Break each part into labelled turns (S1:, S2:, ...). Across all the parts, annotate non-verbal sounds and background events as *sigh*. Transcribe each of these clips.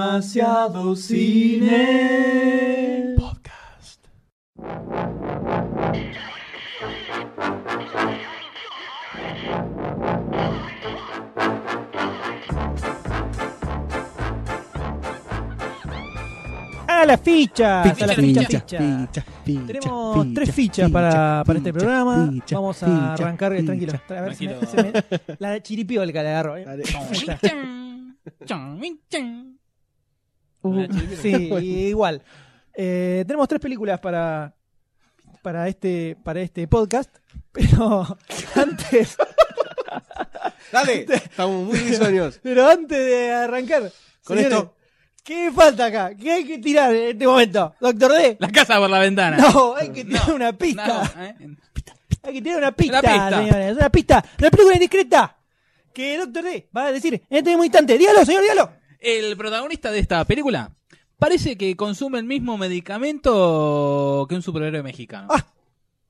S1: Demasiado cine. Podcast.
S2: A la ficha.
S1: Ficha,
S2: a la
S1: ficha,
S2: ficha,
S1: ficha,
S2: ficha.
S1: ficha,
S2: Tenemos
S1: ficha,
S2: tres fichas para,
S1: ficha,
S2: para este
S1: ficha,
S2: programa.
S1: ficha,
S2: Vamos a
S1: ficha,
S2: arrancar eh,
S1: ficha.
S2: tranquilo. A ver, se me- se me- la chiripiolca la agarro. eh.
S1: Dale.
S2: Ahí está.
S3: Yo
S2: Uh,
S3: La chiripiolca.
S1: *laughs*
S2: sí, igual. Eh, tenemos tres películas para, para, este, para este podcast, *laughs* pero antes,
S1: Dale. Estamos muy
S2: *laughs*
S1: risueños.
S2: pero antes de arrancar,
S1: Con esto.
S2: ¿qué falta acá? ¿Qué hay que tirar en este momento? Doctor D.
S3: La casa por la ventana.
S2: No, hay que tirar una pista.
S3: No, ¿eh?
S2: Hay que tirar una pista,
S3: Una pista.
S2: señores. Una pista. La película indiscreta. Que Doctor D va a decir en este mismo instante. Dígalo, señor, dígalo.
S3: El protagonista de esta película parece que consume el mismo medicamento que un superhéroe mexicano.
S2: Ah,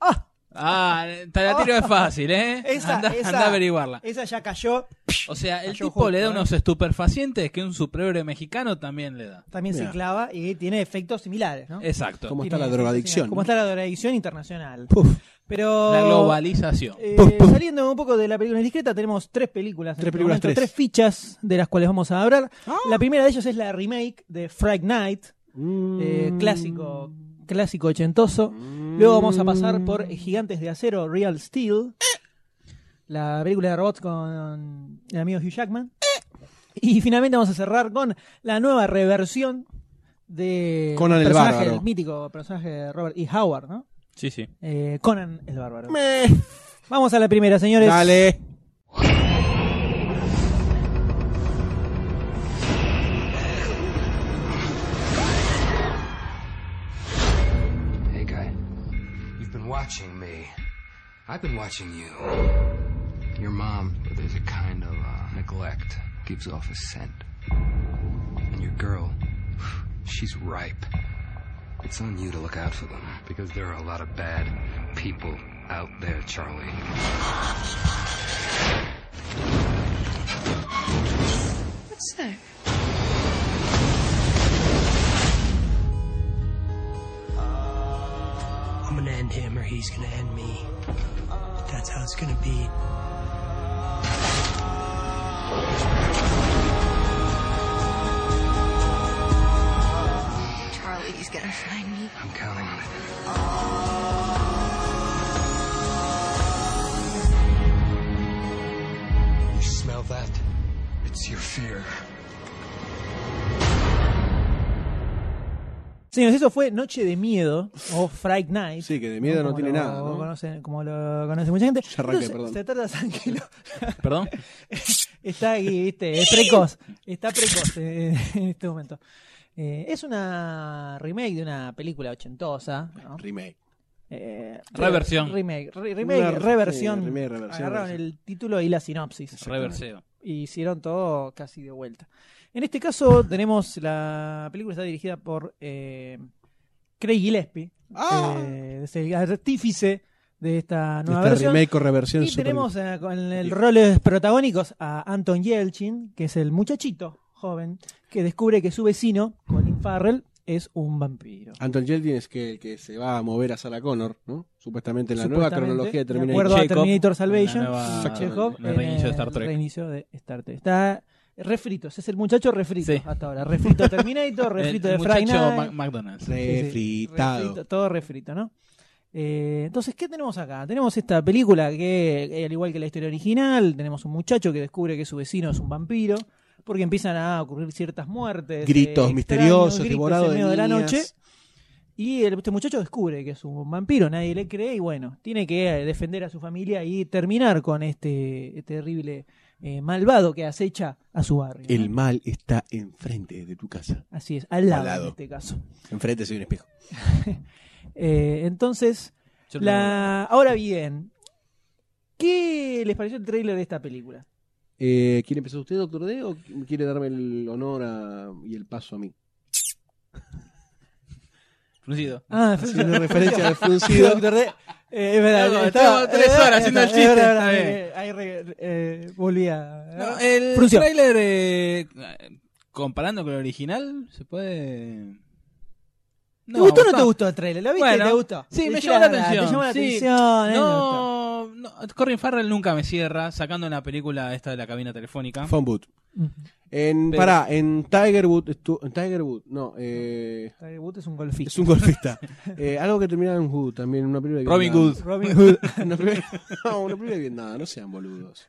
S2: ah,
S3: *laughs* Ah, te la tiro es fácil, ¿eh?
S2: *laughs* Esa,
S3: andá,
S2: esa.
S3: andá a averiguarla.
S2: esa ya cayó.
S3: O sea, el
S2: Cayó
S3: tipo
S2: justo,
S3: le da
S2: ¿eh?
S3: unos estupefacientes que un superhéroe mexicano también le da.
S2: También
S1: Mirá.
S2: se clava y tiene efectos similares, ¿no?
S3: Exacto.
S1: Como
S2: Tiene
S1: está la
S2: efectos
S1: drogadicción.
S2: similares, Como está la drogadicción internacional.
S1: Puf,
S2: Pero.
S3: La globalización.
S2: eh,
S1: Puf, puf.
S2: Saliendo un poco de la película indiscreta, tenemos tres películas. en
S1: Tres
S2: este
S1: películas,
S2: momento,
S1: tres.
S2: tres fichas de las cuales vamos a hablar. La primera de ellas es la remake de Fright Night,
S1: Mm.
S2: eh, clásico, clásico ochentoso. Luego vamos a pasar por
S1: Mm.
S2: Gigantes de Acero, Real Steel, la película de robots con el amigo Hugh Jackman. Y finalmente vamos a cerrar con la nueva reversión de
S1: Conan el
S2: personaje,
S1: Bárbaro.
S2: el mítico personaje de Robert E. Howard, ¿no?
S3: Sí, sí.
S2: Eh, Conan el Bárbaro. Vamos a la primera, señores.
S1: Dale.
S4: Hey, guy. You've been watching me. I've been watching you. Your mom, there's a kind of uh, neglect, gives off a scent. And your girl, she's ripe. It's on you to look out for them, because there are a lot of bad people out there, Charlie.
S5: What's that?
S6: I'm gonna end him or he's gonna end me. That's how it's gonna be.
S5: Charlie, he's gonna find me.
S4: I'm counting on it. You smell that? It's your fear.
S2: Señores, eso fue Noche de Miedo o Fright Night.
S1: Sí, que de miedo no
S2: Como
S1: tiene
S2: lo
S1: nada, ¿no?
S2: conocen- como lo conoce mucha gente.
S1: Ya arranqué,
S2: Entonces,
S1: perdón.
S2: Se trata tranquilo.
S3: Perdón.
S2: *laughs* Está aquí, viste, es precoz. Está precoz eh, *laughs* en este momento. Eh, es una remake de una película ochentosa. ¿no?
S1: Remake.
S2: Eh,
S3: Reversión.
S2: Remake, re- remake,
S1: Una-
S2: reversión.
S1: sí, remake, reversión,
S2: Agarraron
S1: reversión.
S2: el título y la sinopsis.
S3: Reverseo.
S2: Y hicieron todo casi de vuelta. En este caso tenemos la película está dirigida por eh, Craig Gillespie,
S1: Ah.
S2: eh, es el artífice de esta nueva
S1: Esta
S2: versión.
S1: remake o reversión
S2: Y
S1: super-
S2: tenemos eh, con el roles protagónicos a Anton Yelchin, que es el muchachito joven que descubre que su vecino, Colin Farrell, es un vampiro.
S1: Anton Yelchin es que el que se va a mover a Sarah Connor, ¿no? Supuestamente en la nueva
S2: Supuestamente,
S1: cronología de
S2: de
S1: Terminator.
S2: acuerdo a
S3: Chekhov,
S2: Terminator
S3: la
S2: Salvation,
S3: nueva-
S1: Exactamente.
S2: Chekhov,
S3: el reinicio de Star
S2: el
S3: Trek.
S2: reinicio de Star Trek. Está refritos, es el muchacho refrito
S3: Sí.
S2: hasta ahora. Refrito
S3: *laughs*
S2: Terminator, refrito
S3: el
S2: de Friday
S3: muchacho
S2: Night.
S3: Mac- McDonald's.
S1: Refritado.
S2: Refrito, todo refrito, ¿no? Eh, entonces, ¿qué tenemos acá? Tenemos esta película que, eh, al igual que la historia original, tenemos un muchacho que descubre que su vecino es un vampiro, porque empiezan a ocurrir ciertas muertes. eh,
S1: Gritos
S2: extraños,
S1: misteriosos,
S2: este gritos
S1: devorado
S2: en
S1: de
S2: medio de la
S1: niñas.
S2: noche. Y el- este muchacho descubre que es un vampiro, nadie le cree, y bueno, tiene que eh, defender a su familia y terminar con este terrible eh, malvado que acecha a su barrio.
S1: El
S2: ¿no?
S1: mal está enfrente de tu casa.
S2: Así es, al lado,
S1: Al lado.
S2: en este caso.
S1: Enfrente soy un espejo.
S2: Eh, entonces,
S3: Yo no-
S2: La... Ahora bien, ¿qué les pareció el tráiler de esta película?
S1: Eh, ¿Quiere empezar usted, doctor D, o quiere darme el honor a- y el paso a mí?
S3: Lucido.
S2: Ah,
S1: Haciendo
S2: *laughs*
S1: referencia al fruncido.
S2: Doctor D. Eh, es verdad,
S3: Estamos-
S2: estaba-
S3: estamos tres
S2: es verdad,
S3: horas haciendo el
S2: es verdad,
S3: chiste,
S2: es verdad,
S3: está bien.
S2: eh, ahí re- eh, volví a...
S3: No, el
S2: Frunció.
S3: tráiler eh, comparando con el original, se puede.
S2: ¿Te gustó o no te gustó el trailer? ¿Lo viste?
S3: Bueno,
S2: ¿Te gustó?
S3: sí, me
S2: Dijiste,
S3: llamó la
S2: "Ah,
S3: atención",
S2: Te llamó la
S3: sí.
S2: atención. eh, te gustó.
S3: No, no, Corin Farrell nunca me cierra, sacando en la película esta de la cabina telefónica.
S1: Phone Boot. En,
S3: Pero-
S1: pará, en Tiger Wood, estu- en Tiger Wood, no, eh,
S2: Tiger Woods es un golfista.
S1: es un
S3: *laughs*
S1: golfista. Eh, algo que terminaba en Wood, también una película de
S3: Robin
S1: Vietnam.
S3: Hood. *laughs*
S2: Robin Hood.
S1: *laughs* Una película- no, una película de Vietnam, no sean boludos.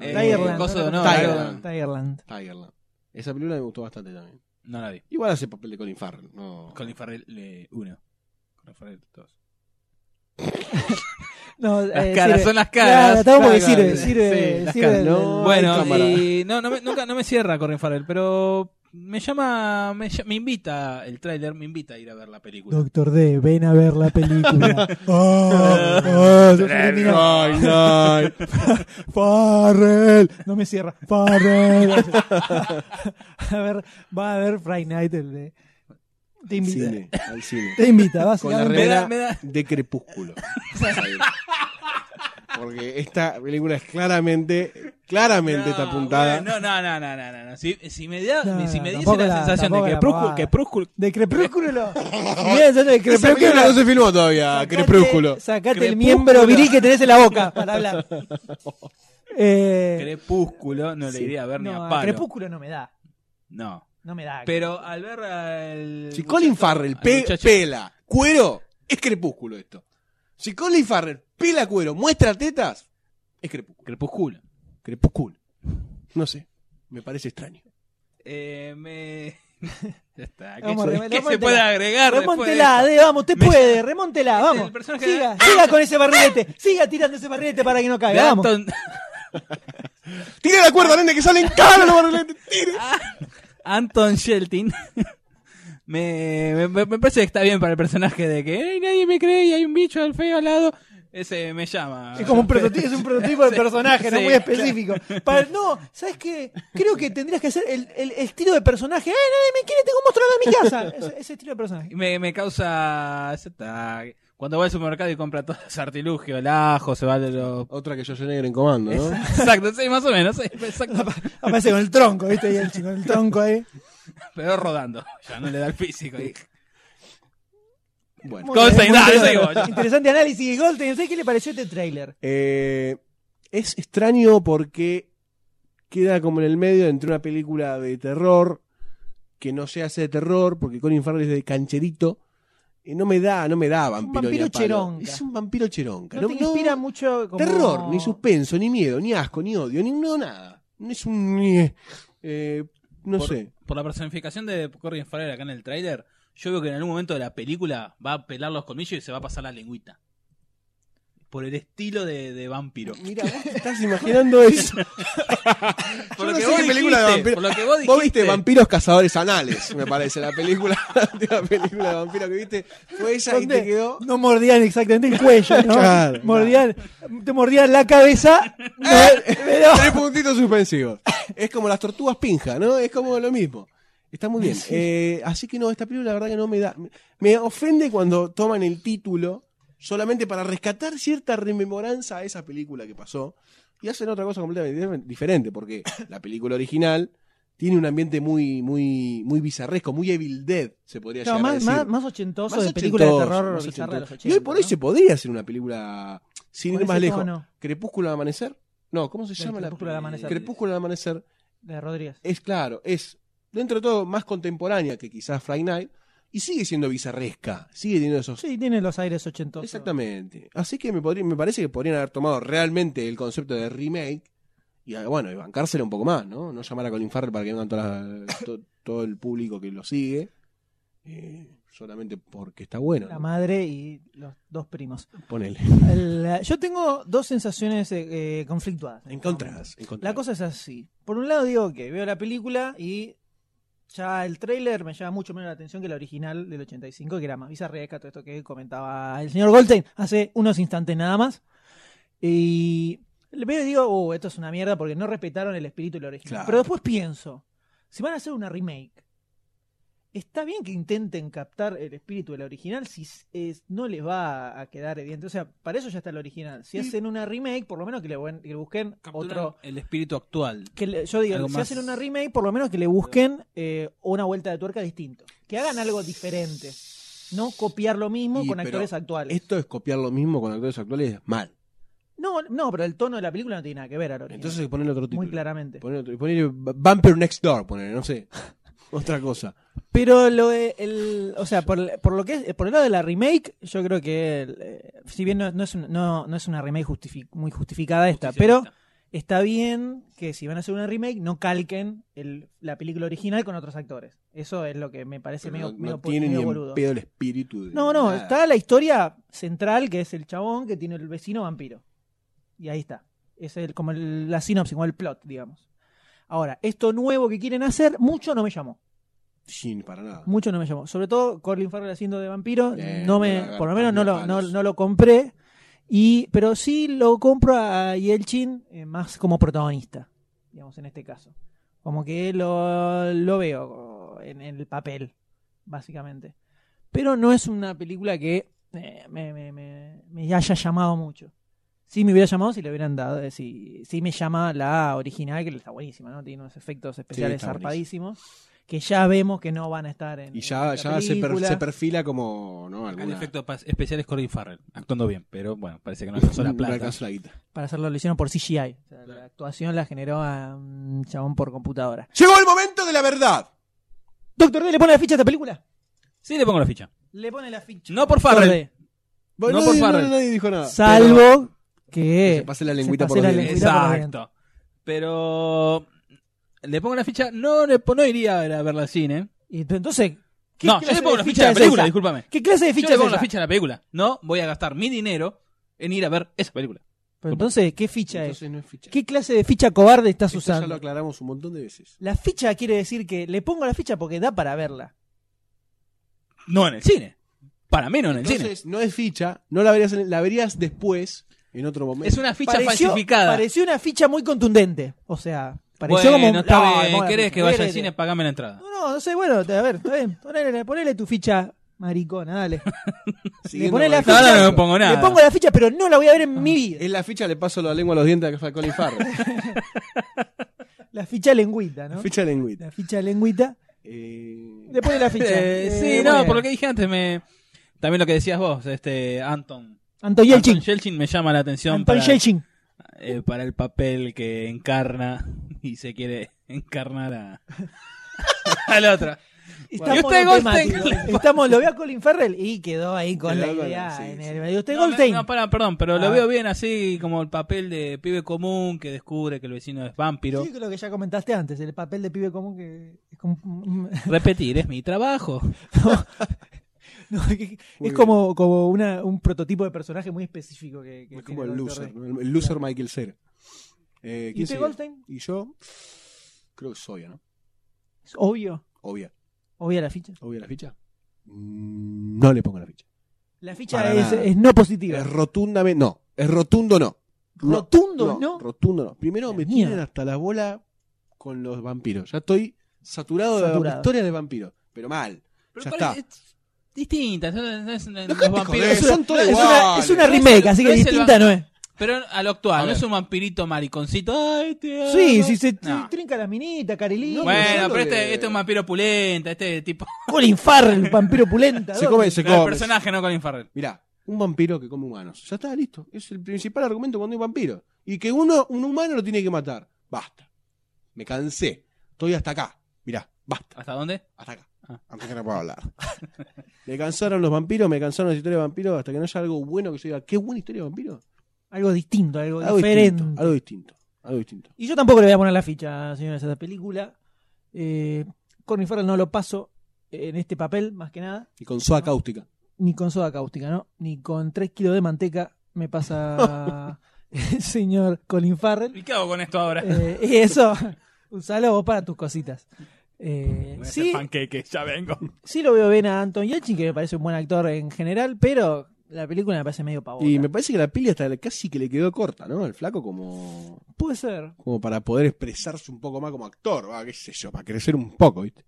S3: Eh,
S2: Tigerland.
S3: coso de
S2: ¿no?
S3: honor.
S1: Tigerland.
S2: Tigerland.
S1: Tigerland. Esa película me gustó bastante también.
S3: No la vi.
S1: Igual hace papel de Colin Farrell. No.
S3: Colin Farrell 1. Colin Farrell 2.
S2: No,
S3: Las
S2: eh,
S3: caras,
S2: sirve.
S3: son las
S2: Claro,
S3: caras.
S2: está bueno porque
S1: Claro,
S2: sirve,
S1: sí,
S2: sirve,
S3: las
S2: sirve.
S1: caras,
S2: el-
S1: no.
S2: el-
S1: Ay,
S3: Bueno,
S1: cámara.
S3: y no, no me, nunca no me cierra Corin Farrell, pero me llama, me, ll- me invita el tráiler, me invita a ir a ver la película.
S2: Doctor D, ven a ver la
S3: *laughs*
S2: película. oh, oh, mira,
S3: *laughs*
S2: Farrell. No me cierra. Farrell. *laughs* a ver, va a ver Friday Night el de.
S1: Al
S2: Te invita.
S1: cine. Al
S3: *laughs*
S1: cine.
S2: Te invita, vas
S1: Con la
S3: Me
S1: remera
S3: da- me da-
S1: de
S3: *laughs*
S1: Crepúsculo. Vas a ir. Porque esta película es claramente, claramente está apuntada.
S3: bueno, No, no, no, no, no, no. Si, si me, da,
S2: No,
S3: si me
S2: no,
S3: diese
S2: tampoco
S3: la,
S2: la-
S3: sensación de
S2: tampoco
S3: que
S2: la
S3: Prúsculo,
S2: pavada.
S3: que Prúsculo,
S2: De
S3: *laughs*
S2: crepúsculo. Mirá, yo de
S1: Esa película no
S2: crepúsculo.
S1: se filmó todavía,
S2: Sacate-
S1: Crepúsculo.
S2: Sacate el
S3: Crepúsculo.
S2: miembro viril que tenés en la boca para
S3: *laughs*
S2: hablar. Eh,
S3: Crepúsculo, no le
S1: Sí.
S3: iría a ver ni
S2: no,
S3: a
S2: a
S3: palo.
S2: crepúsculo no me da.
S3: No.
S2: No me da.
S3: Pero al ver al.
S1: Si Colin Farrell
S3: al
S1: pe-
S3: muchacho-
S1: pela cuero, es Crepúsculo esto. Si Colin Farrell pela cuero, muestra tetas, es Crepúsculo.
S3: Crepúsculo.
S1: Crepúsculo. No sé, me parece extraño.
S3: Eh, me. *laughs* ya está. ¿Qué,
S2: Vamos,
S3: se-
S2: remate-
S3: qué se
S2: remontela.
S3: puede agregar? después de
S2: Remontela,
S3: esto?
S2: de, vamos, usted
S3: Me- *laughs*
S2: puede, remontela,
S3: Este,
S2: vamos.
S3: el personaje
S2: Siga, siga con ese barrilete, siga tirando ese barrilete para que no
S3: De
S2: caiga, vamos.
S3: Anton- *laughs*
S1: Tira la cuerda, nene, que salen caros los barriletes. Tire.
S3: Anton Shelton. *laughs* me, me- me, me parece que está bien para el personaje de que "Ey, nadie me cree y hay un bicho al feo al lado. Ese me llama.
S2: Es como un prototipo, es un prototipo de personaje, no
S3: sí,
S2: muy específico. Para- no, ¿sabes qué? Creo que tendrías que hacer el, el, el estilo de personaje. ¡Eh, nadie me quiere! Tengo un monstruo en mi casa. Ese, ese estilo de
S3: *laughs*
S2: personaje.
S3: Y Me, me causa. ya está. Cuando va al supermercado y compra todos los artilugios, el ajo, se va de *laughs* los.
S1: Otra que yo soy negro en comando, ¿no?
S3: Exacto, sí, más o menos. sí, exacto.
S2: Aparece con el tronco, ¿viste? Y el chico, con el tronco ahí.
S3: Pero rodando. Ya no le da el físico. y-
S1: Bueno.
S2: Muy
S3: Goldstein,
S2: bien, muy
S3: dale,
S2: interesante.
S3: sigo.
S2: Interesante análisis de Goldstein. ¿Sabes qué le pareció este tráiler?
S1: Eh, es extraño porque queda como en el medio entre una película de terror que no se hace de terror porque Colin Farrell es de cancherito y no me da, no me da vampiro, ni
S2: vampiro
S1: a palo.
S2: cheronca.
S1: Es un vampiro cheronca. No-
S2: No, te
S1: no-
S2: inspira mucho como...
S1: terror, ni suspenso, ni miedo, ni asco, ni odio, ni no nada. No es un eh, eh, no
S3: por,
S1: sé.
S3: por la personificación de Corbin Farrell acá en el tráiler, yo veo que en algún momento de la película va a pelar los colmillos y se va a pasar la lengüita. Por el estilo de, de vampiro.
S1: Mira, vos te *laughs* estás imaginando eso.
S3: Por
S1: no
S3: lo, que
S1: sé
S3: vos
S1: qué película de
S3: dijiste,
S1: vampiro-
S3: por lo que vos dijiste.
S1: Vos viste Vampiros Cazadores Anales, me parece, la película, *laughs* la película de vampiro que viste. Fue ella y te
S2: ¿Dónde?
S1: quedó.
S2: No mordían exactamente el cuello, ¿no?
S1: Claro,
S2: mordían, Te mordían la cabeza. no,
S1: Eh. *laughs*
S2: pero-
S1: Tres puntitos suspensivos. Es como las tortugas pinja, ¿no? Es como lo mismo. Está muy bien. Eh, así que no, esta película la verdad que no me da. Me ofende cuando toman el título solamente para rescatar cierta rememoranza a esa película que pasó y hacen otra cosa completamente dif- diferente, porque la película original tiene un ambiente muy, muy, muy bizarresco, muy Evil Dead, se podría
S2: No,
S1: llamar.
S2: más, más, más ochentoso
S1: Más
S2: de película de
S1: ochentoso,
S2: terror
S1: más
S2: bizarra de los
S1: ochentoso.
S2: 80.
S1: Y hoy por hoy
S2: ¿no?
S1: se podría hacer una película sin
S2: Con
S1: ir más
S2: ese
S1: lejos.
S2: tono.
S1: Crepúsculo al amanecer. No, ¿cómo se
S2: Sí,
S1: llama la
S2: Crepúsculo al amanecer.
S1: Crepúsculo Eh. al amanecer
S2: De Rodríguez.
S1: es claro, es dentro de todo más contemporánea que quizás Friday Night y sigue siendo bizarresca, sigue teniendo esos
S2: Sí, tiene los aires ochentosos.
S1: Exactamente. Así que me, podría- me parece que podrían haber tomado realmente el concepto de remake y ah, bueno, y bancárselo un poco más, ¿no? No llamar a Colin Farrell para que vengan todas las- to- todo el público que lo sigue. eh, solamente porque está bueno.
S2: La
S1: ¿no?
S2: madre y los dos primos.
S1: Ponele.
S2: El- yo tengo dos sensaciones eh, eh, conflictuadas. en este
S1: Encontrás,
S2: momento. La
S1: encontrás.
S2: cosa es así. Por un lado digo que veo la película y ya el tráiler me llama mucho menos la atención que la original del 85, que era más bizarreca, todo esto que comentaba el señor Goldstein hace unos instantes nada más. Y le veo y digo, oh, esto es una mierda porque no respetaron el espíritu del original.
S1: Claro.
S2: Pero después pienso, si van a hacer una remake, Está bien que intenten captar el espíritu del original si s- es- no les va a quedar evidente. O sea, para eso ya está el original. Si
S1: Y-
S2: hacen una remake, por lo menos que le, buen- que le busquen
S3: Capturan
S2: otro.
S3: el espíritu actual.
S2: Que le- yo digo,
S3: Algo
S2: si
S3: más-
S2: hacen una remake, por lo menos que le busquen eh, una vuelta de tuerca distinto. Que hagan algo diferente. No copiar lo mismo
S1: Y,
S2: con
S1: pero,
S2: actores actuales.
S1: Esto es copiar lo mismo con actores actuales mal.
S2: No, no, pero el tono de la película no tiene nada que ver al original.
S1: Entonces Pues- hay que ponerle otro título.
S2: muy claramente.
S1: Poner, otro- poner Bumper Next Door, poner, no
S2: *laughs*
S1: sé. Otra cosa.
S2: Pero lo de- el, o sea, por, por lo que es- por el lado de la remake, yo creo que el, eh, si bien no, no es, un- no, no es una remake justifi- muy justificada esta, pero está bien que si van a hacer una remake no calquen el- la película original con otros actores. Eso es lo que me
S1: Pero
S2: parece medio,
S1: no, no
S2: medio po-
S1: tiene ni
S2: medio
S1: en
S2: boludo.
S1: pedo el espíritu. de
S2: No, no,
S1: nada.
S2: está la historia central que es el chabón que tiene el vecino vampiro. Y ahí está. Es el, como el- la sinopsis, como el plot, digamos. Ahora, esto nuevo que quieren hacer, mucho no me llamó.
S1: Sin para nada.
S2: Mucho no me llamó. Sobre todo Corlin Farrell haciendo de vampiro,
S1: Eh, no
S2: no
S1: la
S2: me,
S1: agarra
S2: por lo menos no
S1: ni a
S2: lo, no,
S1: palos.
S2: no lo compré. Y, pero sí lo compro a Yelchin eh, más como protagonista, digamos, en este caso. Como que lo, lo veo en, el papel, básicamente. Pero no es una película que eh, me, me- me- me haya llamado mucho. Sí me hubiera llamado si le hubieran dado, eh, si, si me llama la original, que está buenísima, ¿no? Tiene unos efectos especiales
S1: está buenísima.
S2: zarpadísimos que ya vemos que no van a estar en
S1: Y
S2: en
S1: ya,
S2: la
S1: ya se, per-
S2: película.
S1: se perfila como. ¿no?
S3: Acá
S1: Alguna,
S3: el efecto pa- especial es Corin Farrell, actuando bien, pero bueno,
S1: *laughs*
S3: parece que no alcanzó la
S1: no
S3: plata.
S1: alcanzó la guita.
S2: para hacerlo lo hicieron por CGI O sea, la actuación la generó a un chabón por computadora
S1: Llegó el momento de la verdad.
S2: Doctor D le pone la ficha a esta película
S3: Sí, le pongo la ficha.
S2: le pone la ficha
S3: No por Farrell.
S1: Bueno,
S2: Doctor
S3: No,
S1: nadie,
S3: por favor.
S1: no, nadie dijo nada.
S2: D. salvo que
S1: Pero se pase la lengüita
S2: se
S1: por los
S2: pase la
S1: dientes.
S2: lengüita por los dientes.
S3: Exacto. Pero le pongo la ficha, no, le po- no iría a ver- a verla al cine.
S2: y pero entonces ¿qué
S3: No, yo
S2: clase
S3: le pongo
S2: de
S3: la ficha a la
S2: es
S3: película,
S2: esa?
S3: discúlpame.
S2: ¿qué clase de
S3: Yo
S2: ficha
S3: le
S2: es
S3: pongo la
S2: esa?
S3: ficha a la película. No voy a gastar mi dinero en ir a ver esa película.
S2: Pero entonces ¿qué ficha es?
S1: Entonces no es ficha.
S2: ¿qué clase de ficha cobarde estás
S1: Esto ya lo
S2: usando?
S1: aclaramos un montón de veces.
S2: la ficha quiere decir que le pongo la ficha porque da para verla
S3: No en el cine. Para mí no en el cine.
S1: Entonces, no es ficha, no la verías, en- la verías después, en otro momento.
S3: Es una ficha falsificada.
S2: Pareció una ficha muy contundente. O sea, pareció
S3: Bueno,
S2: como. un-
S3: está
S2: Ay,
S3: bien,
S2: bueno,
S3: ¿Querés que vaya al
S2: vete.
S3: cine? Pagame la entrada.
S2: No, no, no sé, bueno, a ver, está bien. Ponele, ponele tu ficha maricona, dale. Le
S1: Siguiendo
S2: ponés la
S1: con el
S2: ficha.
S3: Ahora
S1: caso.
S3: *laughs* no me pongo nada.
S2: Le pongo la ficha, pero no la voy a ver en mi vida.
S1: En la ficha le paso la lengua a los dientes a Colin Farrell.
S2: La ficha lengüita,
S1: La
S2: ¿no?
S1: Ficha lengüita.
S2: La ficha lengüita.
S1: Eh,
S2: Le pone la ficha.
S3: *laughs* Eh,
S2: Eh,
S3: sí,
S2: muy
S3: no,
S2: bien.
S3: por lo que dije antes, me... también lo que decías vos, este Anton.
S2: Anton
S3: Anton
S2: Yelchin.
S3: Yelchin me llama la atención
S2: Anton
S3: para,
S2: Yelchin.
S3: eh, para el papel que encarna *laughs* y se quiere encarnar a, *laughs* al otro.
S2: Está
S3: Y usted,
S2: monotemático.
S3: *laughs* Goldstein.
S2: Estamos, lo veo a Colin Ferrell y quedó ahí con
S1: Quedó
S2: la
S1: con-
S2: idea.
S1: sí,
S2: en
S1: sí.
S2: el- y usted,
S3: No,
S2: Goldstein.
S3: no, para, perdón, pero
S2: Ah.
S3: lo veo bien así como el papel de pibe común que descubre que el vecino es vampiro.
S2: Sí, lo que ya comentaste antes, el papel de pibe común que es como,
S3: Repetir, es mi trabajo.
S2: *laughs* no, que- es
S1: bien.
S2: como, como una, un prototipo de personaje muy específico que, que
S1: es como el
S2: tiene
S1: loser,
S2: Dr.
S1: ¿no? el, el loser Michael Cera. Eh, ¿quién
S2: ¿Y este usted,
S1: sigue?
S2: Goldstein?
S1: Y yo creo que es obvia, ¿no?
S2: D. Es obvio,
S1: Obvia.
S2: obvia la ficha.
S1: ¿Obvia la ficha? Mm, No le pongo la ficha.
S2: La
S1: Para
S2: ficha es,
S1: nada.
S2: es no positiva.
S1: Es rotundamente. No, es rotundo no. No,
S2: Rotundo, ¿no?
S1: Rotundo no. Primero
S2: La
S1: me
S2: mierda.
S1: tienen hasta la bola con los vampiros. Ya estoy saturado, de
S2: Saturado.
S1: la historia de vampiros. Pero mal. ya está.
S3: es distinta. son- son- son-
S1: Dejate
S3: los
S1: joder,
S3: vampiros-
S1: son todos
S2: es, una,
S1: iguales.
S2: es una
S3: No es
S2: remake,
S3: el-
S2: así que
S3: no es el
S2: distinta no es.
S3: Pero a lo
S1: A
S3: actual, no
S1: ver.
S3: es un vampirito mariconcito. Ay, te amo.
S2: Sí, sí, se
S3: No.
S2: se trinca las minitas, Carelina.
S1: No,
S3: Bueno,
S1: yo lo
S3: pero este,
S1: que-
S3: este es un vampiro pulenta, este tipo.
S2: Colin Farrell, vampiro pulenta.
S1: *laughs* Se
S2: ¿dónde?
S1: come, se
S3: No, el
S1: come.
S3: personaje, no Colin Farrell.
S1: Mirá, un vampiro que come humanos. Ya está, listo. Es el principal argumento cuando hay vampiros. Y que uno, un humano lo tiene que matar. Basta. Me cansé. Estoy hasta acá. Mirá, basta.
S3: ¿Hasta dónde?
S1: Hasta acá.
S3: Ah.
S1: Hasta que no puedo hablar. me cansaron los vampiros, me cansaron las historias de vampiros hasta que no haya algo bueno que yo diga, qué buena historia de vampiros.
S2: Algo distinto, algo,
S1: Algo
S2: diferente.
S1: distinto. Algo distinto. Algo distinto.
S2: Y yo tampoco le voy a poner la ficha, señores, a esta película. Eh, Colin Farrell no lo paso en este papel, más que nada.
S1: Y con soda cáustica.
S2: Ni con soda cáustica, ¿no? Ni con 3 kilos de manteca
S1: *laughs*
S2: me pasa el señor Colin Farrell.
S3: ¿Y qué hago con esto ahora? *laughs*
S2: Eh, y eso, *laughs* usalo vos para tus cositas. Eh,
S3: Voy a hacer
S2: sí,
S3: panqueques, ya vengo.
S2: sí lo veo bien a Anton Yelchin, que me parece un buen actor en general, pero la película me parece medio pavota.
S1: Y me parece que la pili hasta casi que le quedó corta, ¿no? El flaco como,
S2: Puede ser.
S1: como para poder expresarse un poco más como actor, va, qué sé yo, para crecer un poco, ¿viste?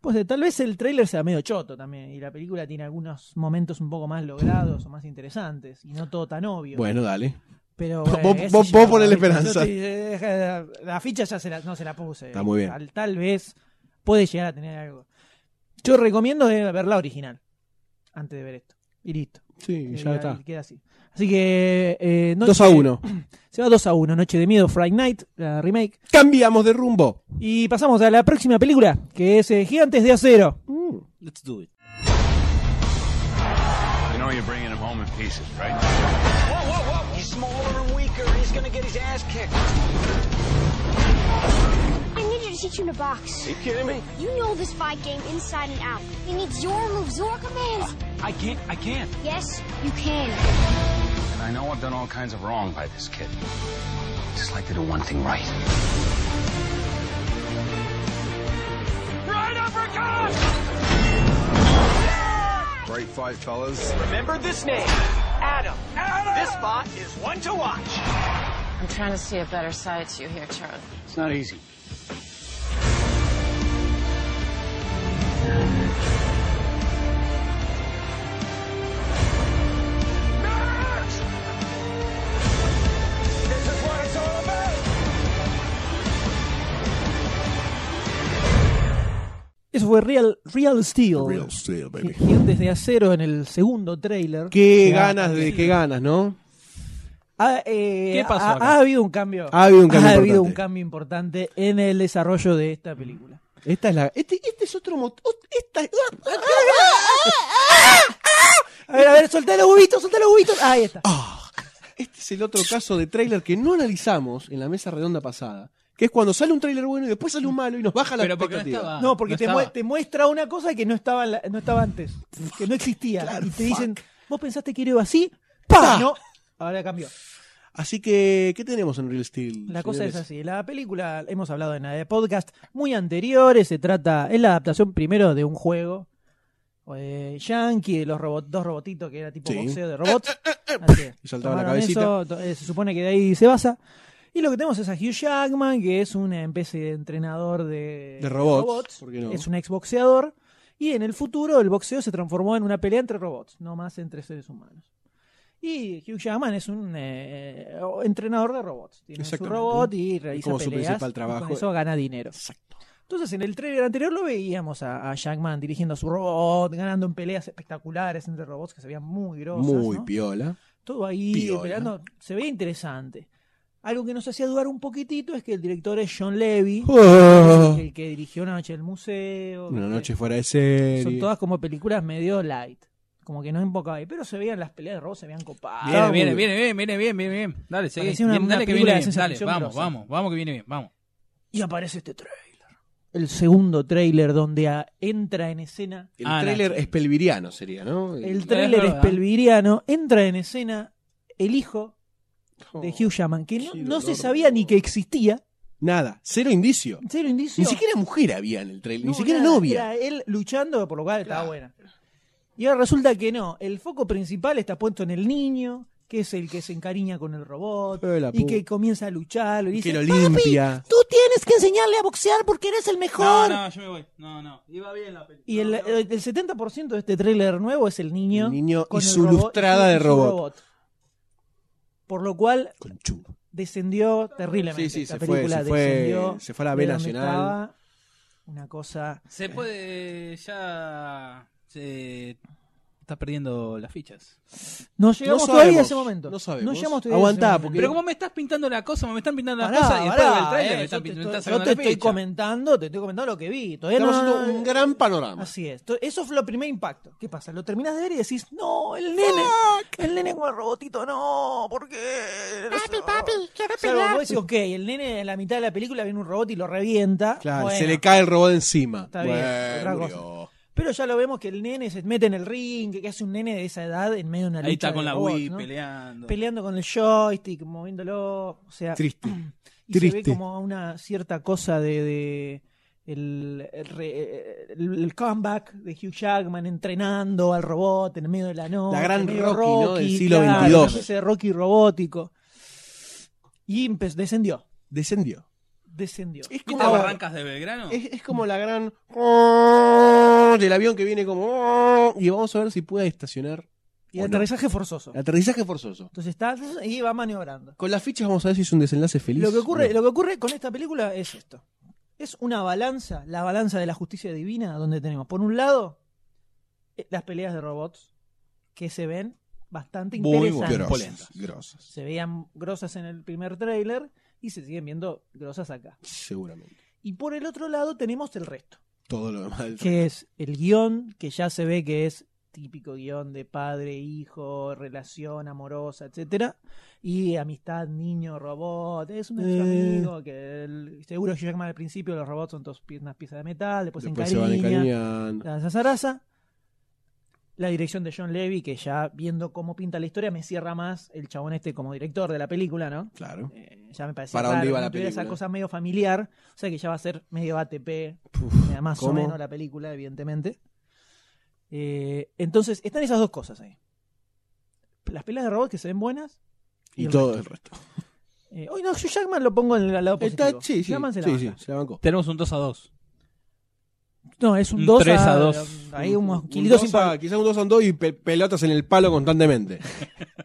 S2: Pues eh, tal vez el tráiler sea medio choto también y la película tiene algunos momentos un poco más logrados o más interesantes y no todo tan obvio.
S1: Bueno, dale.
S2: Pero
S1: Vos-
S2: bueno, qué sé
S1: vos-
S2: yo,
S1: vos ponele
S2: yo te-
S1: esperanza.
S2: eh, deja- *laughs* la ficha ya se la- no se la puse.
S1: Está muy bien.
S2: Tal, tal vez puede llegar a tener algo. Yo recomiendo eh, ver la original antes de ver esto. Y listo.
S1: Sí,
S2: Eh,
S1: ya está.
S2: Queda así. Así que. eh, noche-
S1: 2 a
S2: *clears throat*
S1: 1.
S2: Se va 2 a 1. Noche de Miedo, Friday Night, la remake.
S1: Cambiamos de rumbo.
S2: Y pasamos a la próxima película, que es eh, Gigantes de Acero.
S3: Let's do it.
S7: You know you're bringing him home in pieces, right?
S8: Whoa, whoa, whoa! He's smaller and weaker. He's gonna get his ass kicked.
S9: I need you to teach him to box.
S8: Are you kidding me?
S9: You know this fight game inside and out. He needs your moves, your commands.
S7: I can't. I can't.
S9: Yes, you can.
S7: And I know I've done all kinds of wrong by this kid. I just like to do one thing right.
S4: Great fight, fellas.
S8: Remember this name, Adam. Adam. This spot is one to watch.
S10: I'm trying to see a better side to you here, Charlie.
S7: It's not easy.
S8: This is what it's all about.
S2: Eso fue Real, Real Steel.
S1: Steel,
S2: Gigantes de Acero en el segundo tráiler.
S1: Qué
S2: Que ha-
S1: ganas de, qué ganas, ¿no?
S2: Ha, eh,
S3: ¿Qué pasó
S2: ha-
S3: acá?
S2: ha habido un cambio.
S1: Ha habido un cambio
S2: Ha habido
S1: importante.
S2: un cambio importante en el desarrollo de esta película.
S1: Esta es la. Este, este es otro motor. Esta ah, es-
S2: A ver, a ver, soltá los huevitos, soltá los huevitos. Ahí está.
S1: Este es el otro caso de tráiler que no analizamos en la mesa redonda pasada. Que es cuando sale un tráiler bueno y después sale un malo y nos baja la
S3: Pero porque no
S1: expectativa.
S3: estaba.
S2: No, porque te,
S3: estaba.
S2: mue- te muestra una cosa que no estaba, en la- no estaba antes, que no existía. y te dicen, vos pensaste que era así,
S1: Pa.
S2: ¡pa! No, ahora cambió.
S1: Así que, ¿qué tenemos en Real Steel?
S2: La cosa
S1: señores?
S2: es así. La película, hemos hablado en el podcast muy anteriores, se trata, es la adaptación primero de un juego. eh, Yankee, de los robot, dos robotitos que era tipo
S1: Sí. Eh,
S2: boxeo de robots. Así es.
S1: Y saltaba la
S2: Tomaron
S1: cabecita.
S2: eso, to- eh, se supone que de ahí se basa. Y lo que tenemos es a Hugh Jackman, que es una especie de entrenador de,
S1: De robots, ¿por qué no?
S2: Es un exboxeador. Y en el futuro el boxeo se transformó en una pelea entre robots, no más entre seres humanos. Y Hugh Jackman es un eh, entrenador de robots. Tiene su
S1: Exactamente.
S2: robot y realiza
S1: como su
S2: peleas,
S1: principal
S2: y
S1: trabajo.
S2: con eso gana dinero.
S1: Exacto.
S2: Entonces en el trailer anterior lo veíamos a, a Jackman dirigiendo a su robot, ganando en peleas espectaculares entre robots que se veían muy grosas.
S1: Muy
S2: ¿no?
S1: piola.
S2: Todo ahí
S1: piola.
S2: peleando. Se ve interesante. Algo que nos hacía dudar un poquitito es que el director es John Levy,
S1: Oh,
S2: el que dirigió Una noche del museo.
S1: una
S2: ¿viste?
S1: noche fuera de
S2: Son
S1: serie.
S2: todas como películas medio light. Como que no enfocaba ahí. Pero se veían las peleas de robots, se veían copadas.
S1: Estaba
S3: Viene,
S1: muy
S3: viene,
S1: bien.
S3: viene, viene, viene, bien, bien, bien. Dale, seguí.
S2: Parecía una-
S3: Bien,
S2: una
S3: dale que
S2: película
S3: viene
S2: de
S3: bien.
S2: ciencia
S3: Dale,
S2: ficción
S3: vamos,
S2: grosa.
S3: vamos, vamos que viene bien, vamos.
S2: Y aparece este trailer. El segundo trailer donde ah, entra en escena.
S1: El
S3: Ah,
S1: tráiler espelviriano sería, ¿no?
S2: El trailer
S3: verdad.
S2: espelviriano. Entra en escena el hijo
S1: Oh,
S2: de Hugh Jackman, que no,
S1: qué
S2: no se
S1: dolor,
S2: sabía ni
S1: boludo.
S2: que existía.
S1: Nada, cero indicio.
S2: Cero indicio.
S1: Ni siquiera mujer había en el trailer,
S2: No,
S1: ni siquiera
S2: nada,
S1: novia.
S2: Era él luchando, por lo cual estaba buena. Y ahora resulta que no. El foco principal está puesto en el niño, que es el que se encariña con el robot
S1: Eh, la
S2: y
S1: pu-
S2: que comienza a luchar. Y
S1: Y
S2: dice,
S1: que lo
S2: "Papi,
S1: limpia".
S2: tú tienes que enseñarle a boxear porque eres el
S3: No,
S2: mejor.
S3: no, yo me voy. No, no. Iba bien la película.
S2: Y el, eh, el 70% de este tráiler nuevo es el niño,
S1: El niño y
S2: con el
S1: su
S2: robot-
S1: lustrada de
S2: y su
S1: robot.
S2: Por lo cual
S1: Con chulo.
S2: descendió
S1: Sí,
S2: terriblemente.
S1: sí,
S2: Esta
S1: se fue,
S2: película
S1: se fue-
S2: descendió
S1: se fue a la
S2: de
S1: B
S2: donde
S1: nacional.
S2: estaba. Una cosa
S3: Se puede. Ya. Se. Está perdiendo las fichas.
S2: No llegamos
S1: No
S2: todavía a
S1: sabemos,
S2: ese momento.
S1: no sabemos.
S2: llegamos todavía
S1: Aguantá,
S2: a ese
S1: porque-
S2: momento.
S3: Pero como me estás pintando la cosa, me están pintando las
S2: Pará,
S3: cosas y después
S2: pará,
S3: del trailer
S2: eh,
S3: me
S2: yo
S3: están
S2: te
S3: pintando.
S2: estoy-
S3: me están
S2: Yo
S3: sacando
S2: te
S3: la
S2: estoy
S3: ficha.
S2: comentando, te estoy comentando lo que vi. Todavía
S1: Estamos
S2: no, no- eh,
S1: haciendo un gran panorama.
S2: Así es. To- Eso fue lo primer impacto. ¿Qué pasa? Lo terminas de ver y decís, no, el nene. El nene con el robotito, no, ¿por qué?
S9: Papi, papi, quiero
S2: O sea, vos
S9: pegar.
S2: decís, ok, el nene en la mitad de la película viene un robot y lo revienta.
S1: Claro,
S2: Bueno,
S1: se le cae el robot encima.
S2: Está bien,
S1: Bueno,
S2: otra
S1: murió.
S2: Pero ya lo vemos que el nene se mete en el ring, que- que hace un nene de esa edad en medio de una lucha.
S3: Ahí está
S2: de
S3: con la
S2: robots,
S3: Wii
S2: ¿no?
S3: peleando.
S2: Peleando con el joystick, moviéndolo. O sea, *clears throat*
S1: Triste.
S2: y se
S1: Triste.
S2: ve como una cierta cosa de, de el, el re- el- el comeback de Hugh Jackman entrenando al robot en medio de la noche.
S1: La gran
S2: medio
S1: Rocky, ¿no? Del siglo
S2: claro,
S1: 22.
S2: una especie de Rocky robótico. Y empe- descendió,
S1: Descendió.
S2: descendió.
S1: Es
S3: ¿Viste
S1: como,
S3: Barrancas de Belgrano?
S1: *laughs* es, es como la gran. agarramos el avión que viene como. *laughs* Y vamos a ver si puede estacionar.
S2: Y
S1: o no.
S2: aterrizaje forzoso.
S1: Aterrizaje forzoso.
S2: Entonces está y va maniobrando.
S1: Con las fichas vamos a ver si es un desenlace feliz.
S2: Lo que, ocurre,
S1: o no.
S2: lo que ocurre con esta película es esto. Es una balanza, la balanza de la justicia divina, donde tenemos, por un lado, eh, las peleas de robots, que se ven bastante
S3: Muy
S2: interesantes.
S3: buenas. Polenta.
S11: Grosas, grosas.
S2: Se veían grosas en el primer tráiler y se siguen viendo grosas acá.
S1: Seguramente.
S2: Y por el otro lado tenemos el resto,
S1: Todo lo demás. del-
S2: que es el guión, que ya se ve que es típico guión de padre, hijo, relación amorosa, etcétera, y amistad, niño, robot, es un
S1: Eh.
S2: amigo que el- seguro Jackman al principio los robots son dos pie- unas piezas de metal, después,
S1: Después
S2: se
S1: se van
S2: encariñan,
S1: encariñando.
S2: pues, la zazaraza. La dirección de John Levy, que ya viendo cómo pinta la historia, me cierra más el chabón este como director de la película, ¿no?
S1: Claro.
S2: Eh, ya me parecía
S1: ¿Para dónde
S2: raro,
S1: iba
S2: que
S1: la
S2: tuviera esa
S1: película?
S2: cosa medio familiar, o sea que ya va a ser medio ATP,
S1: Puf,
S2: eh, más
S1: ¿cómo?
S2: o menos la película, evidentemente. Eh, entonces, están esas dos cosas ahí. Las pelas de robots que se ven buenas.
S1: Y,
S2: el
S1: todo
S2: resto.
S1: el resto.
S2: Eh, hoy no, yo Jackman lo pongo en el lado positivo.
S1: Está, sí, sí.
S2: Jackman se la
S1: sí,
S2: banca.
S1: sí, se la bancó.
S3: Tenemos un 2
S1: *laughs*
S3: a 2.
S2: No, es un
S3: Un
S2: 2
S3: 3
S2: a
S3: a 2.
S2: Ahí unos
S1: Un
S2: kilitos
S1: dos a- Quizás un 2 son 2 y pe- pelotas en el palo
S2: *laughs*
S1: constantemente.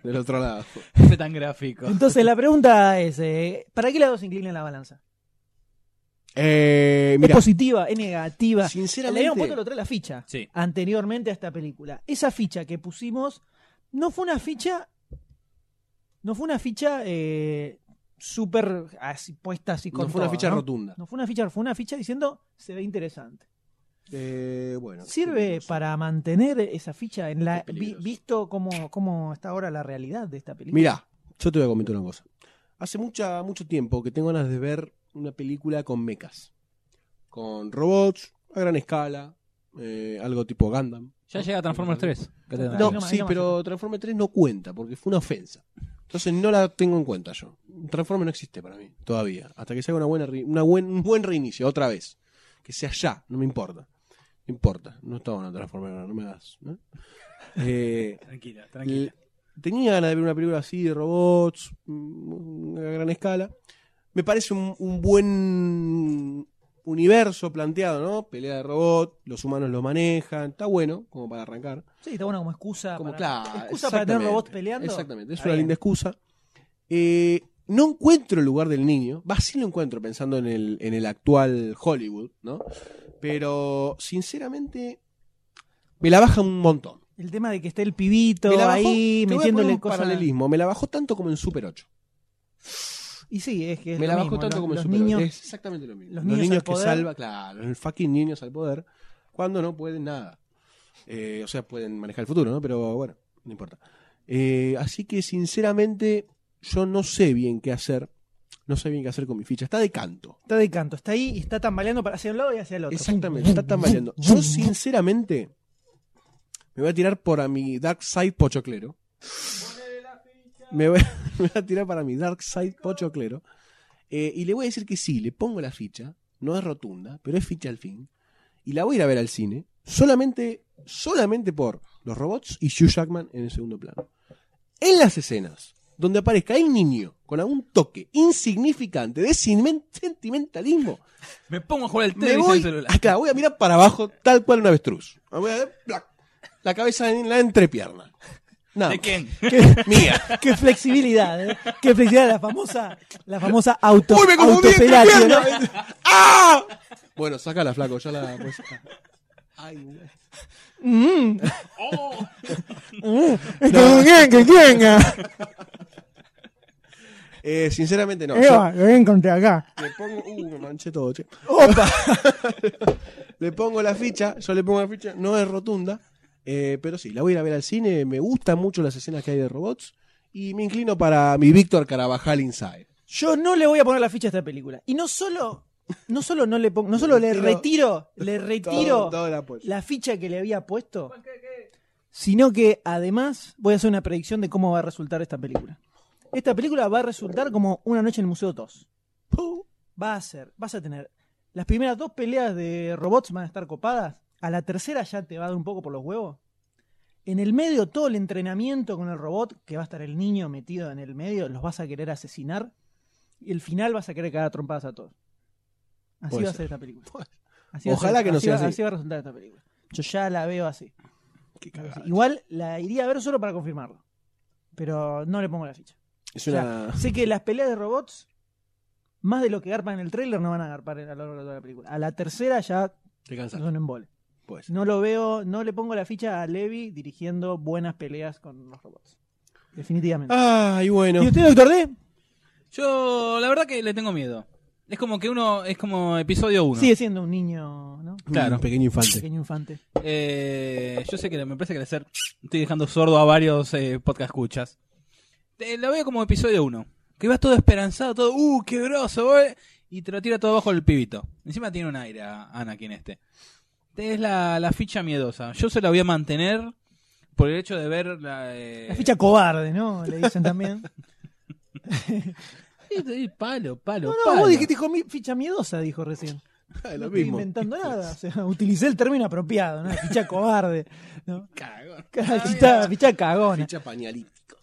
S1: Del otro lado.
S3: Fue tan gráfico.
S2: Entonces, la pregunta es: eh, ¿para qué lado se inclina la balanza?
S1: Eh,
S2: ¿Es
S1: mira,
S2: positiva? ¿Es negativa? Le
S1: sinceramente.
S2: habíamos puesto lo trae la ficha
S3: Sí.
S2: anteriormente a esta película. Esa ficha que pusimos no fue una ficha. No fue una ficha eh, súper así, puesta así con
S1: No fue una
S2: todo,
S1: ficha
S2: ¿no?
S1: rotunda.
S2: No fue una ficha, fue una ficha diciendo se ve interesante.
S1: Eh, bueno.
S2: ¿Sirve
S1: sí,
S2: para mantener esa ficha en la
S1: Qué
S2: vi-
S1: peligroso.
S2: visto como, como está ahora la realidad de esta película?
S1: Mirá, yo te voy a comentar una cosa. Hace mucha, mucho tiempo que tengo ganas de ver una película con mechas. Con robots a gran escala. eh, algo tipo Gundam.
S3: Ya llega Transformers 3.
S2: Ahí
S1: No,
S2: nomás, ahí
S1: sí,
S2: nomás.
S1: pero Transformers 3 no cuenta porque fue una ofensa. Entonces no la tengo en cuenta yo. Transformers no existe para mí todavía. Hasta que se haga una buena re- una buen, un buen reinicio, otra vez. Que sea ya, no me importa. No importa, no estaba en Transformers, ahora, no me das. ¿no? Eh,
S3: Tranquila, tranquila.
S1: l- Tenía ganas de ver una película así de robots mm, a gran escala. Me parece un, un buen universo planteado, ¿no? Pelea de robot, los humanos lo manejan, está bueno como para arrancar.
S2: Sí, está bueno como excusa.
S1: Como,
S2: para,
S1: claro,
S2: excusa para tener
S1: exactamente,
S2: robots peleando.
S1: Exactamente, es
S2: Está
S1: una
S2: bien.
S1: linda excusa. Eh, no encuentro el lugar del niño. Va, sí lo encuentro pensando en el, en el actual Hollywood, ¿no? Pero, sinceramente, me la baja un montón.
S2: El tema de que esté el pibito
S1: Me la bajó, te voy
S2: ahí
S1: a poner
S2: metiéndole
S1: un
S2: cosas.
S1: paralelismo. Me la bajó tanto como en Super 8.
S2: Y sí, es que es
S1: me
S2: lo
S1: la bajó
S2: mismo,
S1: tanto
S2: los-
S1: como en
S2: los
S1: Super
S2: niños
S1: 8. Es exactamente lo mismo.
S2: los niños al
S1: que
S2: poder.
S1: salva, claro, los fucking niños al poder, cuando no pueden nada. Eh, o sea, pueden manejar el futuro, ¿no? Pero bueno, no importa. Eh, así que sinceramente, yo no sé bien qué hacer. No sé bien qué hacer con mi ficha. Está de canto.
S2: Está de canto, está ahí y está tambaleando para hacia un lado y hacia el otro.
S1: Exactamente, está tambaleando. Yo, sinceramente, me voy a tirar por a mi Dark Side Pochoclero. Me voy, *laughs* me voy a tirar para mi Dark Side Pochoclero. Eh, y le voy a decir que sí, le pongo la ficha. No es rotunda, pero es ficha al fin. Y la voy a ir a ver al cine. Solamente, solamente por los robots y Hugh Jackman en el segundo plano. En las escenas donde aparezca el niño con algún toque insignificante de sentimen- sentimentalismo,
S3: Me pongo a jugar al
S1: me
S3: tenis en el
S1: voy
S3: celular.
S1: acá, voy a mirar para abajo tal cual un avestruz. Me voy a ver, plac, la cabeza en la entrepierna. Nada
S3: ¿De
S1: más.
S3: quién?
S1: *laughs* ¿Qué? Mía.
S2: Qué flexibilidad, ¿eh? Qué flexibilidad, la famosa, la famosa auto,
S1: ¡Uy, me confundí!
S2: autopelatio, ¿no?
S1: entrepierna! *laughs* ¡Ah! Bueno, sácala, flaco, ya la pues, Ay, güey.
S3: Oh.
S2: Que venga, que venga.
S1: eh, sinceramente no. *laughs* yo-
S2: Eva, lo voy a encontrar acá.
S1: Le pongo. Uh, me manché todo, che. *laughs* le pongo la ficha, yo le pongo la ficha, no es rotunda, eh, pero sí, la voy a ir a ver al cine. Me gustan mucho las escenas que hay de robots y me inclino para mi Víctor Carabajal Inside.
S2: Yo no le voy a poner la ficha a esta película. Y no solo, no solo no le pongo, no solo le retiro, le
S1: *laughs*
S2: retiro
S1: Todo- todo el apoyo.
S2: la ficha que le había puesto, sino que además voy a hacer una predicción de cómo va a resultar esta película. Esta película va a resultar como Una noche en el Museo 2. Va a ser, vas a tener las primeras dos peleas de robots van a estar copadas, a la tercera ya te va a dar un poco por los huevos. En el medio todo el entrenamiento con el robot, que va a estar el niño metido en el medio, los vas a querer asesinar y el final vas a querer cagar a trompadas a todos. Así
S1: Puede
S2: va a
S1: ser.
S2: ser esta película.
S1: Puede
S2: Así va a
S1: Ojalá
S2: ser-
S1: que no sea
S2: va-
S1: así.
S2: va a resultar esta película. Yo ya la veo así.
S1: Qué cagada.
S2: Igual la iría a ver solo para confirmarlo. Pero no le pongo la ficha.
S1: Es
S2: O sea,
S1: una.
S2: sé que las peleas de robots, más de lo que garpan en el tráiler, no van a garpar a lo largo de toda la película. A la tercera ya
S1: Te cansas.
S2: es un embole.
S1: Pues.
S2: No lo veo, no le pongo la ficha a Levi dirigiendo buenas peleas con los robots. Definitivamente.
S1: Ay, bueno.
S2: ¿Y usted, doctor D?
S3: Yo, la verdad que le tengo miedo. Es como que uno, es como episodio 1.
S2: Sigue siendo un niño, ¿no?
S3: Claro.
S1: Un pequeño infante.
S2: Pequeño infante.
S3: Eh, yo sé que me parece que le ser, estoy dejando sordo a varios eh, podcast escuchas. Te- la veo como episodio 1. Que vas todo esperanzado, todo, uh, qué groso, eh", y te lo tira todo abajo el pibito. Encima tiene un aire a Anakin este. Te- Es la, la ficha miedosa. Yo se la voy a mantener por el hecho de ver la. eh,
S2: La ficha cobarde, ¿no? Le dicen también.
S3: Sí, sí, palo, palo.
S2: No, no,
S3: palo.
S2: vos dijiste dijo mi- ficha miedosa, dijo recién.
S1: Ah,
S2: no
S1: lo
S2: estoy
S1: mismo.
S2: inventando nada. O sea, *laughs* utilicé el término apropiado, ¿no? Ficha cobarde. ¿no?
S3: Cagón.
S2: Ficha, ficha cagona.
S1: Ficha pañalítico.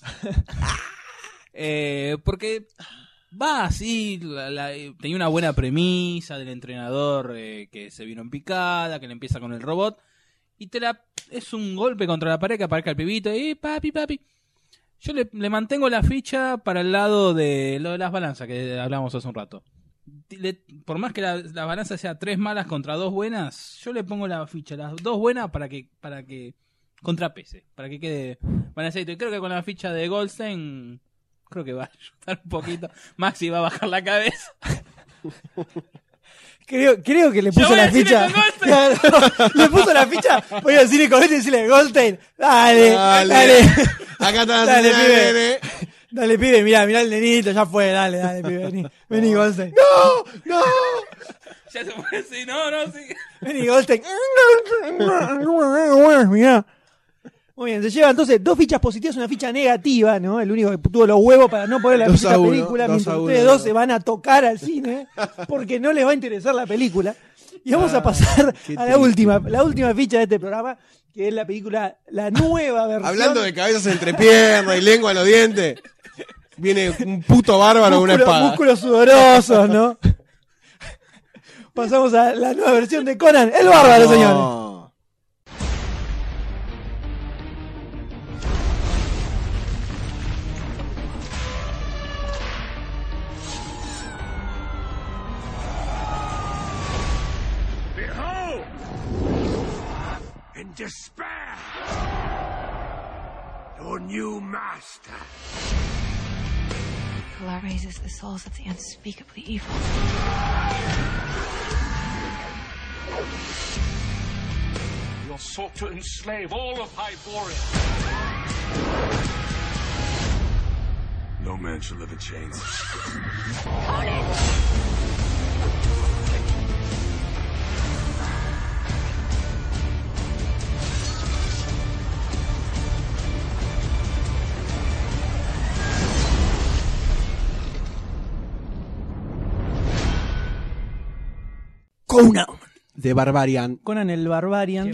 S3: Eh, porque va así, la- la- eh, tenía una buena premisa del entrenador eh, que se vino en picada, que le empieza con el robot, y te la es un golpe contra la pared que aparezca el pibito, y papi, papi. Yo le, le mantengo la ficha para el lado de lo de las balanzas que hablamos hace un rato. Ti- le- por más que la, la balanza sea tres malas contra dos buenas, yo le pongo la ficha, las dos buenas para que, para que contrapese, para que quede balanceadito. Y creo que con la ficha de Goldstein creo que va a ayudar un poquito. Maxi va a bajar la cabeza. *laughs*
S2: Creo, creo que le
S3: Yo
S2: puso
S3: voy
S2: la
S3: al cine
S2: ficha.
S3: con Goldstein.
S2: Claro, *laughs* le puso la ficha. Voy al cine con este y decirle, Goldstein, dale, dale,
S1: Dale.
S2: Eh, dale, *laughs*
S1: Acá está la
S2: Dale,
S1: señal,
S2: pibe.
S1: nene.
S2: pibe, mirá, mirá el nenito, ya fue, dale, dale, pibe, vení, vení, Goldstein.
S1: ¡No!
S3: Ya se fue así, no, no, sí.
S2: Vení, Goldstein. Mirá. Muy bien, se lleva entonces dos fichas positivas y una ficha negativa, ¿no? El único que tuvo los huevos para no poner la
S1: Dos
S2: ficha a
S1: a uno,
S2: película,
S1: dos
S2: mientras
S1: a
S2: ustedes
S1: uno.
S2: dos se van a tocar al cine porque no les va a interesar la película. Y vamos a pasar
S1: Ah, qué
S2: a la
S1: triste.
S2: última, la última ficha de este programa, que es la película, la nueva versión.
S1: Hablando de cabezas entre piernas y lengua en los dientes, viene un puto bárbaro con una
S2: Músculo-
S1: espada.
S2: Músculos sudorosos, ¿no? *laughs* Pasamos a la nueva versión de Conan, el bárbaro,
S1: No.
S2: señores.
S8: Behold! In despair, your new master.
S5: Kula raises the souls of the unspeakably evil.
S8: You sought to enslave all of Hyboria. No man shall live in chains.
S2: Conan.
S1: De Barbarian.
S2: Conan el Barbarian.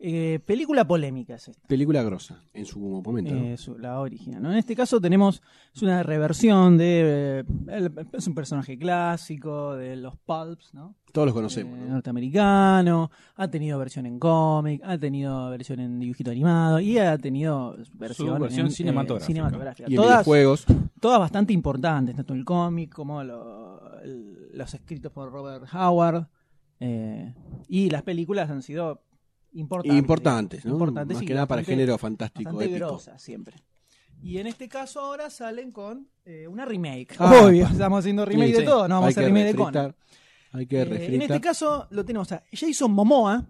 S2: Eh, película polémica es esta,
S1: Película grosa en su momento. ¿no?
S2: eh, su- la original. ¿no? En este caso tenemos es una reversión de eh, el- es un personaje clásico de los pulps, ¿no?
S1: Todos los
S2: Eh,
S1: conocemos. ¿no?
S2: norteamericano. Ha tenido versión en cómic, ha tenido versión en dibujito animado y ha tenido versión,
S3: versión
S2: en, eh,
S3: cinematográfica.
S2: cinematográfica.
S1: Y en
S2: Todas,
S1: videojuegos.
S2: todas bastante importantes, tanto el cómic como lo- el- los escritos por Robert Howard. eh, y las películas han sido importantes.
S1: Importantes, ¿no?
S2: Importantes
S1: Más
S2: y
S1: que nada para el
S2: bastante-
S1: género fantástico,
S2: Bastante
S1: épico.
S2: grosas siempre. Y en este caso ahora salen con eh, una remake.
S1: Ah,
S2: Obvio,
S1: pa-
S2: estamos haciendo remake
S1: Sí,
S2: de
S1: sí.
S2: todo, no vamos
S1: Hay
S2: a hacer
S1: que
S2: remake de
S1: refritar,
S2: Conan.
S1: Hay que
S2: Eh, en
S1: refritar. Mm.
S2: este caso lo tenemos a Jason Momoa.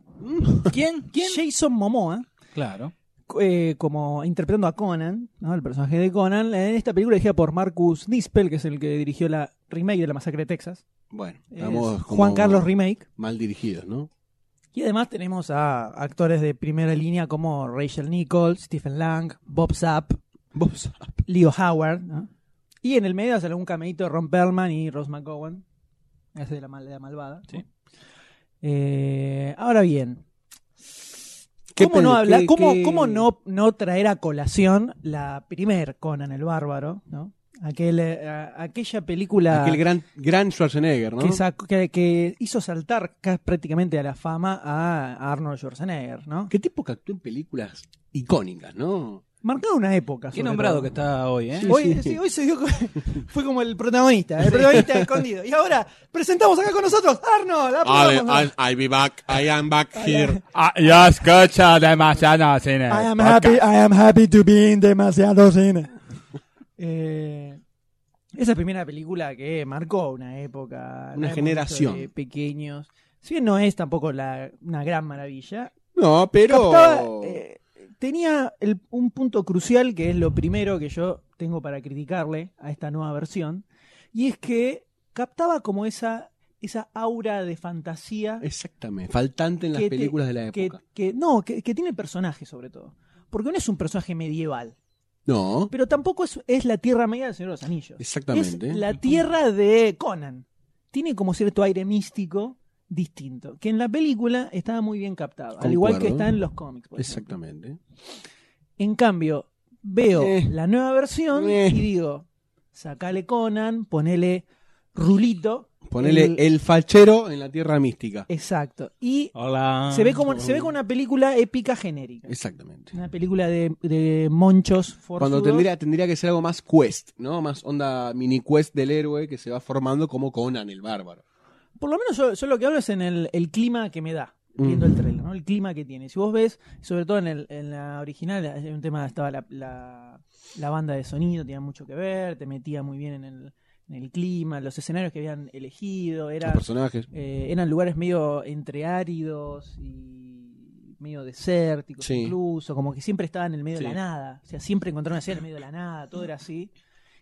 S3: ¿Quién? ¿Quién?
S2: Jason Momoa.
S3: Claro.
S2: eh, como interpretando a Conan, ¿no? el personaje de Conan, en esta película dirigida por Marcus Nispel, que es el que dirigió la remake de la masacre de Texas.
S1: bueno,
S2: Es
S1: estamos como
S2: eh, Juan Carlos Remake.
S1: mal dirigidos, ¿no?
S2: Y además tenemos a actores de primera línea como Rachel Nichols, Stephen Lang, Bob Sapp,
S1: Vos.
S2: Leo Howard. ¿no? Y en el medio sale un cameito de Ron Perlman y Rose McGowan. Hace de la, mal- de la malvada.
S3: Sí.
S2: Eh, ahora bien,
S1: ¿Qué
S2: ¿Cómo no
S1: pen-
S2: hablar,
S1: qué-
S2: cómo,
S1: qué-
S2: cómo no, no traer a colación la primer Conan el Bárbaro, ¿no? Aquel, eh, a- aquella película
S1: Aquel gran, gran Schwarzenegger, ¿no?
S2: Ah. que, sacó- que- que hizo saltar ca- prácticamente a la fama a a Arnold Schwarzenegger, ¿no?
S1: Qué tipo que actuó en películas icónicas, ¿no?
S2: Marcado una época.
S3: Qué
S2: sobre
S3: nombrado
S2: todo.
S3: que está hoy, ¿eh?
S1: Sí.
S2: Hoy, sí, hoy se dio, co- fue como el protagonista, el protagonista escondido. Y ahora presentamos acá con nosotros Arnold. aplaudamos Ah, a-
S1: I'll be back, I am back here.
S3: yo escucho Ah, demasiado cine.
S2: I am happy, I am happy to be in demasiado cine. Eh, esa primera película que marcó una época, la
S1: Una
S2: hemos
S1: generación.
S2: visto de pequeños. Si bien no es tampoco la, una gran maravilla,
S1: No, pero.
S2: captaba, eh, tenía el- un punto crucial que es lo primero que yo tengo para criticarle a esta nueva versión y es que captaba como esa esa aura de fantasía
S1: Exactamente. Faltante en las
S2: que te-
S1: películas de la
S2: que,
S1: época.
S2: que- no que, que tiene el personaje sobre todo porque no es un personaje medieval
S1: No,
S2: pero tampoco es, es la Tierra Media del Señor de los Anillos.
S1: exactamente.
S2: Es la Tierra de Conan. Tiene como cierto aire místico distinto, que en la película estaba muy bien captado, al igual que
S1: Concuerdo.
S2: está en los cómics. por ejemplo.
S1: Exactamente.
S2: En cambio, veo
S1: Eh.
S2: la nueva versión
S1: Eh.
S2: y digo, sacale Conan, ponele Rulito.
S1: Ponele el,
S2: el- Eh,
S1: fachero en la tierra mística.
S2: Exacto. Y
S3: Hola.
S2: se ve como se ve como una película épica genérica.
S1: Exactamente.
S2: Una película de, de monchos
S1: Cuando
S2: forzudos.
S1: tendría, tendría que ser algo más quest, ¿no? Más onda mini quest del héroe que se va formando como Conan el bárbaro.
S2: Por lo menos yo, yo lo que hablo es en el, el clima que me da viendo
S1: Mm.
S2: el trailer, ¿no? El clima que tiene. Si vos ves, sobre todo en, el- en la original, hay un tema estaba la, la- la banda de sonido, tenía mucho que ver, te metía muy bien en el, en el clima, los escenarios que habían elegido,
S1: Los
S2: era,
S1: personajes.
S2: eh, eran lugares medio entre áridos y medio desérticos
S1: Sí.
S2: incluso, como que siempre estaban en el medio de
S1: Sí.
S2: la nada, o sea, siempre encontraron así en el medio de la nada, todo era así.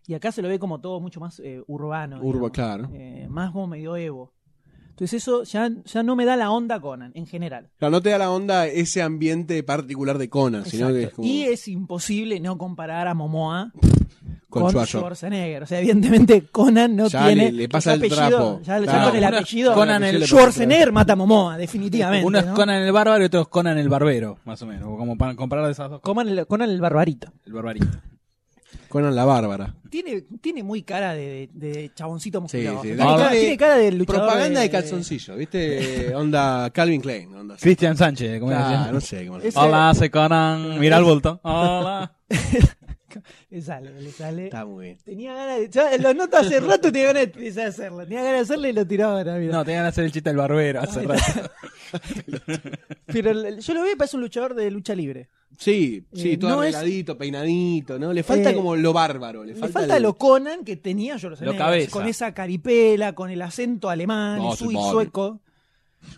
S2: Y acá se lo ve como todo mucho más eh, urbano.
S1: Urba,
S2: digamos
S1: claro.
S2: eh, más como medioevo. Entonces eso ya, ya no me da la onda Conan, en general.
S1: Claro, no te da la onda ese ambiente particular de Conan, sino que es
S2: Exacto.
S1: como
S2: Y eh, es imposible no comparar a Momoa
S1: con,
S2: con,
S1: Schwarzenegger.
S2: Schwarzenegger. O sea, evidentemente Conan no
S1: Ya le-
S2: tiene...
S1: le pasa
S2: ya
S1: el
S2: apellido-
S1: trapo.
S2: Ya, ya
S1: Claro.
S2: con el
S3: Uno es
S2: apellido
S3: Conan el-
S2: Schwarzenegger mata a Momoa, definitivamente.
S3: Uno es
S2: ¿no?
S3: Conan el bárbaro y otro es Conan el barbero, más o menos. Como para comparar esas dos cosas.
S2: Conan el, Conan el barbarito.
S3: El barbarito.
S1: Conan la bárbara.
S2: Tiene, tiene muy cara de, de- de chaboncito musculoso.
S1: sí,
S2: tiene,
S1: dale.
S2: cara, tiene cara de luchador
S1: Propaganda de calzoncillo, ¿viste? *laughs* onda Calvin Klein. Onda así.
S3: Cristian Sánchez, ¿cómo
S1: Claro,
S3: se
S1: no
S3: llama?
S1: sé cómo se
S2: Ese-
S3: Hola, soy Conan. Mira el bulto. Hola.
S2: Le sale, le sale.
S1: Está muy bien.
S2: Tenía ganas de. ya lo noto hace rato, tenía ganas de empezar a hacerlo. Tenía ganas de hacerlo y lo tiraba ahora, mira.
S3: No, tenían que hacer el chiste del barbero hace rato. *laughs*
S2: Pero el- el- yo lo veo y parece un luchador de lucha libre.
S1: Sí, sí,
S2: Eh,
S1: todo
S2: no es-
S1: arregladito, peinadito, ¿no? Le falta
S2: Eh,
S1: como lo bárbaro. Le
S2: Le
S1: falta,
S2: falta,
S1: el-
S2: lo Conan que tenía, yo lo sé.
S3: Lo cabeza.
S2: Con esa caripela, con el acento alemán,
S1: No,
S2: el sui-
S1: sí, vale.
S2: sueco.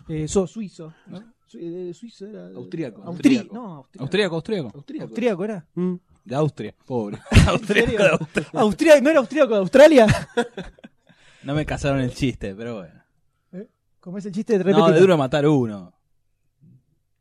S2: Eh, so- suizo, ¿no? Su- eh, Suizo era.
S1: Austríaco.
S2: Austrí-
S1: Austríaco.
S2: no, austríaco.
S3: Austríaco, austríaco.
S1: Austríaco.
S2: ¿Austríaco era?
S1: Mm,
S3: De Austria.
S1: pobre.
S2: *laughs*
S3: Austríaco de Austria.
S2: ¿Austríaco? ¿No era austríaco de Australia? *laughs*
S3: No me casaron el chiste, pero bueno.
S2: Como es el chiste de
S3: No,
S2: repetir.
S3: de duro matar uno.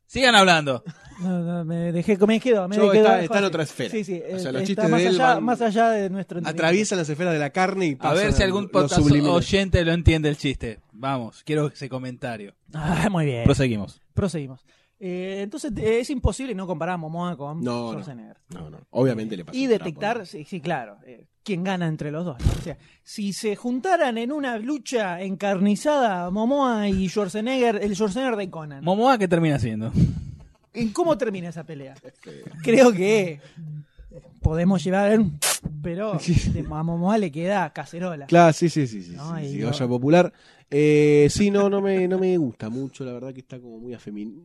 S3: Sigan hablando.
S2: No, no, me dejé, me quedo. Me
S1: Yo,
S2: quedo
S1: está-
S2: abajo
S1: está en
S2: así.
S1: otra esfera.
S2: Sí, sí.
S1: O
S2: eh,
S1: sea, los
S2: está
S1: chistes
S2: más,
S1: de él
S2: allá,
S1: van-
S2: más allá de nuestro entendimiento.
S1: Atraviesan las esferas de la carne y
S3: A
S1: pasan
S3: ver si
S1: lo-
S3: algún
S1: lo
S3: podcast
S1: subliminal.
S3: oyente lo entiende el chiste. Vamos, quiero ese comentario.
S2: Ah, muy bien.
S3: Proseguimos.
S2: Proseguimos. Eh, entonces eh, es imposible no comparar a Momoa con
S1: No, no.
S2: Schwarzenegger.
S1: No, no, obviamente le pasa.
S2: Y
S1: un
S2: detectar,
S1: trapo,
S2: sí, sí, claro, eh, quién gana entre los dos. ¿no? O sea, si se juntaran en una lucha encarnizada Momoa y Schwarzenegger, el Schwarzenegger de Conan,
S3: Momoa, ¿qué termina siendo?
S2: ¿en cómo termina esa
S1: *laughs*
S2: pelea? Creo que eh, podemos llevar, un *laughs* pero de- a Momoa le queda cacerola.
S1: ¿no? Claro, sí, sí, sí, sí.
S2: No,
S1: sí,
S2: y
S1: sí,
S2: no.
S1: olla popular. Eh, sí, no, no me, no me gusta mucho, la verdad que está como muy afeminado.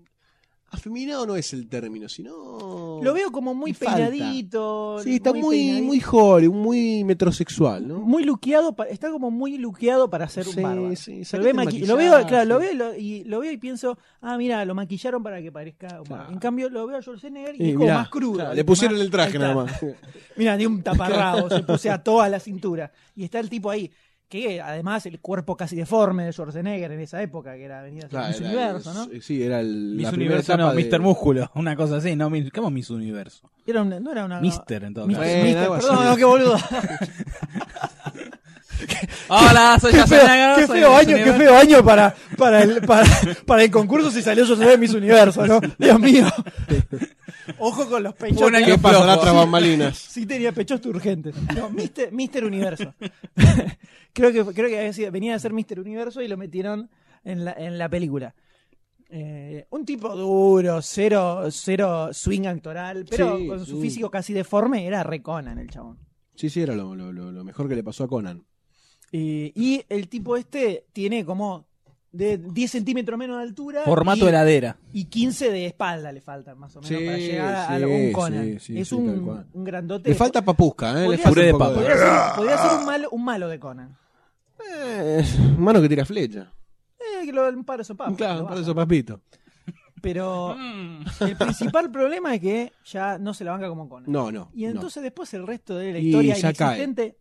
S1: Afeminado no es el término, sino...
S2: Lo veo como muy
S1: Y falta.
S2: peinadito.
S1: Sí, está muy,
S2: peinadito.
S1: muy jolly, muy metrosexual, ¿no?
S2: muy luqueado, pa- está como muy luqueado para ser
S1: Sí,
S2: un bárbaro.
S1: sí,
S2: lo,
S1: sacate
S2: ve
S1: el
S2: maqui-
S1: maquillaje.
S2: lo veo, claro, lo veo, y lo- y, lo veo y pienso, ah, mira, lo maquillaron para que parezca humano.
S1: Claro.
S2: En cambio, lo veo a Schwarzenegger y
S1: Sí,
S2: es como
S1: Eh, mirá,
S2: más crudo.
S1: claro, le pusieron el traje nada más.
S2: Mira, de un taparrabo, se puse a toda la cintura. Y está el tipo ahí, que además el cuerpo casi deforme de Schwarzenegger en esa época, que era venía
S1: *laughs* Claro,
S2: Miss
S1: era-
S2: Universo, ¿no?
S1: Sí, era el,
S3: Miss
S1: la primera
S3: Universo,
S1: etapa
S3: no,
S1: de-
S3: Mr. Músculo, una cosa así, no, Miss- ¿cómo Miss Universo?
S2: Era una- no era una...
S3: Mister, en todo
S2: Mister,
S1: caso.
S2: Mister,
S1: *laughs* Bueno, algo así.
S2: perdón, no, *laughs* qué boludo.
S3: Hola, soy
S2: qué feo,
S3: Yasanaka,
S2: qué
S3: soy
S2: feo
S3: Miss
S2: año, qué
S3: Universo.
S2: feo año para, para, el, para, para el concurso si salió yo soy de Miss Universo, ¿no? Dios mío. Ojo con los pechos.
S1: Fue un año ¿Qué pasará flojo.
S3: *laughs*
S1: tras bambalinas?
S2: Sí tenía pechos turgentes. No, Mister, Mister Universo. *laughs* creo que, creo que había sido- venía a ser Mister Universo y lo metieron en la, en la película. Eh, un tipo duro, cero, cero swing actoral, pero
S1: Sí,
S2: con su
S1: sí.
S2: físico casi deforme era re Conan el chabón.
S1: Sí, sí, era lo, lo- lo- lo mejor que le pasó a Conan.
S2: Eh, y el tipo este tiene como de 10 centímetros menos de altura.
S3: Formato
S2: y-
S3: heladera.
S2: Y 15 de espalda le faltan, más o menos,
S1: Sí,
S2: para llegar a-
S1: sí,
S2: a un Conan.
S1: sí, sí,
S2: es
S1: sí, tal cual.
S2: un, un grandote.
S1: Le falta papusca, ¿eh? Le
S2: Podría
S1: falta
S2: ser-
S1: un poco
S2: Podría ser, podría ser un, malo, un malo de Conan.
S1: Eh, mano que tira flecha.
S2: Eh, que lo, un par de sopapas.
S1: claro,
S2: lo
S1: un par de
S2: bajan.
S1: sopapitos.
S2: Pero
S1: Mm.
S2: el principal problema es que ya no se la banca como Conan.
S1: No, no.
S2: Y
S1: no.
S2: entonces después el resto de la
S1: Y
S2: historia
S1: ya cae.
S2: inexistente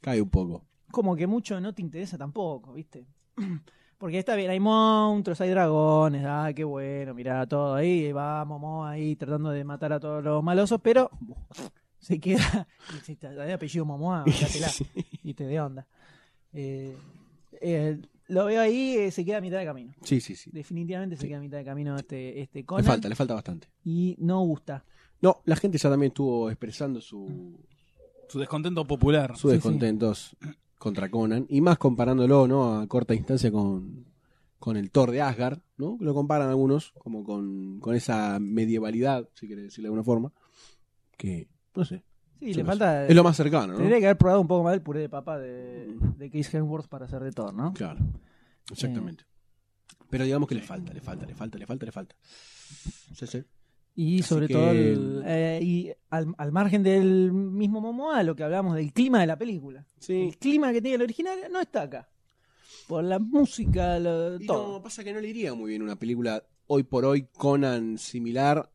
S1: Cae un poco.
S2: como que mucho no te interesa tampoco, ¿viste? *clears throat* Porque está bien, hay monstruos, hay dragones, ah, qué bueno, mirá, todo ahí, va Momo ahí tratando de matar a todos los malosos, pero *laughs* se queda, *laughs* si te da el
S1: *laughs*
S2: apellido Momoa, bancátela, y te de onda. Eh, eh, lo veo ahí, eh, se queda a mitad de camino.
S1: Sí, sí, sí.
S2: Definitivamente se queda a mitad de camino este, este
S1: Le
S2: Conan.
S1: falta, le falta bastante.
S2: Y no gusta.
S1: No, la gente ya también estuvo expresando su,
S3: Su descontento
S2: Ah,
S3: popular.
S1: sus descontentos contra Conan. Y más comparándolo, ¿no? A corta instancia con, con el Thor de Asgard, ¿no? Que lo comparan algunos como con, con esa medievalidad, si quiere decirle de alguna forma. Que, no sé.
S2: Sí,
S1: Yo
S2: le
S1: no sé.
S2: falta.
S1: Es lo más cercano, ¿no?
S2: Tendría que haber probado un poco más el puré de papa de, de Chris Hemsworth para hacer de todo, ¿no?
S1: Claro, exactamente.
S2: Eh.
S1: Pero digamos que le falta, le falta, le falta, le falta, le falta. Sí, sí.
S2: Y
S1: Así
S2: sobre
S1: que-
S2: todo, el- eh, y al, al margen del mismo Momoa, lo que hablamos del clima de la película. El clima que tiene el original no está acá. Por la música, lo-
S1: Y
S2: todo.
S1: no, pasa que no le iría muy bien una película hoy por hoy Conan similar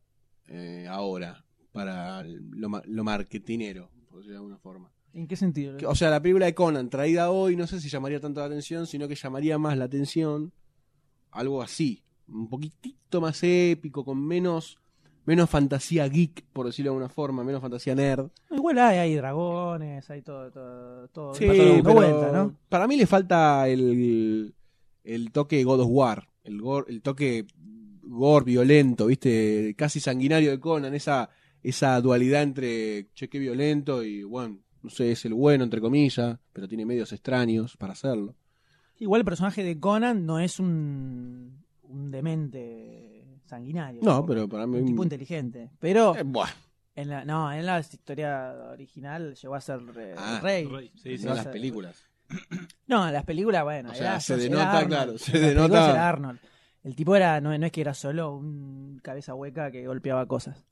S1: eh, ahora para lo, ma- lo marketinero, por decirlo de alguna forma.
S2: ¿En qué sentido?
S1: Que, O sea, la película de Conan traída hoy no sé si llamaría tanto la atención, sino que llamaría más la atención algo así, un poquitito más épico, con menos menos fantasía geek, por decirlo de alguna forma, menos fantasía nerd.
S2: Igual hay, hay dragones, hay todo. todo, todo
S1: Sí,
S2: todo dando
S1: pero
S2: vuelta, ¿no?
S1: Para mí le falta el, el toque God of War, el, gore- el toque gore violento, ¿viste? Casi sanguinario de Conan, esa, esa dualidad entre cheque violento y, bueno, no sé, es el bueno, entre comillas, pero tiene medios extraños para hacerlo.
S2: Igual el personaje de Conan no es un, un demente sanguinario.
S1: No,
S2: tampoco.
S1: pero para mí. mm,
S2: Un tipo inteligente. Pero.
S1: Eh, buah.
S2: En la, no, en la historia original llegó a ser eh,
S1: Ah,
S2: rey.
S1: Sí,
S2: Llegó
S1: no,
S2: a
S1: las
S2: ser-
S1: películas.
S2: No, en las películas, bueno.
S1: O sea,
S2: era-
S1: se
S2: era
S1: denota,
S2: Arnold.
S1: claro, se
S2: En las películas
S1: denota.
S2: era Arnold. El tipo era, no, no es que era solo un cabeza hueca que golpeaba cosas.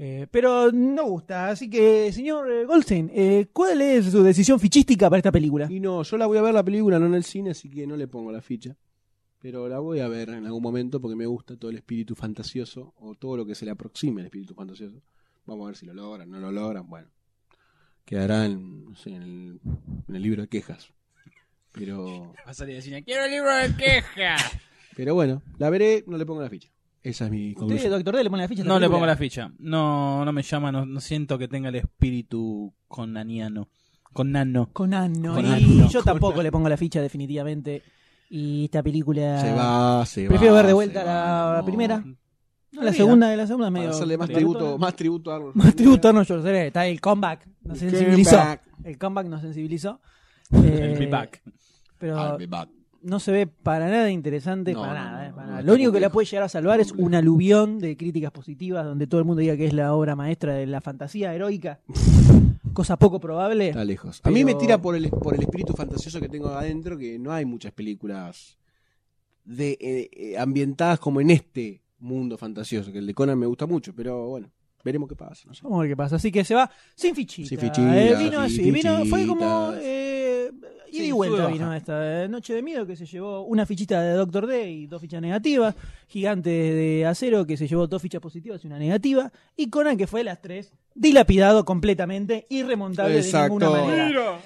S2: Eh, pero no gusta. Así que, señor eh, Goldstein, eh, ¿cuál es su decisión fichística para esta película?
S1: Y no, yo la voy a ver la película, no en el cine, así que no le pongo la ficha. Pero la voy a ver en algún momento porque me gusta todo el espíritu fantasioso o todo lo que se le aproxime al espíritu fantasioso. Vamos a ver si lo logran, no lo logran. Bueno, quedará en, no sé, en el, en el libro de quejas. Pero,
S3: Va a salir del cine, quiero el libro de
S2: *laughs*
S3: quejas.
S1: pero bueno, la veré, no le pongo la ficha. Esa es mi
S2: ¿Usted,
S1: conclusión.
S2: doctor D, le pone la ficha? a esta
S3: No le
S2: película?
S3: pongo la ficha. No, no me llama, no, no siento que tenga el espíritu conaniano. Conano.
S2: Conan, no.
S3: Conan,
S2: y
S3: no,
S2: yo tampoco le pongo la ficha, definitivamente. Y esta película.
S1: Se va, se va.
S2: Prefiero ver de
S1: se
S2: vuelta
S1: va,
S2: la, la
S1: no.
S2: primera.
S3: No
S2: la
S3: diga.
S2: segunda, la segunda
S1: Para
S2: medio.
S1: hacerle más
S2: baratona.
S1: tributo, más tributo a Arnold
S2: Más tributo a Arnold Schwarzenegger. Está el comeback. Nos
S1: El
S2: sensibilizó.
S1: comeback.
S2: El comeback nos sensibilizó. Eh,
S3: El be back.
S1: I'll
S2: Pero
S1: Ah, be back.
S2: no se ve para nada interesante.
S1: No,
S2: para
S1: no,
S2: nada,
S1: no,
S2: eh, para
S1: no,
S2: nada.
S1: está
S2: Lo único que la
S1: complejo.
S2: puede llegar a salvar es
S1: Complejo.
S2: un aluvión de críticas positivas donde todo el mundo diga que es la obra maestra de la fantasía heroica. Cosa poco probable.
S1: Está lejos. A mí me
S2: Pero-
S1: tira por el, por el espíritu fantasioso que tengo adentro, que no hay muchas películas de eh, eh, ambientadas como en este mundo fantasioso, que el de Conan me gusta mucho, pero bueno, veremos qué pasa. no sé.
S2: Vamos a ver qué pasa. Así que se va sin fichita.
S1: Sin fichita,
S2: Eh, vino así,
S1: sin
S2: vino, fue como
S1: fichitas.
S2: eh, ida
S1: Sí,
S2: y vuelta
S1: sube,
S2: vino
S1: baja.
S2: esta eh, Noche de Miedo que se llevó una fichita de Doctor D y dos fichas negativas. Gigante de Acero que se llevó dos fichas positivas y una negativa. Y Conan que fue las tres dilapidado completamente, irremontable de ninguna manera.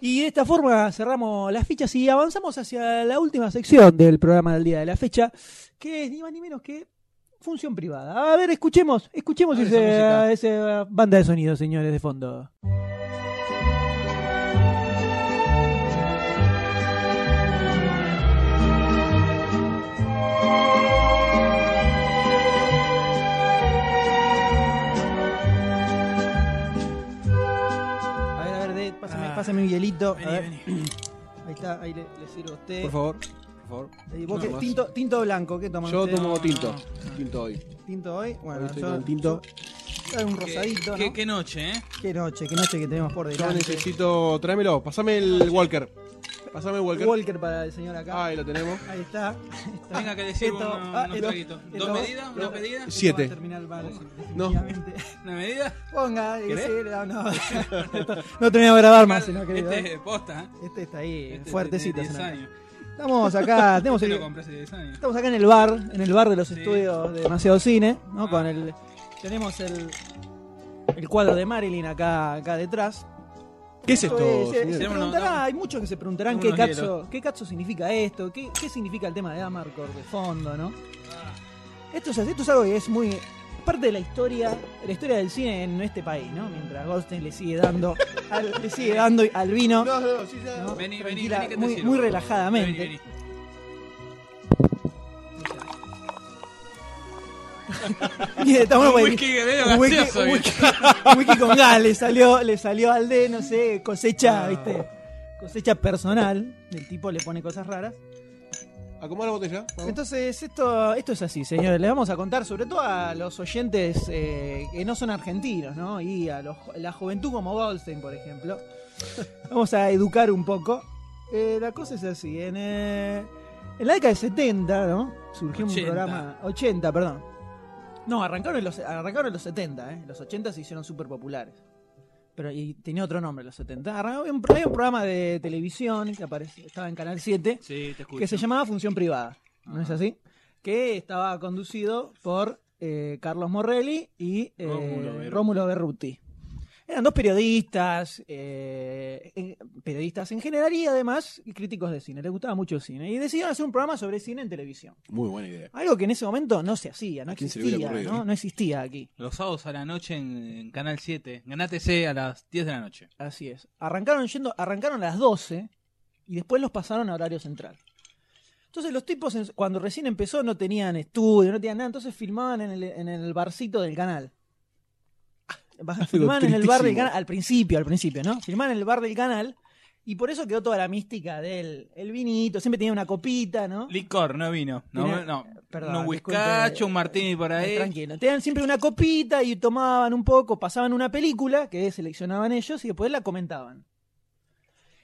S2: Y de esta forma cerramos las fichas y avanzamos hacia la última sección del programa del día de la fecha, que es ni más ni menos que función privada. A ver, escuchemos, escuchemos
S3: A ver esa
S2: ese-
S3: música.
S2: esa banda de sonido, señores, de fondo.
S1: Ah.
S2: Pásame un hielito.
S3: Vení,
S2: a ver.
S3: vení.
S2: Ahí está, ahí le, le sirvo a usted.
S1: Por favor, por favor.
S2: Eh, vos
S1: No,
S2: qué-
S1: más.
S2: tinto, tinto blanco, ¿qué tomas?
S1: Yo
S2: usted?
S1: tomo tinto. Tinto hoy.
S2: Tinto hoy.
S1: Hoy
S2: Bueno,
S1: estoy
S2: yo-
S1: con el tinto.
S2: yo un rosadito. ¿no?
S3: Qué, qué noche, ¿eh?
S2: Qué noche, qué noche que tenemos por
S1: Yo
S2: delante.
S1: necesito. Tráemelo. Pasame el Walker. Pasame el Walker.
S2: Walker para el señor acá.
S1: Ahí lo tenemos.
S2: Ahí
S3: *laughs*
S2: está.
S3: Venga, que le sirvo
S2: Esto-
S3: un-
S2: ah,
S3: unos
S2: esto-
S3: traguitos. ¿Dos
S2: esto-
S3: medidas? ¿Una
S2: esto-
S3: medida?
S2: esto
S1: Siete.
S2: va a terminar el bar,
S1: No.
S2: definitivamente.
S3: *laughs* ¿Una medida?
S2: Ponga, ese-
S3: ¿Querés?
S2: no,
S3: *laughs*
S2: no. no terminamos de grabar más, si no querido.
S3: este es posta, ¿eh?
S2: Este está ahí,
S3: Este
S2: fuertecito.
S3: tiene 10
S2: señor.
S3: años.
S2: Estamos acá, tenemos
S3: Este
S2: el-
S3: lo compré hace 10 años.
S2: estamos acá en el bar, en el bar de los
S3: Sí.
S2: estudios de Demasiado Cine, ¿no?
S3: Ah.
S2: Con el tenemos el el cuadro de Marilyn acá acá detrás.
S1: ¿Qué es esto?
S2: Eh, se- se
S1: señor?
S3: Tenemos unos-
S2: preguntará,
S3: dame-
S2: hay muchos que se preguntarán
S3: dame
S2: qué
S3: unos
S2: cazzo,
S3: hielos.
S2: qué cazzo significa esto, qué, qué significa el tema de Amarcord de fondo, ¿no?
S3: Ah.
S2: Esto es, así, esto es algo que es muy parte de la historia, de la historia del cine en este país, ¿no? Mientras Goldstein le sigue dando al, le sigue dando al vino.
S1: No, no, sí, ya.
S2: ¿no?
S3: Vení, vení,
S2: Tranquila,
S3: vení, que te
S2: muy,
S3: sirvo.
S2: muy relajadamente.
S3: Vení, vení.
S2: Bien, está muy
S3: Un
S2: bueno.
S3: whisky de vino
S2: Un whisky-
S3: gaseoso,
S2: un
S3: bien.
S2: whisky- un whisky con gas, le salió, le salió al D, no sé,
S3: Ah.
S2: cosecha, ¿viste? Cosecha personal, el tipo le pone cosas raras.
S1: Acomoda la botella. vamos.
S2: Entonces, esto, esto es así, señores. Les vamos a contar, sobre todo a los oyentes eh, que no son argentinos, ¿no? Y a los- la juventud como Goldstein, por ejemplo. Vamos a educar un poco. Eh, la cosa es así. En, eh, en la década de 70, ¿no? Surgió un
S3: 80.
S2: programa. 80, perdón. No, arrancaron en los, arrancaron en los 70, ¿eh? Los 80 se hicieron súper populares. Pero, y tenía otro nombre, los 70. Arrancó- Había un, había un programa de televisión que aparecía, estaba en Canal 7
S3: Sí, te escucho.
S2: que se llamaba Función Privada, ¿no
S3: Ajá.
S2: es así? Que estaba conducido por eh, Carlos Morelli y eh,
S3: Rómulo Berruti.
S2: Rómulo Berruti. Eran dos periodistas, eh, eh, periodistas en general y además críticos de cine. Les gustaba mucho el cine. Y decidieron hacer un programa sobre cine en televisión.
S1: Muy buena idea.
S2: Algo que en ese momento no se hacía, no
S1: ¿A quién se le hubiera
S2: existía,
S1: ocurrido,
S2: ¿no?
S1: eh?
S2: No existía aquí.
S3: Los sábados a la noche en, en Canal 7. Ganátese a las 10 de la noche.
S2: Así es. Arrancaron yendo, arrancaron a las 12 y después los pasaron a horario central. Entonces los tipos en- cuando recién empezó no tenían estudio, no tenían nada, entonces filmaban en el, en el barcito del canal. Ba- Filmaban en el bar del
S1: tristísimo.
S2: canal, al principio, al principio, ¿no? Filmaban en el bar del canal y por eso quedó toda la mística del el vinito, siempre tenía una copita, ¿no?
S3: Licor, no vino. No,
S2: Tiene-
S3: no.
S2: Perdón,
S3: un
S2: disculpe,
S3: whiskacho, un martini por
S2: Eh,
S3: ahí.
S2: Tranquilo. Tenían siempre una copita y tomaban un poco, pasaban una película que seleccionaban ellos y después la comentaban.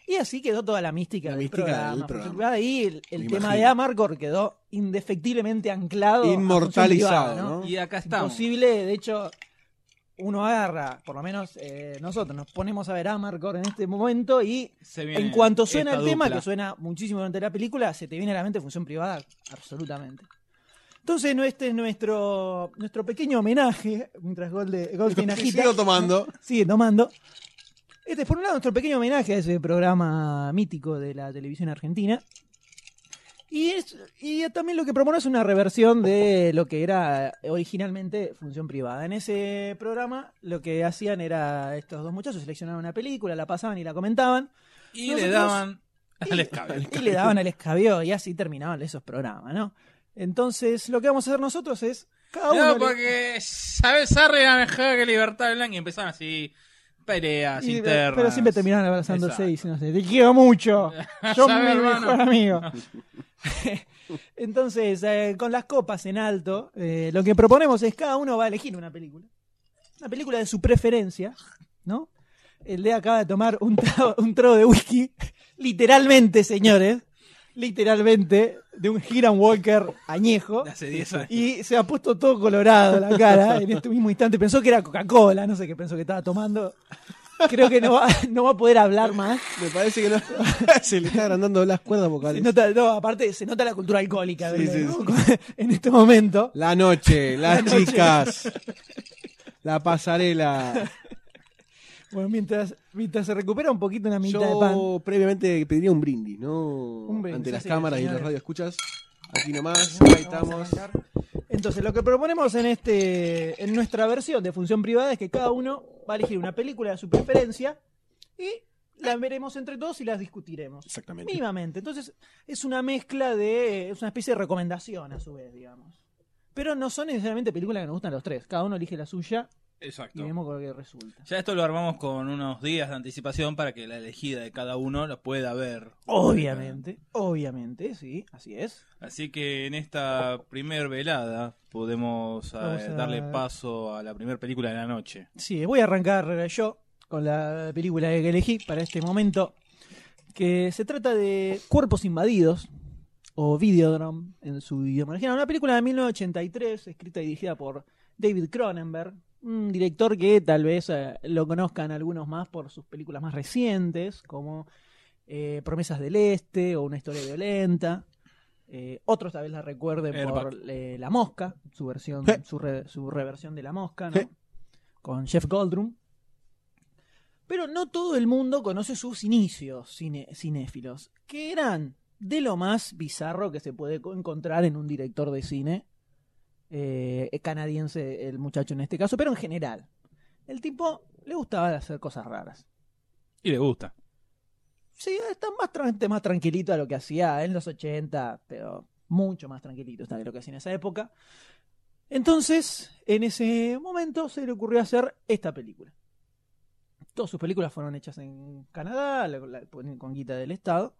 S2: Y así quedó toda la mística
S1: La
S2: del
S1: mística
S2: programa.
S1: del programa.
S2: Por supuesto, Ahí el, el
S1: Me
S2: tema de
S1: imagino.
S2: Amargor quedó indefectiblemente anclado. a Función
S1: Inmortalizado,
S2: Privada,
S1: ¿no?
S3: Y acá estamos.
S2: Imposible, de hecho, uno agarra, por lo menos eh, nosotros nos ponemos a ver Amargor en este momento y
S3: Se viene
S2: en cuanto suena
S3: esta
S2: el tema,
S3: dupla.
S2: que suena muchísimo durante la película, se te viene a la mente función privada, absolutamente. Entonces, no, este es nuestro, nuestro pequeño homenaje, mientras Golde, Goldstein agita.
S1: Sigo tomando.
S2: *laughs* Sigue tomando. Este es por un lado nuestro pequeño homenaje a ese programa mítico de la televisión argentina. Y, es, y también lo que propone es una reversión de lo que era originalmente función privada. En ese programa lo que hacían era estos dos muchachos seleccionaban una película, la pasaban y la comentaban
S3: Y
S2: Nosotros-
S3: le daban al escabe.
S2: y le daban al escabio y así terminaban esos programas, ¿no? Entonces lo que vamos a hacer nosotros es cada uno
S3: No,
S2: le-
S3: porque sabes Sarri era mejor que Libertad Blanca y empezaron así peleas
S2: y-
S3: internas.
S2: pero siempre
S3: *laughs*
S2: terminaban abrazándose
S3: Exacto.
S2: y diciéndose, te quiero mucho,
S3: *laughs*
S2: yo mi
S3: Sabe, hermano.
S2: mejor amigo. *laughs* Entonces, eh, con las copas en alto, eh, lo que proponemos es cada uno va a elegir una película. Una película de su preferencia, ¿no? El de acaba de tomar un trago, *laughs* un trago de whisky, literalmente, señores, literalmente, de un Hiram Walker añejo.
S3: De hace 10 años.
S2: Y se ha puesto todo colorado la
S3: *laughs*
S2: cara en este mismo instante. Pensó que era Coca-Cola, no sé qué pensó que estaba tomando. Creo que no va, no va a poder hablar más.
S1: Me parece que no. *laughs* se le está agrandando las cuerdas
S2: Se
S1: vocales.
S2: nota- no, aparte se nota la cultura alcohólica
S1: Sí, sí,
S2: ¿no? *laughs* en este momento.
S1: La *laughs* noche, las
S2: noche.
S1: chicas. La pasarela.
S2: Bueno, mientras, mientras se recupera un poquito una mitad de pan.
S1: Yo previamente pediría un brindis, ¿no?
S2: brindis,
S1: Ante las
S2: sí,
S1: cámaras y
S2: señores.
S1: los radioescuchas. Aquí nomás, ahí estamos.
S2: Vamos a arrancar. Entonces, lo que proponemos en este en nuestra versión de función privada es que cada uno va a elegir una película de su preferencia y la veremos entre todos y las discutiremos.
S1: Exactamente.
S2: Mínimamente. Entonces, es una mezcla de. Es una especie de recomendación, a su vez, digamos. Pero no son necesariamente películas que nos gustan a los tres. Cada uno elige la suya
S3: Exacto.
S2: Y vemos con lo que resulta.
S3: Ya esto lo armamos con unos días de anticipación para que la elegida de cada uno lo pueda ver.
S2: Obviamente, obviamente, sí, así es.
S3: Así que en esta primer velada podemos eh,
S2: Vamos a-
S3: darle paso a la primera película de la noche.
S2: Sí, voy a arrancar eh, yo con la película que elegí para este momento, que se trata de Cuerpos Invadidos, o Videodrome en su idioma original. Una película de 1983, escrita y dirigida por David Cronenberg, un director que tal vez eh, lo conozcan algunos más por sus películas más recientes, como eh, Promesas del Este o Una Historia Violenta. Eh, otros tal vez la recuerden por eh, La Mosca, su versión,
S1: Je.
S2: su, re- su reversión de La Mosca, ¿no?
S1: Je.
S2: con Jeff Goldrum. Pero no todo el mundo conoce sus inicios cine- cinéfilos, que eran de lo más bizarro que se puede co- encontrar en un director de cine eh, canadiense, el muchacho en este caso, pero en general. El tipo le gustaba hacer cosas raras.
S3: Y le gusta.
S2: Sí, está más, tran- más tranquilito a lo que hacía en los 80, pero mucho más tranquilito está de lo que hacía en esa época. Entonces, en ese momento se le ocurrió hacer esta película. Todas sus películas fueron hechas en Canadá, la- la- con guita del Estado.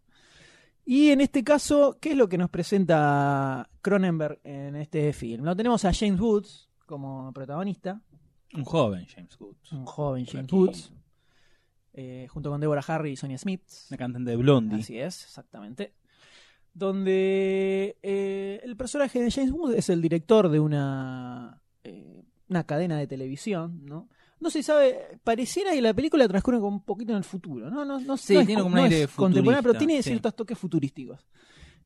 S2: Y en este caso, ¿qué es lo que nos presenta Cronenberg en este film? Lo tenemos a James Woods como protagonista,
S3: Un joven James Woods.
S2: un joven James
S3: Flaquito.
S2: Woods, eh, junto con Deborah Harry y Sonia Smith.
S3: Una cantante de Blondie.
S2: Así es, exactamente. Donde eh, el personaje de James Wood es el director de una, eh, una cadena de televisión, ¿no? No se sabe, pareciera que la película transcurre como un poquito en el futuro, ¿no? no, no
S3: Sí,
S2: no es-
S3: tiene como un
S2: no
S3: aire
S2: es contemporánea, pero
S3: futurista,
S2: tiene
S3: sí.
S2: ciertos toques futurísticos.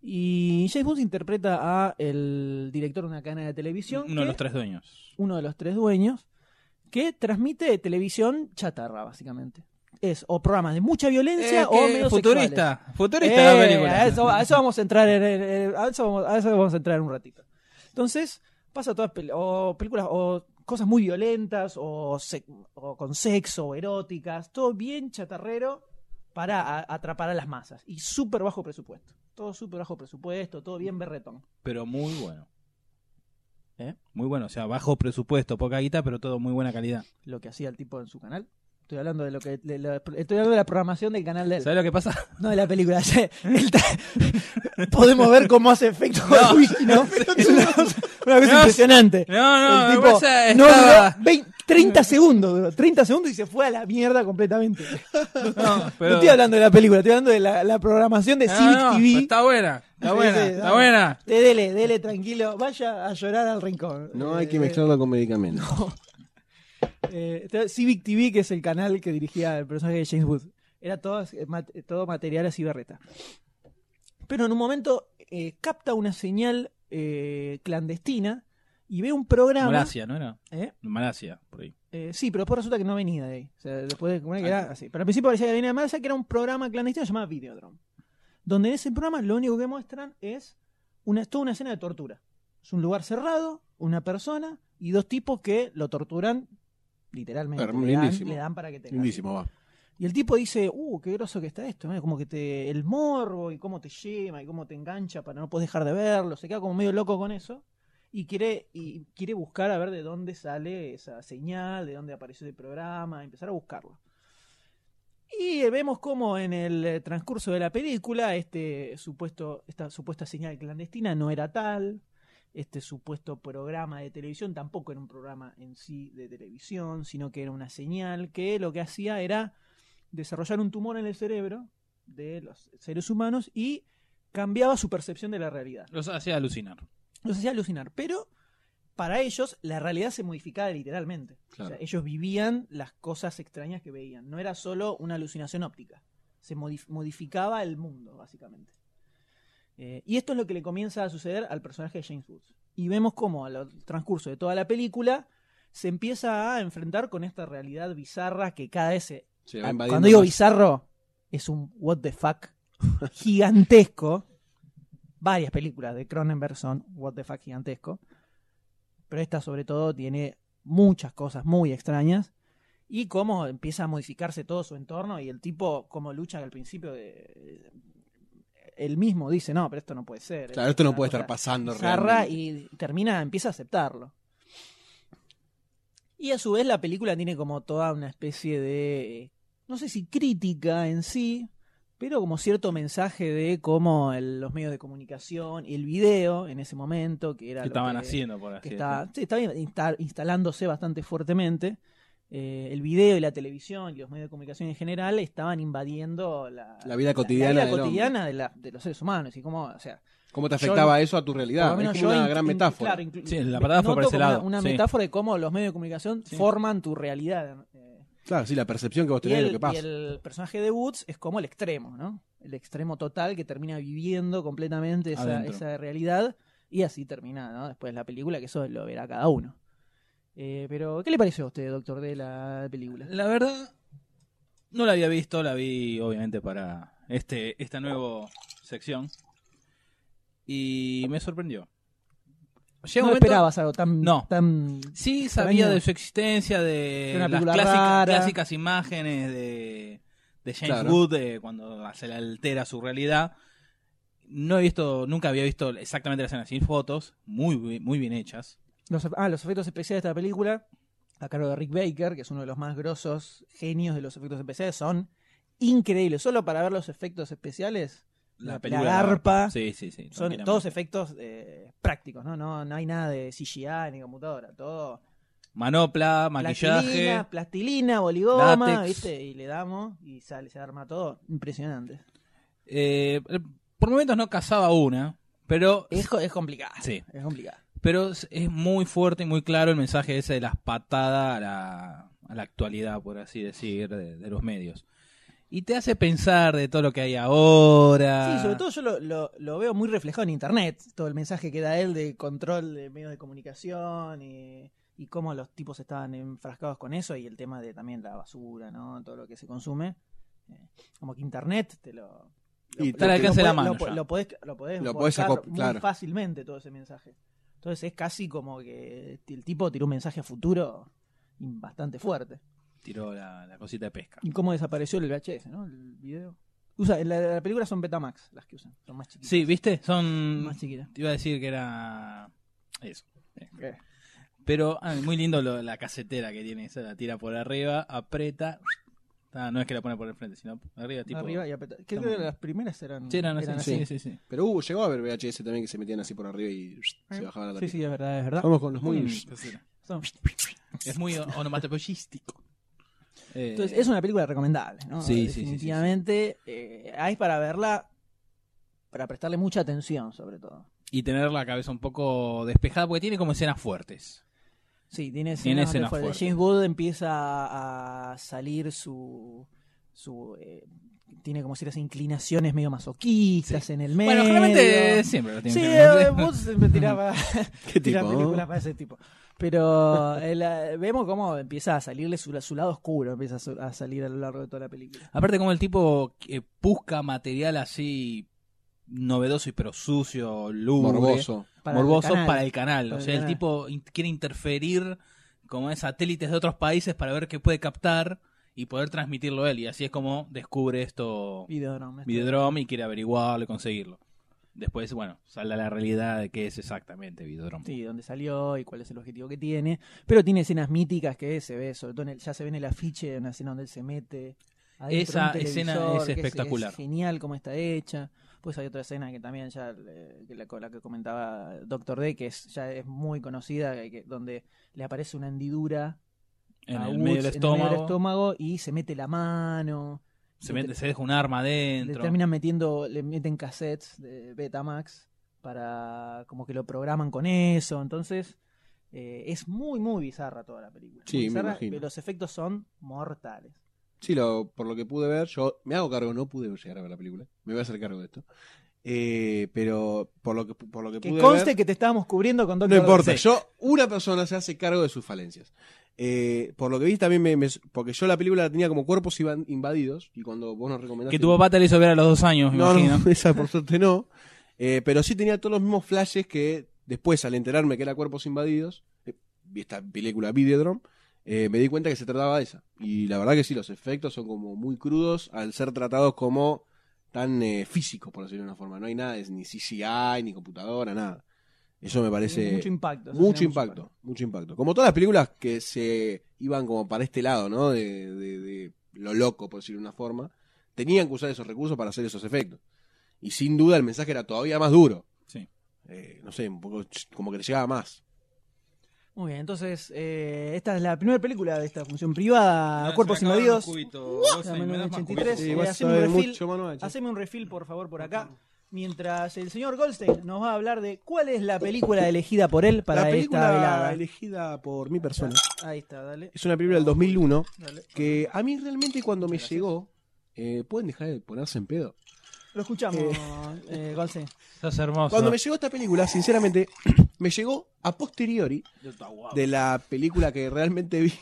S2: Y James Wood interpreta a el director de una cadena de televisión,
S3: Uno de
S2: que-
S3: los tres dueños.
S2: uno de los tres dueños, que transmite televisión chatarra, básicamente. Es o programas de mucha violencia
S3: Eh,
S2: o
S3: que
S2: medios sexuales.
S3: futurista. Futurista
S2: Eh,
S3: la película.
S2: A eso, a eso vamos a entrar en, en- en- a, eso vamos, a eso vamos a entrar en un ratito. Entonces, pasa todas pel- o películas o cosas muy violentas o, se- o con sexo o eróticas, todo bien chatarrero para a- atrapar a las masas y súper bajo presupuesto. Todo súper bajo presupuesto, todo bien berretón.
S3: Pero muy bueno.
S2: ¿Eh?
S3: Muy bueno. O sea, bajo presupuesto, poca guita, pero todo muy buena calidad.
S2: Lo que hacía el tipo en su canal. Estoy hablando de lo que de la- estoy hablando de la programación del canal de él,
S3: ¿Sabes lo
S2: *laughs*
S3: que pasa?
S2: no de la película. Él ta- *laughs* Podemos ver cómo hace efecto el whisky,
S3: *laughs*
S2: ¿no? Es una, cosa- una cosa
S3: No,
S2: impresionante.
S3: No, no,
S2: El
S3: lo que
S2: tipo
S3: pasa es-
S2: no duró
S3: estaba-
S2: 20 30 segundos, duró 30 segundos y se fue a la mierda completamente.
S3: No,
S2: No
S3: pero-
S2: estoy hablando de la película, estoy hablando de la, la programación de
S3: No,
S2: Civic
S3: no,
S2: TV.
S3: pero Está buena, está
S2: Sí,
S3: buena,
S2: sí,
S3: está
S2: dale.
S3: buena.
S2: Eh, Dele, dele tranquilo, vaya a llorar al rincón.
S1: No hay que
S2: Eh,
S1: mezclarlo con medicamentos.
S2: Eh, está- Civic TV, que es el canal que dirigía el personaje de James Wood. Era todo, eh, mat- todo material así berreta. Pero en un momento eh, capta una señal eh, clandestina y ve un programa.
S3: Malasia, ¿no era?
S2: ¿Eh?
S3: Malasia, por ahí.
S2: Eh, sí, pero después resulta que no venía de ahí. O sea, después de bueno, que
S1: Ah,
S2: era así. Pero al principio parecía que venía de Marsa, que era un programa clandestino llamado Videodrome. Donde en ese programa lo único que muestran es una, toda una escena de tortura. Es un lugar cerrado, una persona y dos tipos que lo torturan literalmente.
S1: Herm-
S2: Le dan,
S1: lindísimo.
S2: le dan para que tenga.
S1: Lindísimo, va.
S2: Y el tipo dice, uh, qué groso que está esto, ¿no? como que te, el morbo y cómo te lleva y cómo te engancha para no poder dejar de verlo, se queda como medio loco con eso y quiere, y quiere buscar a ver de dónde sale esa señal, de dónde apareció el programa, empezar a buscarlo. Y eh, vemos cómo en el eh, transcurso de la película este supuesto, esta supuesta señal clandestina no era tal, este supuesto programa de televisión tampoco era un programa en sí de televisión, sino que era una señal que lo que hacía era desarrollar un tumor en el cerebro de los seres humanos y cambiaba su percepción de la realidad.
S3: Los hacía alucinar.
S2: Los hacía alucinar, pero para ellos la realidad se modificaba literalmente.
S1: Claro.
S2: O sea, ellos vivían las cosas extrañas que veían. No era solo una alucinación óptica. Se modif- modificaba el mundo, básicamente. Eh, y esto es lo que le comienza a suceder al personaje de James Woods. Y vemos cómo al transcurso de toda la película se empieza a enfrentar con esta realidad bizarra que cada vez se
S1: Se va
S2: Ah,
S1: invadiendo
S2: Cuando digo
S1: más.
S2: bizarro, es un what the fuck gigantesco. Varias películas de Cronenberg son what the fuck gigantesco. Pero esta sobre todo tiene muchas cosas muy extrañas. Y cómo empieza a modificarse todo su entorno y el tipo, cómo lucha al principio de... Él mismo dice, no, pero esto no puede ser.
S1: Claro, esto no
S2: una
S1: puede
S2: cosa
S1: estar pasando
S2: bizarra
S1: realmente.
S2: y termina, empieza a aceptarlo. Y a su vez la película tiene como toda una especie de, no sé si crítica en sí, pero como cierto mensaje de cómo el- los medios de comunicación y el video en ese momento, que era...
S3: que
S2: lo
S3: estaban
S2: que-
S3: haciendo por así
S2: que está, sí, está bien, insta- instalándose bastante fuertemente. Eh, el video y la televisión y los medios de comunicación en general estaban invadiendo la,
S1: La vida cotidiana del
S2: cotidiana de, la- de los seres humanos. Y cómo, o sea,
S1: ¿Cómo te
S2: Yo-
S1: afectaba eso a tu
S2: por
S1: realidad?
S2: lo
S1: Es
S2: menos
S1: como
S2: yo
S1: una
S2: in-
S1: gran
S2: in-
S1: metáfora.
S2: claro, inclu-
S3: Sí, la palabra fue
S2: noto
S3: por ese
S2: como una-
S3: lado,
S2: Una,
S3: sí.
S2: metáfora de cómo los medios de comunicación
S3: Sí.
S2: forman tu realidad. eh,
S1: Claro, sí, la percepción que vos
S2: y
S1: tenés de
S2: el,
S1: lo que pasa.
S2: y el personaje de Woods es como el extremo, ¿no? El extremo total que termina viviendo completamente esa,
S3: Adentro.
S2: esa realidad y así termina, ¿no? Después la película, que eso lo verá cada uno. Eh, pero, ¿qué le pareció a usted, doctor, de la película?
S3: La verdad, no la había visto, la vi obviamente para este esta nueva sección. Y me sorprendió.
S2: no
S3: Llega un momento-
S2: esperabas algo tan...
S3: No.
S2: tan-
S3: Sí,
S2: Extraño.
S3: sabía de su existencia, de
S2: Era una
S3: las
S2: película
S3: clásicas,
S2: rara.
S3: clásicas imágenes de, de James
S1: Claro.
S3: Wood eh, cuando se le altera su realidad. No he visto, nunca había visto exactamente las escenas sin fotos, muy, bi- muy bien hechas.
S2: Los, ah, los efectos especiales de esta película, a cargo de Rick Baker, que es uno de los más grosos genios de los efectos especiales, son increíbles. Solo para ver los efectos especiales, La- la garpa.
S3: Sí, sí, sí.
S2: Son
S3: tranquilamente.
S2: todos efectos eh, prácticos, ¿no? ¿no? No hay nada de CGI ni computadora, todo.
S3: Manopla, maquillaje.
S2: Plastilina, plastilina, boligoma,
S3: látex.
S2: ¿viste? Y le damos y sale, se arma todo. Impresionante.
S3: Eh, por momentos no cazaba una, pero
S2: Es, co- es complicado.
S3: Sí.
S2: Es complicado.
S3: pero es, es muy fuerte y muy claro el mensaje ese de las patadas a la, a la actualidad, por así decir, de, de los medios. Y te hace pensar de todo lo que hay ahora.
S2: Sí,
S3: Ah.
S2: sobre todo yo lo, lo- lo veo muy reflejado en internet. Todo el mensaje que da él de control de medios de comunicación y, y cómo los tipos estaban enfrascados con eso y el tema de también la basura, ¿no? Todo lo que se consume. Eh, Como que internet te lo.
S1: Y
S2: lo-
S1: te-
S2: lo-
S1: al alcance
S3: de la
S2: lo-
S3: mano
S2: Lo,
S3: ya.
S2: lo podés, lo podés
S1: Lo podés
S2: volcar
S1: acop-
S2: muy
S1: claro.
S2: fácilmente todo ese mensaje. Entonces es casi como que el tipo tiró un mensaje a futuro bastante fuerte.
S3: Tiró la, la cosita de pesca.
S2: Y cómo desapareció el VHS, ¿no? El video. Usa, en la, la película son Betamax las que usan, son más chiquitas.
S3: Sí, ¿viste? Son...
S2: más chiquitas.
S3: Te iba a decir que era... Eso.
S2: Eh.
S3: Pero ah, muy lindo lo- la casetera que tiene. Esa la tira por arriba, aprieta... Ah, no es que la pone por el frente, sino arriba, tipo...
S2: Arriba y apretá. Creo
S3: Estamos-
S2: que las primeras eran.
S3: Sí, eran así,
S2: eran
S3: sí,
S2: así.
S3: sí, sí.
S1: Pero hubo, llegó a haber VHS también que se metían así por arriba y se bajaban la
S2: Sí,
S1: tapita.
S2: sí, es verdad, es verdad.
S1: Vamos con los muy...
S3: Mm, casera.
S2: Son-
S3: Es *laughs* muy o- onomatopoyístico. Eh,
S2: Entonces, es una película recomendable, ¿no?
S3: Sí, sí, sí,
S2: Definitivamente. eh, ahí es para verla, para prestarle mucha atención, sobre todo.
S3: y tener la cabeza un poco despejada porque tiene como escenas fuertes.
S2: Sí, tiene
S3: Tiene
S2: escenas
S3: escenas
S2: de fuerte.
S3: fuertes.
S2: James Wood empieza a salir su. su eh, tiene como ciertas inclinaciones medio masoquistas en el medio.
S3: Bueno, generalmente siempre lo tienen
S2: Sí,
S3: que- *laughs*
S2: eh, Wood siempre tiraba *laughs*
S1: ¿Qué
S2: tira
S1: tipo?
S2: películas para ese tipo. Pero eh, la- vemos cómo empieza a salirle su, su lado oscuro, empieza a, su- a salir a lo largo de toda la película.
S3: Aparte como el tipo que busca material así novedoso y pero sucio, lúgubre,
S1: Morboso.
S2: Para
S3: morboso
S2: el canal.
S3: para el canal.
S2: Para
S3: o
S2: el
S3: sea, el
S2: canal.
S3: tipo in- quiere interferir como en satélites de otros países para ver qué puede captar y poder transmitirlo él. Y así es como descubre esto
S2: Videodrome. esto.
S3: Videodrome y quiere averiguarlo y conseguirlo. Después, bueno, sale a la realidad de qué es exactamente Videodrome.
S2: Sí, dónde salió y cuál es el objetivo que tiene. Pero tiene escenas míticas que se ve, sobre todo en el- ya se ve en el afiche de una escena donde él se mete. adentro de
S3: Esa
S2: un
S3: escena
S2: televisor,
S3: es
S2: que
S3: espectacular.
S2: es genial cómo está hecha. Pues hay otra escena que también ya, eh, que la, la que comentaba Doctor D, que es, ya es muy conocida, que- donde le aparece una hendidura
S3: En
S2: a
S3: el
S2: Woods,
S3: medio del estómago.
S2: estómago y se mete la mano.
S3: Se, mete- se deja un arma
S2: Le
S3: adentro.
S2: terminan metiendo, le meten cassettes de Betamax para como que lo programan con eso. Entonces, eh, es muy, muy bizarra toda la película.
S1: Sí,
S2: Muy
S1: me
S2: bizarra,
S1: imagino.
S2: pero Los efectos son mortales.
S1: Sí, lo, por lo que pude ver, yo me hago cargo, no pude llegar a ver la película, me voy a hacer cargo de esto. Eh, pero por lo que, por lo que,
S2: Que
S1: pude
S2: conste
S1: ver,
S2: que te estábamos cubriendo con
S1: no
S2: Doctor
S1: importa,
S2: Dre.
S1: yo, una persona se hace cargo de sus falencias. Eh, por lo que vi también, me, me- porque yo la película la tenía como cuerpos iban- invadidos, y cuando vos nos recomendaste...
S3: Que tu papá te lo hizo ver a los dos años, me
S1: No,
S3: imagino. *laughs*
S1: no, *laughs* esa por suerte no. Eh, pero sí tenía todos los mismos flashes que después, al enterarme que era Cuerpos Invadidos, eh, vi esta película Videodrome, eh, me di cuenta que se trataba de esa. Y la verdad que sí, los efectos son como muy crudos al ser tratados como tan eh, físicos, por decirlo de una forma. No hay nada, de- ni CGI, ni computadora, nada. Eso me parece.
S2: Mucho impacto, eso
S1: Mucho
S2: tiene mucho
S1: impacto, mucho impacto. Como todas las películas que se iban como para este lado, ¿no? De, de- de lo loco, por decirlo de una forma, tenían que usar esos recursos para hacer esos efectos. Y sin duda el mensaje era todavía más duro.
S3: Sí.
S1: Eh, no sé, un poco ch- como que le llegaba más.
S2: Muy bien, entonces eh, esta es la primera película de esta función privada, Cuerpos Invadidos. Dame un 83,
S1: Sí,
S2: eh,
S1: vas a
S2: haceme un
S1: saber
S2: refill,
S1: mucho, Manuel.
S2: haceme un refill, por favor, por acá. Mientras el señor Goldstein nos va a hablar de cuál es la película elegida por él para
S1: la
S2: esta
S1: película
S2: velada.
S1: elegida por mi persona
S2: Ahí está, dale.
S1: es una película del 2001
S2: dale.
S1: que a mí realmente cuando me llegó, eh, ¿pueden dejar de ponerse en pedo?
S2: Lo escuchamos, eh, Goldstein.
S3: Estás hermoso.
S1: Cuando me llegó esta película, sinceramente, *clears throat* me llegó a posteriori de la película que realmente vi.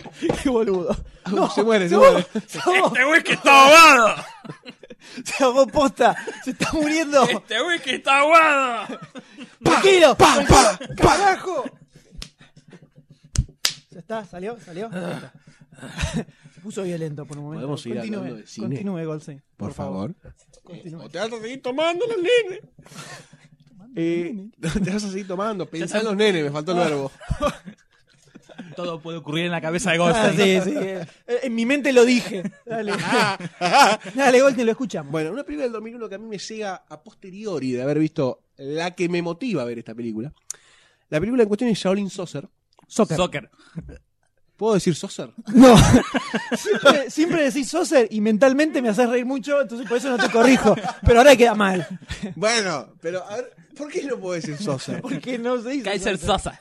S1: *laughs* ¡Qué boludo! Ah, se muere, se muere.
S3: ¡Este whisky está ahogado!
S2: *laughs* Se ahogó posta, se está muriendo. *laughs*
S3: ¡Este whisky está ahogado!
S2: ¡Tranquilo!
S1: ¡Pa, pa!
S2: ¡Carajo! ¿Ya está? ¿Salió? ¿Salió? Ahí *laughs* está. Se puso violento por un momento.
S1: Podemos seguir
S2: continúe,
S1: hablando de cine.
S2: Continúe, Goldstein.
S1: Por favor.
S2: Continúe.
S1: te vas a seguir tomando los nenes. Eh, te vas a seguir tomando. Pensá en los nenes, me faltó el verbo.
S3: Todo puede ocurrir en la cabeza de
S2: Ah, *laughs*
S3: Goldstein.
S2: sí, sí. eh, En mi mente lo dije. *laughs* Dale. Dale, Goldstein, lo escuchamos.
S1: Bueno, una película del 2001 que a mí me llega a posteriori de haber visto la que me motiva a ver esta película. La película en cuestión es Shaolin Saucer.
S2: Soccer.
S3: Soccer.
S1: ¿Puedo decir *laughs* Saucer?
S2: No. siempre, Eh, siempre decís Soser y mentalmente me haces reír mucho, entonces por eso no te corrijo. Pero ahora queda mal.
S1: Bueno, pero a ver, ¿por qué no puedo decir Saucer?
S2: Porque no se dice.
S3: Kaiser
S2: Soccer.
S3: Sosa.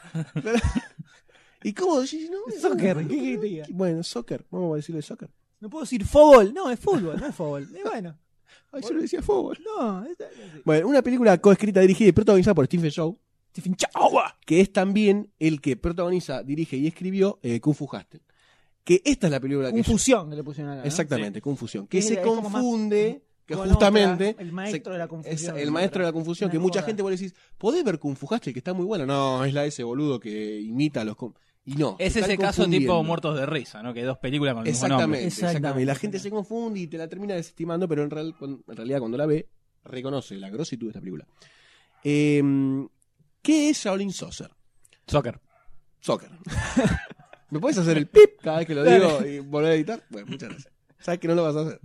S1: ¿Y cómo decís? No,
S2: Soccer,
S1: no,
S2: ¿qué querés que te diga?
S1: Bueno, soccer, vamos a decirle soccer.
S2: No puedo decir fútbol. No, es fútbol, no es fútbol. Y bueno,
S1: Ay, yo le decía fútbol.
S2: no. es- es-
S1: Bueno, una película coescrita, dirigida y protagonizada por Stephen Chow,
S2: Stephen Chow.
S1: que es también el que protagoniza, dirige y escribió eh, Kung Fu Hustle. Que esta es la película que... yo-
S2: Confusión que le pusieron acá. ¿no?
S1: Exactamente, confusión. Que
S2: Es-
S1: se
S2: es como más-
S1: confunde, que
S2: Con
S1: justamente...
S2: otra, el maestro
S1: se-
S2: de la confusión.
S1: es el maestro de la confusión,
S2: Una
S1: que mucha
S2: joda.
S1: gente vos le decís, ¿podés ver Kung Fu Hustle, que está muy bueno? No, es la de ese boludo que imita a los... con- Y no.
S3: Es
S1: se están
S3: ese caso
S1: confundiendo.
S3: tipo Muertos de Risa, ¿no? Que hay dos películas con el mismo nombre.
S1: Exactamente,
S2: Exactamente.
S1: exactamente. Y La gente se confunde y te la termina desestimando, pero en, real- cuan- en realidad cuando la ve, reconoce la grositud de esta película. Eh, ¿Qué es Shaolin Saucer?
S3: Soccer.
S1: Soccer. *laughs* ¿Me puedes hacer el pip cada vez que lo digo y volver a editar? Bueno, muchas gracias. Sabes que no lo vas a hacer.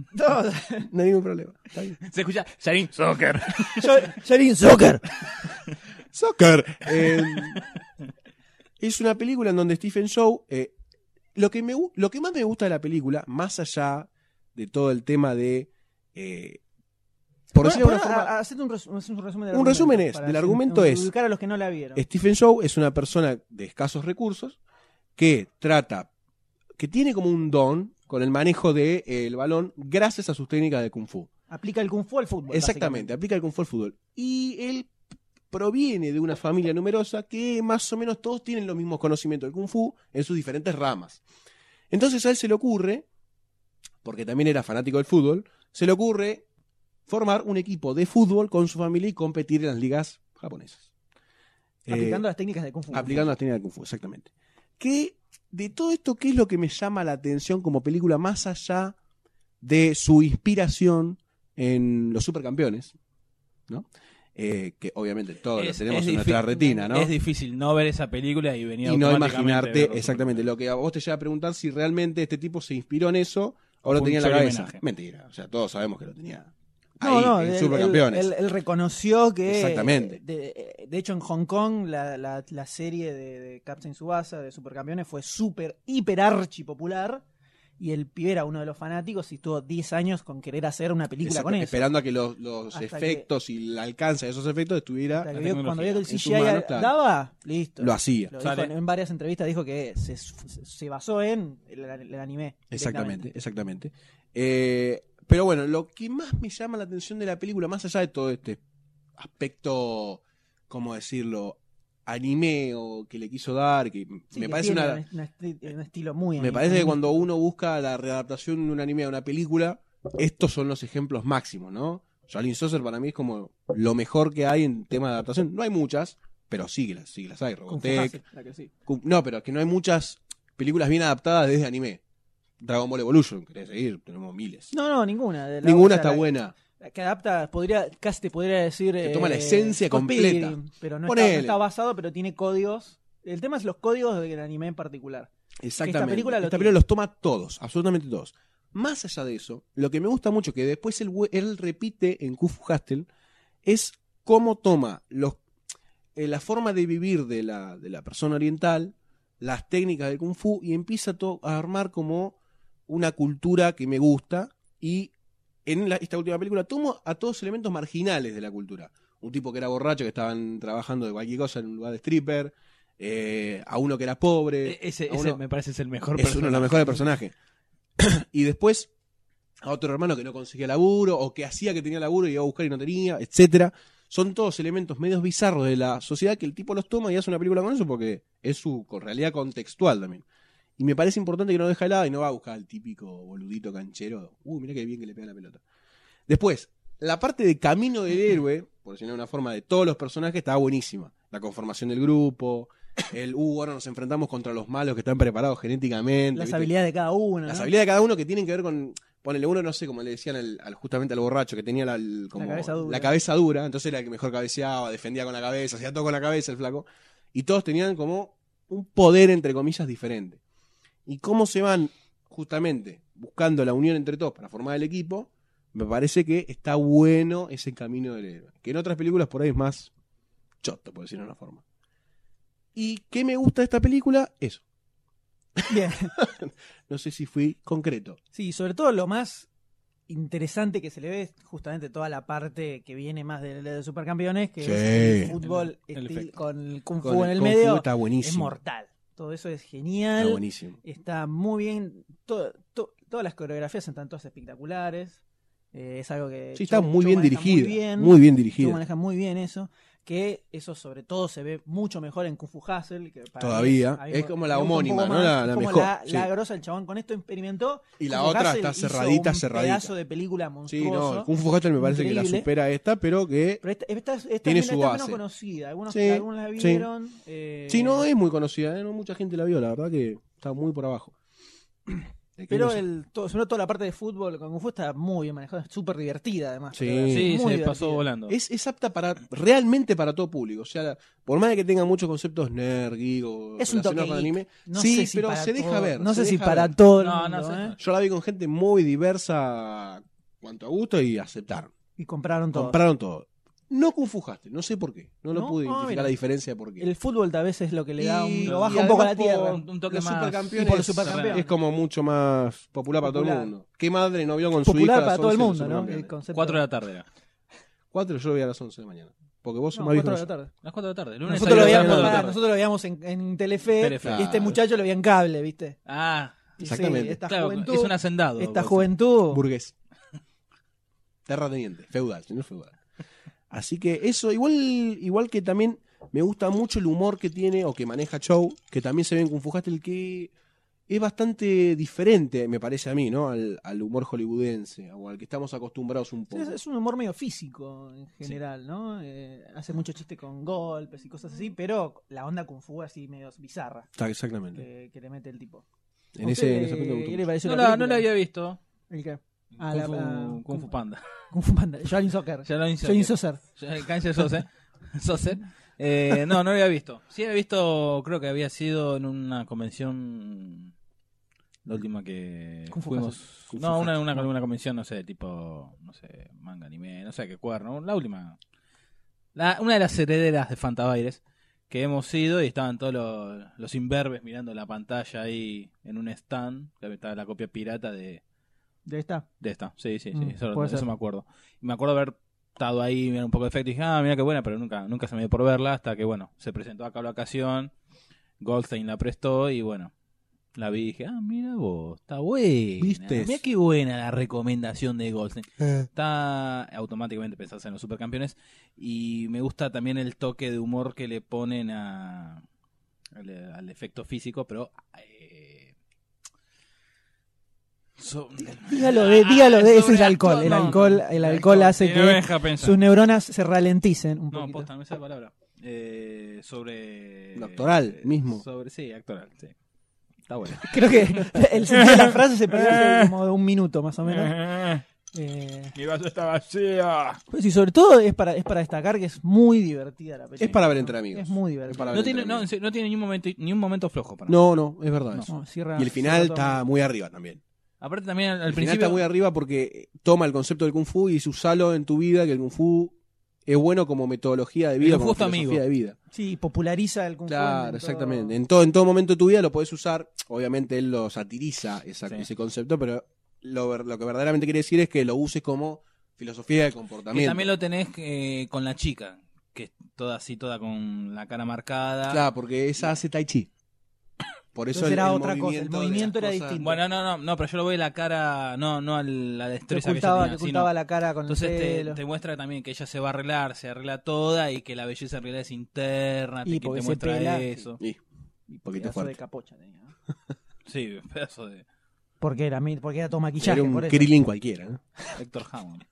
S1: No hay ningún problema. Está bien.
S3: Se escucha, Yarin, Soccer.
S2: *laughs* Yo- Yarin Soccer.
S1: *laughs* Soccer. Eh, es una película en donde Stephen Chow. eh, lo, que me, gu- lo que más me gusta de la película, más allá de todo el tema de. eh, por
S2: Bueno,
S1: decirlo de
S2: pará,
S1: una forma.
S2: a- hacete un, resu- haz un resumen del
S1: Un
S2: argumento
S1: resumen es,
S2: para
S1: del
S2: hacer-
S1: argumento es-
S2: Ubicar a los que no la vieron.
S1: Stephen Chow es una persona de escasos recursos que trata, que tiene como un don con el manejo del de, eh, el balón gracias a sus técnicas de kung fu.
S2: Aplica el kung fu al fútbol.
S1: Exactamente, aplica el kung fu al fútbol. Y él proviene de una familia numerosa que más o menos todos tienen los mismos conocimientos del kung fu en sus diferentes ramas. Entonces a él se le ocurre, porque también era fanático del fútbol, se le ocurre formar un equipo de fútbol con su familia y competir en las ligas japonesas. Eh,
S2: básicamente. Aplicando las técnicas de kung fu.
S1: Aplicando las técnicas de Kung Fu, exactamente. Que de todo esto, ¿qué es lo que me llama la atención como película más allá de su inspiración en los supercampeones? ¿No? Eh, que obviamente todos lo
S3: Es-
S1: tenemos
S3: es
S1: en nuestra
S3: difí-
S1: retina, ¿no?
S3: Es difícil no ver esa película y venir
S1: y no
S3: automáticamente a ver
S1: imaginarte
S3: los
S1: exactamente lo que a vos te llega a preguntar si realmente este tipo se inspiró en eso o lo
S3: Fue
S1: tenía en
S3: un
S1: la
S3: solo
S1: cabeza.
S3: homenaje.
S1: Mentira, o sea, todos sabemos que lo tenía ahí
S2: No, no,
S1: en
S2: él-
S1: supercampeones.
S2: Él, él- él reconoció que.
S1: Exactamente.
S2: De, de hecho, en Hong Kong, la, la- la serie de, de Captain Subasa de supercampeones fue súper, hiper archi popular. Y el pibe era uno de los fanáticos y estuvo 10 años con querer hacer una película
S1: Exacto,
S2: con eso.
S1: esperando a que los, los
S2: Hasta que-
S1: efectos y el alcance de esos efectos estuviera
S2: Hasta que
S3: la
S2: vio- cuando vio que el
S1: tecnología en su
S2: CGI
S1: mano, claro.
S2: daba, listo.
S1: lo hacía.
S2: Lo dijo
S3: Sale.
S2: en, en varias entrevistas dijo que se, se basó en el, el anime.
S1: Exactamente, exactamente. Eh, pero bueno, lo que más me llama la atención de la película, más allá de todo este aspecto, ¿cómo decirlo? anime o que le quiso dar, que
S2: Sí,
S1: me
S2: que
S1: parece
S2: tiene
S1: una,
S2: un esti- un estilo muy
S1: me
S2: anime.
S1: parece que cuando uno busca la readaptación de un anime a una película, estos son los ejemplos máximos, ¿no? Jolene Saucer para mí es como lo mejor que hay en tema de adaptación. No hay muchas, pero sí que las, sí que las hay.
S2: Kung Fu
S1: Robotech,
S2: Hustle, la que sí.
S1: Cum- No, pero es que no hay muchas películas bien adaptadas desde anime. Dragon Ball Evolution, querés seguir, tenemos miles.
S2: No, no, ninguna. de la-
S1: Ninguna
S2: o sea,
S1: está
S2: la-
S1: buena.
S2: que adapta, podría, casi te podría decir.
S1: Te toma la esencia
S2: Conspiracy,
S1: completa.
S2: Pero no está,
S1: Ponele.
S2: no está basado, pero tiene códigos. El tema es los códigos del anime en particular.
S1: Exactamente.
S2: Esta película lo
S1: Esta
S2: tiene.
S1: película los toma todos, absolutamente todos. Más allá de eso, lo que me gusta mucho que después él, vu- él repite en Kufu Hustle es cómo toma los, eh, la forma de vivir de la, de la persona oriental, las técnicas del Kung Fu y empieza to- a armar como una cultura que me gusta y en la- esta última película tomo a todos elementos marginales de la cultura. Un tipo que era borracho, que estaban trabajando de cualquier cosa en un lugar de stripper, eh, a uno que era
S2: Eh,
S1: pobre.
S3: E- Ese,
S1: a
S3: ese
S1: uno-
S3: me parece es el mejor
S1: es uno de los
S3: personaje.
S1: mejores personajes. *clears throat* y después a otro hermano que no conseguía laburo o que hacía que tenía laburo y iba a buscar y no tenía, etcétera. Son todos elementos medios bizarros de la sociedad que el tipo los toma y hace una película con eso porque es su con- realidad contextual también. Y me parece importante que no deja de lado y no va a buscar al típico boludito canchero. Uh, mirá qué bien que le pega la pelota. Después, la parte de camino del héroe, por decirlo de una forma, de todos los personajes, estaba buenísima. La conformación del grupo, el, uh, ahora nos enfrentamos contra los malos que están preparados genéticamente.
S2: Las
S1: ¿viste?
S2: habilidades de cada uno.
S1: Las
S2: ¿no?
S1: habilidades de cada uno que tienen que ver con. Ponele uno, no sé, como le decían al, al- justamente al borracho, que tenía la, el- como
S2: cabeza dura.
S1: la cabeza dura, entonces era el que mejor cabeceaba, defendía con la cabeza, hacía todo con la cabeza el flaco. Y todos tenían como un poder, entre comillas, diferente. Y cómo se van, justamente, buscando la unión entre todos para formar el equipo, me parece que está bueno ese camino del héroe. Que en otras películas por ahí es más choto, por decirlo de una forma. ¿Y qué me gusta de esta película? Eso.
S2: *laughs* Bien.
S1: No sé si fui concreto.
S2: Sí, sobre todo lo más interesante que se le ve es justamente toda la parte que viene más de, de Supercampeones, que
S1: Sí.
S2: es el fútbol
S3: El- el
S2: estil-
S3: efecto.
S2: con el Kung Fu
S1: Con
S2: en el
S1: Kung Fu
S2: medio.
S1: está
S2: Es Eh,
S1: buenísimo.
S2: mortal. Todo eso es
S1: Está
S2: genial.
S1: buenísimo.
S2: Está muy bien. to- to- todas las coreografías están todas espectaculares. Eh, es algo que.
S1: Sí, está
S2: Cho-
S1: muy
S2: Cho
S1: bien
S2: maneja
S1: dirigida.
S2: Muy bien, Cho
S1: dirigida.
S2: maneja muy bien eso. Que eso, sobre todo, se ve mucho mejor en Kung Fu Hustle. que para mí
S1: Todavía.
S2: ahí
S1: Es
S2: me-
S1: como la
S2: me gusta un
S1: homónima,
S2: poco
S1: ¿no?
S2: más.
S1: La-
S2: Es
S1: la
S2: como
S1: mejor,
S2: La, la
S1: sí.
S2: grosa, el chabón con esto experimentó.
S1: Y la
S2: Kung Fu
S1: otra
S2: Hustle
S1: está
S2: hizo
S1: cerradita,
S2: un
S1: cerradita.
S2: pedazo de película monstruoso.
S1: Sí, no, el Kung Fu Hustle me parece que la
S2: Increíble. Eh,
S1: supera a esta, pero que.
S2: Pero esta, esta- esta
S1: Tiene
S2: mina
S1: su
S2: está menos
S1: base.
S2: conocida. Algunos,
S1: Sí,
S2: algunos la
S1: sí.
S2: vieron. eh,
S1: Sí, no es muy conocida, ¿eh? no mucha gente la vio, la verdad que está muy por
S2: *clears throat*
S1: abajo. De que no
S2: Pero
S1: sé.
S2: el, todo, sobre todo toda la parte de fútbol con Kung Fu está muy bien manejada, es súper divertida además.
S1: Sí.
S2: Pero es
S3: Sí,
S2: muy
S3: se
S2: divertida.
S3: pasó volando.
S1: es, es apta para realmente para todo público. O sea, la- por más de que tenga muchos conceptos nerd, geek o
S2: Es
S1: relacionados
S2: un toque
S1: con
S2: geek.
S1: anime,
S2: No
S1: sí,
S2: sé si
S1: pero
S2: para
S1: se deja
S2: todo-
S1: ver.
S2: No
S1: se
S2: sé si
S1: deja
S2: para
S1: ver.
S2: todo el
S3: No, no
S2: mundo,
S3: sé.
S2: ¿eh?
S1: Yo la vi con gente muy diversa cuanto a gusto y aceptaron.
S2: Y compraron todo.
S1: Compraron todo. No confujaste, no sé por qué. No lo
S2: No,
S1: pude
S2: ah,
S1: identificar
S2: mira.
S1: la diferencia de por qué.
S2: El fútbol tal vez es lo que le da
S1: Y-
S2: un, lo
S1: y
S2: baja un poco a la
S1: además
S2: tierra.
S1: por-
S3: Un toque
S1: los
S3: más.
S1: supercampeones
S2: Y por los supercampeones.
S1: Es como mucho más popular para todo
S2: Popular.
S1: el mundo. ¿Qué madre no vio con su hijo a
S2: Popular
S1: las
S2: para todo el
S1: 11 los
S2: mundo, ¿no?
S1: supercampeones?
S2: El concepto.
S3: 4 de la tarde. era.
S1: Cuatro yo lo vi a las 11 de la mañana. Porque vos
S2: No,
S1: me habías
S2: cuatro de la
S1: dicho-
S2: tarde.
S3: Las 4 de la tarde. lunes
S2: Nosotros
S3: a
S2: lo
S1: de la
S2: veíamos,
S1: tarde.
S2: ah, nosotros lo veíamos en, en Telefe,
S3: Telefe.
S2: y este
S1: Ah.
S2: muchacho lo veía en cable, ¿viste?
S3: Ah,
S2: Y
S1: Exactamente.
S2: esta
S3: claro,
S2: juventud,
S3: es un hacendado.
S2: esta
S3: vos.
S2: juventud
S1: Burgués. Terrateniente. Feudal, señor feudal. Así que eso, igual, igual que también me gusta mucho el humor que tiene o que maneja Chow, que también se ve en Kung Fu Hustle, que es bastante diferente, me parece a mí, ¿no? Al, al humor hollywoodense, o al que estamos acostumbrados un
S2: Sí,
S1: poco.
S2: Es, es un humor medio físico en general, ¿no? Eh, hace mucho chiste con golpes y cosas así, pero la onda kung fu así medio bizarra
S1: Está, exactamente.
S2: que, que le mete el tipo.
S1: En
S2: ¿A
S1: ese, en
S2: usted,
S1: ese aspecto me gustó
S2: qué
S1: mucho.
S2: le pareció
S3: No
S2: la
S3: la, no la
S2: película?
S3: había visto.
S2: ¿El qué? Ah,
S3: Kung
S2: la-
S3: Fu,
S2: ah,
S3: Kung Fu Panda.
S2: Kung Fu Panda. *laughs* Johnny Soccer.
S3: Ya lo hice.
S2: Johnny Soccer.
S3: *laughs* El Cáncer Sose. Sose. Eh, no, no lo había visto. Sí había visto, creo que había sido en una convención. La última que
S2: Kung Fu
S3: fuimos.
S1: Kung
S3: No,
S1: Fu
S3: una, una, una convención, no sé, tipo, no sé, manga, anime, no sé qué cuerno. La última. La- una de las herederas de Fantabaires que hemos ido y estaban todos los, los imberbes mirando la pantalla ahí en un stand. que Estaba la copia pirata de,
S2: De esta.
S3: de esta, sí, sí, sí,
S2: Mm,
S3: eso,
S2: puede
S3: eso
S2: ser.
S3: me acuerdo. Y me acuerdo haber estado ahí, mirar un poco de efecto y dije, ah, mira qué buena, pero nunca, nunca se me dio por verla hasta que, bueno, se presentó acá la ocasión, Goldstein la prestó y, bueno, la vi y dije, ah, mira vos, está buena.
S1: ¿Viste?
S3: Mira qué buena la recomendación de Goldstein. Está, automáticamente pensás en los supercampeones y me gusta también el toque de humor que le ponen a, al, al efecto físico, pero... eh, so-
S2: Dígalo de, dígalo de, ese es el
S3: Ah, sobre-
S2: alcohol. El
S3: no, no,
S2: alcohol, el alcohol hace
S3: Sí, no me
S2: que
S3: deja pensar.
S2: sus neuronas se ralenticen un
S3: No,
S2: poquito.
S3: posta, no me sale la palabra. Eh, sobre.
S1: Un actoral mismo.
S3: Sobre, sí, actoral, sí. Está bueno.
S2: *laughs*
S3: *laughs* *laughs*
S2: Creo que el sentido de la frase se perdió hace como de un minuto más o menos. Eh,
S12: Mi vaso está vacía.
S2: Pues y sobre todo es para, es para destacar que es muy divertida la película.
S1: Es para ver entre amigos.
S2: Es muy divertida.
S3: No tiene, no, en serio, no tiene ni un momento, ni un momento flojo para
S1: No, no, es verdad.
S2: No,
S1: eso.
S2: no, cierra-
S1: y el final
S2: cierra todo
S1: está
S2: mal.
S1: muy arriba también.
S3: Aparte también al, al
S1: el final
S3: principio
S1: está muy arriba porque eh, toma el concepto del Kung Fu y usalo en tu vida, que el Kung Fu es bueno como metodología de
S3: El
S1: vida,
S3: Kung
S1: como
S3: Fu es tu amigo.
S1: filosofía de vida.
S2: Sí, populariza el Kung Fu en
S1: Claro,
S2: todo-
S1: exactamente. En todo, en todo momento de tu vida lo podés usar. Obviamente él lo satiriza esa- ese concepto, pero lo, ver- lo que verdaderamente quiere decir es que lo uses como filosofía de
S3: que
S1: comportamiento.
S3: también lo tenés eh, con la chica, que es toda así, toda con la cara marcada.
S1: Claro, porque esa hace Tai Chi. Por eso
S2: Entonces
S1: el-
S2: era
S1: el
S2: otra cosa, el
S1: de las
S2: movimiento era
S1: cosas-
S2: distinto.
S3: Bueno, no, no, no, pero yo lo veo la cara, no, no a la
S2: Que
S3: destreza que
S2: ocultaba,
S3: ella tenía,
S2: que
S3: sino-
S2: ocultaba la cara con
S3: Entonces
S2: el
S3: te,
S2: pelo.
S3: te muestra también que ella se va a arreglar, se arregla toda y que la belleza en realidad es interna,
S2: Y
S3: te, que
S2: porque
S3: te
S2: se
S3: muestra
S2: pela,
S3: eso.
S1: Y- un poquito
S2: Pedazo
S1: fuerte.
S2: de capocha tenía. ¿no?
S3: Sí, un pedazo de
S2: Porque era, mi- porque era todo maquillaje.
S1: Era un
S2: por eso.
S1: Krillin cualquiera. ¿eh? ¿no?
S3: Héctor Hammond.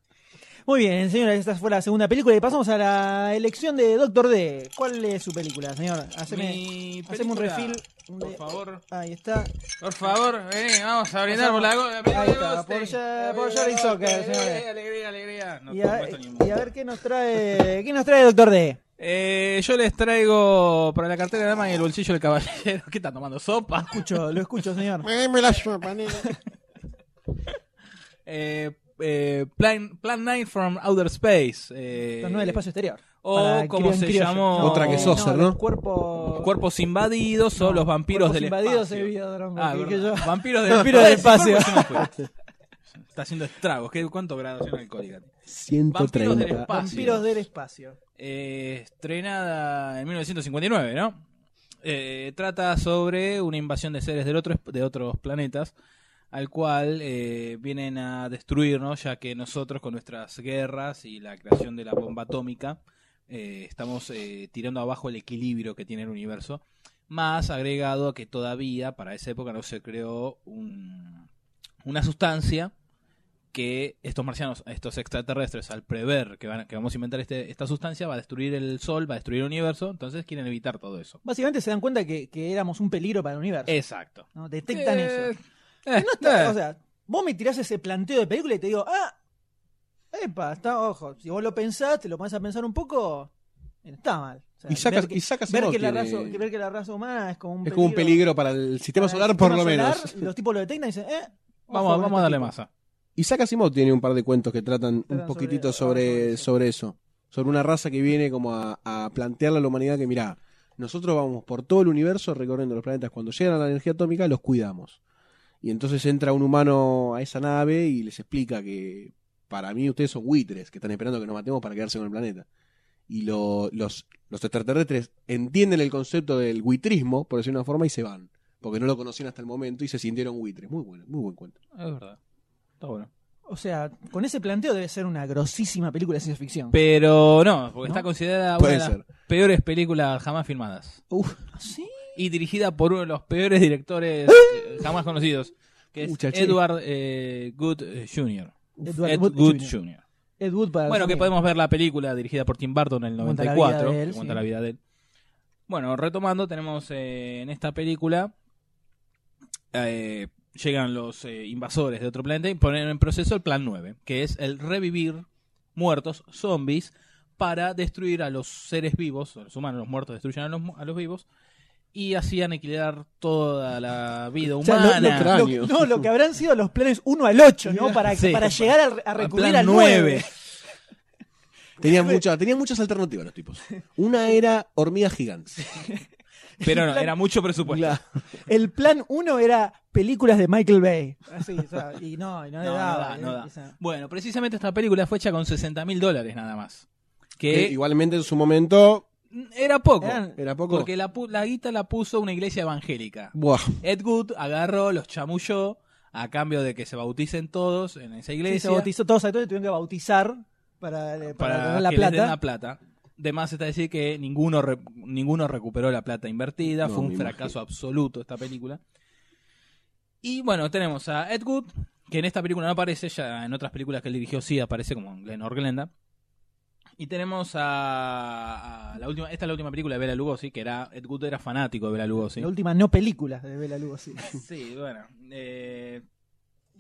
S2: Muy bien, señora, esta fue la segunda película y pasamos a la elección de Doctor D. ¿Cuál es su película, señor? Haceme,
S3: Mi
S2: haceme un
S3: película,
S2: refil.
S3: Por
S2: de-
S3: favor,
S2: Ahí está.
S3: por favor, vení, vamos a brindar por la go- la película
S2: Ahí
S3: de
S2: está,
S3: Goldstein.
S2: por ya-
S3: La
S2: por
S3: película
S2: Jerry
S3: de
S2: Zucker,
S3: Goldstein,
S2: señores.
S3: Alegría, alegría, alegría. No,
S2: y,
S3: por
S2: a,
S3: supuesto, ni un-
S2: y a ver qué nos trae. ¿Qué nos trae Doctor D?
S3: Eh, yo les traigo para la cartera de dama y el bolsillo del caballero. *laughs* ¿Qué está tomando? ¿Sopa?
S2: Escucho, lo escucho, señor.
S3: Eh, eh, plan, plan 9 from Outer Space. eh,
S2: Esto no es el espacio exterior.
S3: O
S2: Para
S3: como
S2: cri-
S3: se
S2: criollo.
S3: llamó.
S1: Otra que Saucer,
S2: los
S1: ¿no?
S2: Cuerpos,
S3: Cuerpos invadidos o
S2: no,
S3: los vampiros
S2: cuerpos
S3: del
S2: invadidos
S3: espacio.
S2: de Videodrome,
S3: Ah,
S2: que-
S3: verdad.
S2: que yo- *laughs*
S3: Vampiros del,
S2: Vampiros del
S3: espacio.
S2: espacio.
S3: Está haciendo estragos. ¿Qué, ¿Cuánto graduación alcohólica? tiene? Vampiros del
S1: 130.
S3: espacio.
S2: Vampiros del espacio.
S3: Eh, estrenada en 1959, ¿no? Eh, trata sobre una invasión de seres del otro, esp- de otros planetas al cual eh, vienen a destruirnos, ya que nosotros con nuestras guerras y la creación de la bomba atómica eh, estamos eh, tirando abajo el equilibrio que tiene el universo, más agregado a que todavía para esa época no se creó un- una sustancia que estos marcianos, estos extraterrestres, al prever que, van, a- que vamos a inventar este- esta sustancia, va a destruir el Sol, va a destruir el universo, entonces quieren evitar todo eso.
S2: Básicamente se dan cuenta que, que éramos un peligro para el universo.
S3: Exacto.
S2: ¿no? Detectan eso.
S3: Eh, eh,
S2: No,
S3: eh.
S2: O sea, vos me tirás ese planteo de película y te digo, ah, epa, está, ojo, si vos lo pensás, te lo pones a pensar un poco, eh, está mal. O sea,
S1: Y sacas,
S2: ver que,
S1: y sacas
S2: ver
S1: Simón
S2: que la
S1: tiene-
S2: raza, que ver que la raza humana es como un
S1: Es como un peligro para el sistema solar, por lo menos.
S2: Los tipos lo detectan y dicen, eh,
S3: Vamos,
S2: ojo con
S3: vamos
S2: este
S3: a darle
S2: tipo.
S3: masa.
S1: Isaac Asimov tiene un par de cuentos que tratan
S2: Tratan
S1: un poquitito sobre,
S2: sobre-
S1: sobre eso. Sobre una raza que viene como a, a plantearle a la humanidad que, mirá, nosotros vamos por todo el universo recorriendo los planetas. Cuando llegan a la energía atómica, los cuidamos. Y entonces entra un humano a esa nave y les explica que para mí ustedes son buitres que están esperando que nos matemos para quedarse con el planeta. Y lo- los, los extraterrestres entienden el concepto del buitrismo, por decirlo de una forma, y se van. Porque no lo conocían hasta el momento y se sintieron buitres. Muy bueno, muy buen cuento.
S3: Es verdad. Está bueno.
S2: O sea, con ese planteo debe ser una grosísima película de ciencia ficción.
S3: Pero no, porque
S2: ¿No?
S3: está considerada
S1: Puede
S3: una de
S1: ser.
S3: las peores películas jamás filmadas.
S2: ¿Sí?
S3: Y dirigida por uno de los peores directores eh, jamás conocidos, que es
S1: Muchachín.
S3: Edward eh, Good eh, Jr.
S2: Edward
S3: Ed
S2: Wood
S3: Good
S2: Jr.
S3: Jr.
S2: Ed Wood para
S3: Bueno,
S2: los
S3: que
S2: amigos.
S3: podemos ver la película dirigida por Tim Burton en el
S2: Cuenta la
S3: 94,
S2: vida de él,
S3: que
S2: sí.
S3: cuenta la vida de él. Bueno, retomando, tenemos eh, en esta película eh, llegan los eh, invasores de otro planeta y ponen en proceso el plan 9, que es el revivir muertos, zombies, para destruir a los seres vivos, a los humanos, los muertos destruyen a los, mu- a los vivos, y así aniquilar toda la
S2: *laughs*
S3: vida
S2: O sea,
S3: humana.
S2: lo-
S1: Humana.
S2: lo- lo- no, lo que habrán sido los planes 1 al 8,
S3: *laughs*
S2: ¿no? Para,
S3: Sí.
S2: para llegar al- a,
S3: Al
S2: recurrir
S3: plan
S2: al 9.
S1: Tenían, mucha- tenían muchas alternativas los tipos. Una era hormigas gigantes.
S3: *laughs* Pero
S2: *laughs*
S3: no, era mucho presupuesto.
S1: La-
S2: El plan 1 era películas de Michael Bay. Así, o sea, y no, y no, le
S3: No, no
S2: daba,
S3: da,
S2: ¿eh?
S3: no da.
S2: O sea,
S3: Bueno, precisamente esta película fue hecha con 60 mil dólares nada más.
S1: que
S3: Que
S1: igualmente en su momento
S3: era poco.
S2: Eh, Eran-
S1: era poco.
S3: Porque la, pu- la guita la puso una iglesia evangélica.
S1: Buah,
S3: Ed Good agarró, los chamulló, a cambio de que se bauticen todos en esa
S2: sí,
S3: iglesia.
S2: se bautizó, todos los actores tuvieron que bautizar para, eh, para
S3: para
S2: ganar la
S3: que les den
S2: plata.
S3: la plata. De más está decir que ninguno, re- ninguno recuperó la plata invertida.
S1: No,
S3: Fue un
S1: me
S3: fracaso absoluto esta película. Y bueno, tenemos a Ed Wood, que en esta película no aparece, ya en otras películas que él dirigió sí aparece como Glenn Glenda. Y tenemos a, a la última, esta es la última película de Bela Lugosi, que era Ed Wood era fanático de Bela Lugosi.
S2: La última no película de Bela Lugosi.
S3: Sí, bueno. eh,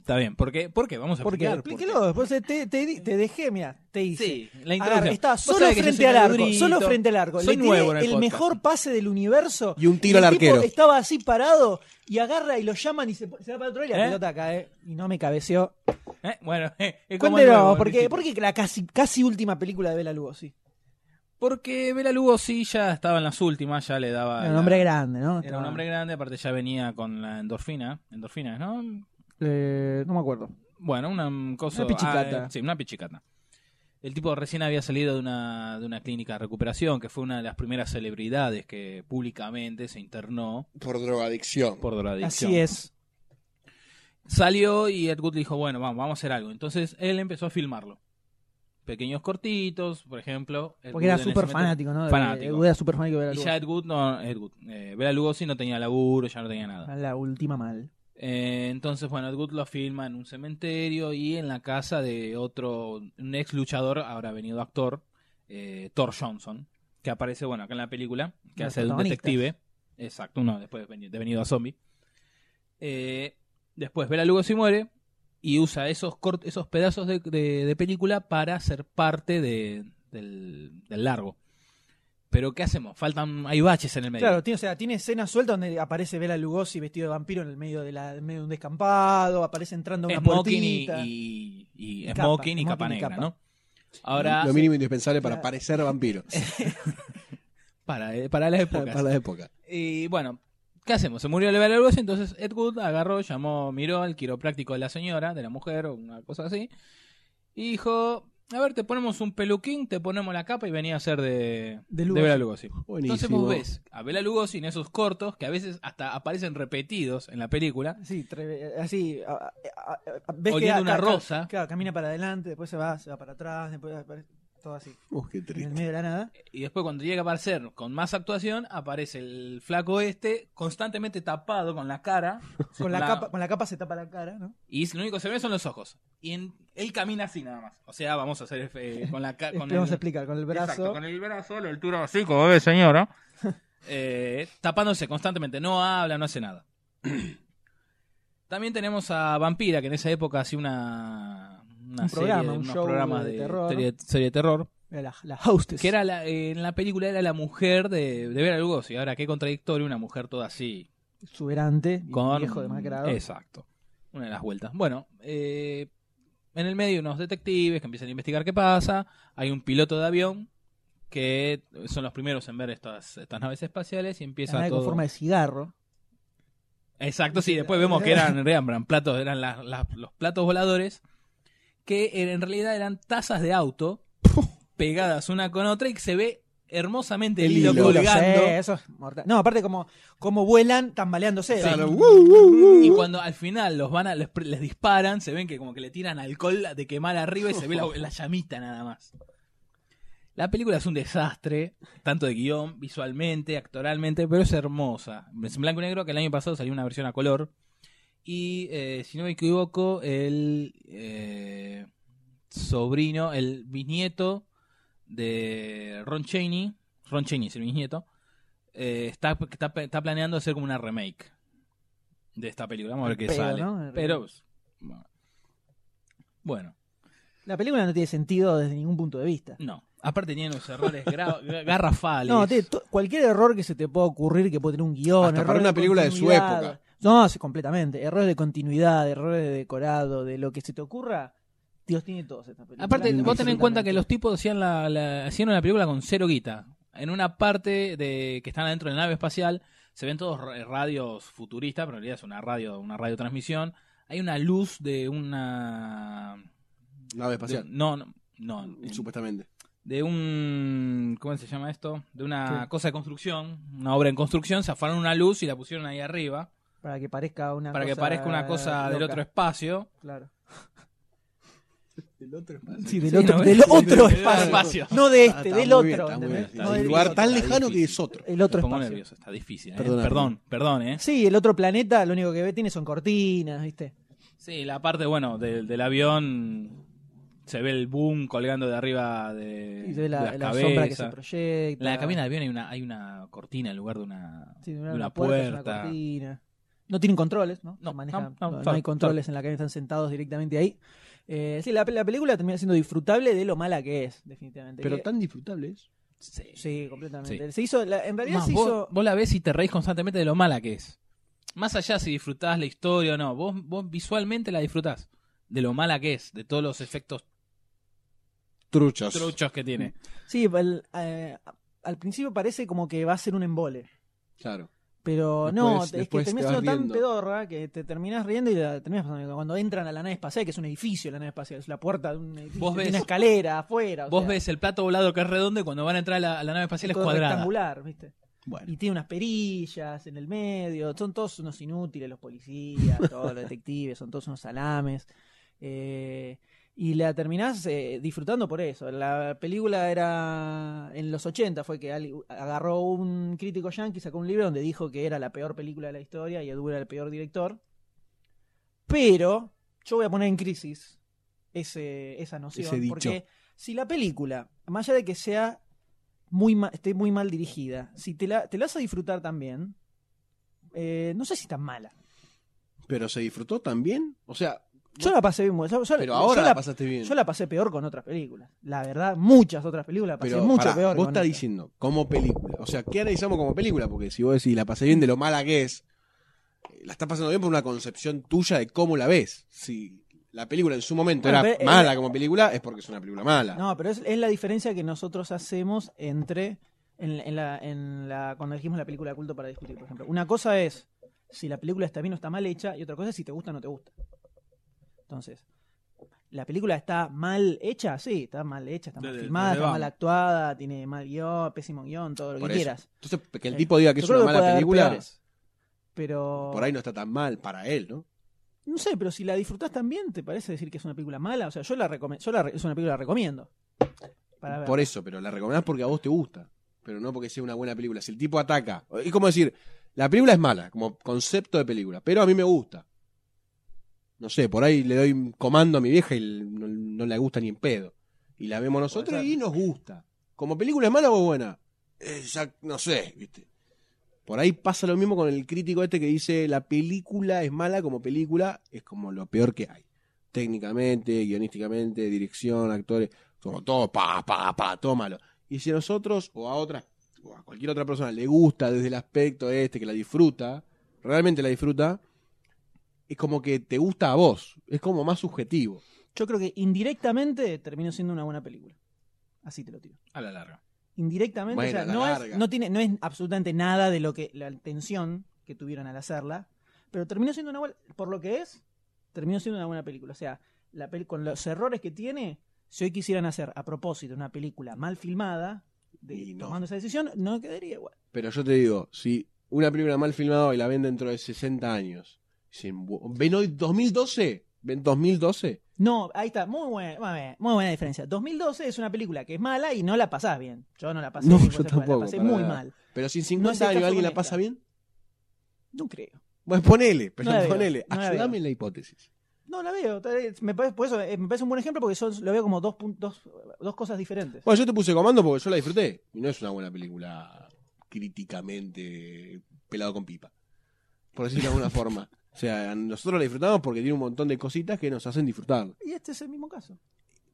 S3: Está bien, ¿por qué? ¿Por qué? Vamos a
S2: ¿Por qué?
S3: explicar.
S2: Explíquelo. después te, te, di- te dejé, mira, te hice.
S3: Sí, la
S2: Agarra,
S3: introducción.
S2: estaba
S3: Vos
S2: solo
S3: sabés que yo soy
S2: frente al arco,
S3: madurito.
S2: solo frente al arco.
S3: Soy
S2: Le tiré
S3: nuevo en el
S2: el,
S3: podcast.
S2: mejor pase del universo.
S1: Y un tiro
S2: y el
S1: al
S2: tipo
S1: arquero.
S2: Estaba así parado y agarra y lo llaman y se, se va para otro lado y la
S3: ¿Eh?
S2: pelota cae y no me cabeció.
S3: Eh, Bueno, *laughs* es como el nuevo,
S2: Cuéntelo,
S3: al
S2: porque,
S3: principio.
S2: porque la casi, casi última película de Bela Lugosi.
S3: Porque Bela Lugosi ya estaba en las últimas, ya le daba.
S2: Era un
S3: Ah, la-
S2: hombre grande, ¿no?
S3: Era un hombre grande, aparte ya venía con la endorfina. Endorfina, ¿no?
S2: Eh, no me acuerdo.
S3: Bueno, una mm, cosa.
S2: Una pichicata.
S3: ah, eh, sí, una pichicata. El tipo recién había salido de una, de una clínica de recuperación, que fue una de las primeras celebridades que públicamente se internó
S1: Por drogadicción.
S3: por drogadicción.
S2: Así es.
S3: Salió y Ed Wood dijo, bueno, vamos, vamos a hacer algo. Entonces él empezó a filmarlo. Pequeños cortitos, por ejemplo. Ed
S2: Porque
S3: Wood
S2: era
S3: en ese
S2: súper
S3: momento-
S2: fanático, ¿no? De-
S3: Fanático.
S2: de- Era súper fanático de Bela
S3: Y
S2: Lugosi.
S3: ya Ed Wood, no, Ed Wood, eh, Bela Lugosi no tenía laburo, ya no tenía nada.
S2: A La última mal.
S3: Eh, entonces, bueno, Ed Wood lo filma en un cementerio y en la casa de otro, un ex luchador, ahora venido actor, eh, Thor Johnson, que aparece, bueno, acá en la película, que
S2: Los
S3: hace de un
S2: protagonistas.
S3: detective. Exacto, uno después de veni- de venido a zombie. Eh, después Bela Lugosi muere y usa esos, cort- esos pedazos de, de- de película para ser parte de- del, del largo. Pero, ¿qué hacemos? Faltan, hay baches en el medio.
S2: Claro, tiene, o sea, tiene escenas sueltas donde aparece Bela Lugosi vestido de vampiro en el medio de, la, en medio de un descampado, aparece entrando a una
S3: smoking y,
S2: puertita.
S3: y- y-
S2: Y capa,
S3: smoking y
S2: smoking
S3: capa
S2: y
S3: negra,
S2: capa.
S3: ¿no? Ahora,
S1: Lo mínimo indispensable para
S2: Claro.
S1: parecer
S3: *laughs*
S1: vampiros.
S3: para, para
S1: *laughs*
S3: la época.
S1: para la época.
S3: Y bueno, ¿qué hacemos? Se murió el Bela Lugosi, entonces Ed Wood agarró, llamó, miró al quiropráctico de la señora, de la mujer, o una cosa así, y dijo, a ver, te ponemos un peluquín, te ponemos la capa y venía a ser de,
S2: De
S3: de,
S2: Lugosi.
S3: Bela Lugosi. Entonces
S1: Buenísimo.
S3: vos ves a Bela Lugosi en esos cortos, que a veces hasta aparecen repetidos en la película,
S2: Sí, tre- así. a- a- a- a- ves que
S3: Oliendo
S2: ah,
S3: una
S2: ca- ca-
S3: rosa.
S2: Claro, camina para adelante, después se va, se va para atrás, después aparece todo así.
S1: Uf, qué
S2: En el
S1: triste.
S2: medio de la nada.
S3: Y después cuando llega a aparecer con más actuación, aparece el flaco este constantemente tapado con la cara.
S2: *laughs* Con la,
S3: La-
S2: capa, con la capa se tapa la cara, ¿no?
S3: Y lo único que se ve son los ojos. Y en- él camina así nada más. O sea, vamos a hacer eh,
S2: *laughs*
S3: con la ca- con
S2: Vamos
S3: el-
S2: a explicar, con el brazo.
S3: Exacto, con el brazo, la altura así, como ve
S2: *laughs*
S3: señora. Eh, tapándose constantemente, no habla, no hace nada. *clears throat* También tenemos a Vampira, que en esa época hacía una, una
S2: Un
S3: serie,
S2: programa,
S3: de-
S2: un
S3: unos
S2: show
S3: programas
S2: de
S3: de
S2: terror.
S3: serie- serie de terror.
S2: Era La, la hostess.
S3: Que era la- eh, en la película era la mujer de, de Vera Lugosi. Ahora, qué contradictorio una mujer toda así.
S2: Exuberante, y
S3: Con...
S2: viejo demacrado.
S3: Exacto. Una de las vueltas. Bueno, eh, en el medio unos detectives que empiezan a investigar qué pasa. Hay un piloto de avión que son los primeros en ver estas, estas naves espaciales y
S2: Una
S3: empieza
S2: nave
S3: todo...
S2: con forma de cigarro.
S3: Exacto, sí. Después vemos que eran, eran, eran platos, eran las- las- los platos voladores que er- en realidad eran tazas de auto pegadas una con otra y que se ve hermosamente el
S1: El
S3: hilo
S1: hilo.
S3: colgando.
S2: Sí, eso es mortal. No, aparte como, como vuelan tambaleándose.
S1: Claro, ¡uh, uh, uh!
S3: Y cuando al final los van a- les, les disparan, se ven que como que le tiran alcohol de quemar arriba y se ve la, la llamita nada más. La película es un desastre, tanto de guión, visualmente, actoralmente, pero es hermosa. Es en blanco y negro que el año pasado salió una versión a color. Y eh, si no me equivoco, el eh, sobrino, el bisnieto de Ron Cheney, Ron Cheney es el bisnieto, eh, está, está, está planeando hacer como una remake de esta película. Vamos a ver qué
S2: Pero,
S3: sale.
S2: ¿no?
S3: Pero, pues, bueno. bueno,
S2: La película no tiene sentido desde ningún punto de vista.
S3: no. Aparte tienen unos errores gra- *laughs* gra- garrafales.
S2: No, tiene to- cualquier error que se te pueda ocurrir que puede tener un guión.
S1: Hasta
S2: error
S1: para una película de su
S2: continuidad.
S1: época.
S2: No, sí, completamente. Errores de continuidad, errores de decorado, de lo que se te ocurra. Dios tiene todos esta película.
S3: Aparte,
S1: Claro,
S3: vos tenés en cuenta que los
S2: Absolutamente.
S3: tipos hacían la, la- hacían una película con cero guita. En una parte de que están adentro de la nave espacial, se ven todos ra- radios futuristas, pero en realidad es una radio, una radiotransmisión. Hay una luz de una
S1: Nave
S3: de-
S1: espacial.
S3: no, no, no,
S1: Supuestamente.
S3: de un ¿cómo se llama esto? De una cosa de construcción, una obra en construcción, zafaron una luz y la pusieron ahí arriba
S2: Para que parezca una
S3: para
S2: cosa
S3: que parezca una cosa del
S2: loca,
S3: otro espacio.
S1: *laughs*
S2: Claro.
S1: El otro espacio.
S2: Sí, del
S3: Sí, *laughs*
S2: otro,
S3: ¿no?
S2: del
S3: Sí,
S2: otro
S3: del
S2: espacio.
S3: espacio.
S2: No de este,
S1: Ah,
S2: del
S1: está muy bien,
S2: otro.
S1: está muy bien.
S2: ¿entendés?
S1: Está
S2: No
S1: un
S2: del
S1: lugar
S2: otro.
S1: tan
S3: está
S1: lejano que
S3: difícil.
S1: es otro.
S2: El otro
S3: Me pongo
S2: espacio.
S3: nervioso, está difícil. ¿eh?
S1: Perdóname.
S3: Perdón, perdón, ¿eh?
S2: Sí, el otro planeta lo único que ve tiene son cortinas, ¿viste?
S3: Sí, la parte, bueno, del, del avión se ve el boom colgando de arriba de,
S2: Y se ve la,
S3: las
S2: la sombra que se
S3: cabezas.
S2: proyecta.
S3: En la cabina de avión hay una, hay una cortina en lugar de una,
S2: Sí,
S3: de una
S2: es
S3: puerta.
S2: una cortina. No tienen controles, ¿no? No,
S13: no,
S2: manejan,
S13: no,
S2: no, no
S13: claro,
S2: hay controles en la cabina, están sentados directamente ahí. Eh, sí, la, la película termina siendo disfrutable de lo mala que es, definitivamente.
S1: Pero
S2: Que-
S1: tan disfrutable es.
S2: sí, completamente.
S3: Sí.
S2: Se hizo, la- en realidad
S3: Más,
S2: se
S3: vos,
S2: hizo.
S3: vos la ves y te reís constantemente de lo mala que es. Más allá si disfrutás la historia o no, vos, vos visualmente la disfrutás. De lo mala que es, de todos los efectos
S1: Truchos.
S3: truchos que tiene.
S2: Sí, el- eh, al principio parece como que va a ser un embole.
S1: Claro.
S2: Pero no,
S1: Después-
S2: es que
S1: después te
S2: termina
S1: vas
S2: siendo tan
S1: riendo.
S2: pedorra que te terminas riendo y la terminas pasando. bien. Cuando entran a la nave espacial, que es un edificio, la nave espacial, es la puerta de un edificio,
S3: Vos
S2: tiene
S3: ves-
S2: una escalera afuera. o
S3: Vos
S2: sea,
S3: ves el plato volado que es redondo y cuando van a entrar a la, a la nave espacial es
S2: todo
S3: cuadrada.
S2: rectangular, ¿viste?
S1: Bueno.
S2: Y tiene unas perillas en el medio. Son todos unos inútiles los policías, todos los detectives, son todos unos salames. Eh, y la terminás eh, disfrutando por eso. La película era en los 80, fue que ali- agarró un crítico yankee, sacó un libro donde dijo que era la peor película de la historia y Edu era el peor director. Pero yo voy a poner en crisis ese, esa noción.
S1: Ese dicho.
S2: Porque si la película, más allá de que sea muy ma- esté muy mal dirigida, si te la, te la vas a disfrutar también, eh, no sé si tan mala.
S1: Pero se disfrutó también. O sea,
S2: Yo la pasé bien. Yo, yo-
S1: pero
S2: yo
S1: ahora
S2: la,
S1: la pasaste bien.
S2: yo la pasé peor con otras películas. La verdad, muchas otras películas la pasé
S1: pero
S2: mucho
S1: pará,
S2: peor.
S1: vos
S2: con
S1: estás
S2: esta.
S1: diciendo como película. O sea, ¿qué analizamos como película? Porque si vos decís la pasé bien de lo mala que es, eh, la estás pasando bien por una concepción tuya de cómo la ves. Si la película en su momento
S2: Bueno,
S1: era
S2: pero, eh,
S1: mala como película, es porque es una película mala.
S2: No, pero es, es la diferencia que nosotros hacemos entre. En, en la, en la, cuando elegimos la película de culto para discutir, por ejemplo. Una cosa es si la película está bien o está mal hecha, y otra cosa es si te gusta o no te gusta. Entonces, ¿la película está mal hecha? Sí, está mal hecha, está mal
S3: Dale,
S2: filmada,
S3: dale,
S2: está mal
S3: vamos.
S2: actuada, tiene mal guión, pésimo guión, todo lo
S1: Por
S2: que
S1: eso.
S2: quieras.
S1: Entonces, que el
S2: Eh,
S1: tipo diga que
S2: yo
S1: es
S2: creo
S1: una
S2: que puede
S1: mala
S2: haber
S1: película,
S2: peores, Pero.
S1: por ahí no está tan mal para él, ¿no?
S2: No sé, pero si la disfrutás también, ¿te parece decir que es una película mala? O sea, yo la recomiendo. Yo la re- es una película que recomiendo. Para ver.
S1: Por eso, pero la recomendás porque a vos te gusta, pero no porque sea una buena película. Si el tipo ataca, es como decir, la película es mala, como concepto de película, pero a mí me gusta. No sé, por ahí le doy un comando a mi vieja y no, no le gusta ni en pedo. Y la vemos nosotros y nos gusta. Como película es mala o buena, Eh, ya no sé, ¿viste? Por ahí pasa lo mismo con el crítico este que dice la película es mala como película, es como lo peor que hay. Técnicamente, guionísticamente, dirección, actores, todo, todo, pa, pa, pa, tómalo. Y si a nosotros o a otras, o a cualquier otra persona le gusta desde el aspecto este, que la disfruta, realmente la disfruta, es como que te gusta a vos, es como más subjetivo.
S2: Yo creo que indirectamente terminó siendo una buena película. Así te lo tiro.
S3: A la larga.
S2: Indirectamente,
S1: Bueno,
S2: o sea,
S1: a la
S2: no, es,
S1: larga.
S2: no, tiene, no es absolutamente nada de lo que la tensión que tuvieron al hacerla, pero terminó siendo una buena, por lo que es, terminó siendo una buena película. O sea, la peli- con los errores que tiene, si hoy quisieran hacer a propósito una película mal filmada, de-
S1: Y no.
S2: tomando esa decisión, no quedaría igual.
S1: Pero yo te digo, si una película mal filmada y la ven dentro de 60 años, si en bu- ven hoy 2012, ven 2012,
S2: No, ahí está, muy buena, muy buena- muy buena diferencia. 2012 es una película que es mala y no la pasás bien. Yo no la pasé
S1: No,
S2: bien,
S1: yo
S2: por ejemplo,
S1: tampoco,
S2: la pasé
S1: para
S2: muy
S1: nada.
S2: mal.
S1: pero si en
S2: No es el
S1: 50 años
S2: caso
S1: alguien
S2: con
S1: la pasa
S2: esta.
S1: bien,
S2: No creo.
S1: bueno, ponele, pero
S2: No la veo,
S1: ponele,
S2: no la veo.
S1: ayúdame en la hipótesis.
S2: No, la veo. tal vez- Me parece, por eso eh, me parece un buen ejemplo porque yo lo veo como dos, pun- dos, dos cosas diferentes.
S1: Bueno, yo te puse comando porque yo la disfruté. Y no es una buena película críticamente pelado con pipa. Por decirlo de alguna forma. O sea, nosotros la disfrutamos porque tiene un montón de cositas que nos hacen disfrutar.
S2: Y este es el mismo caso.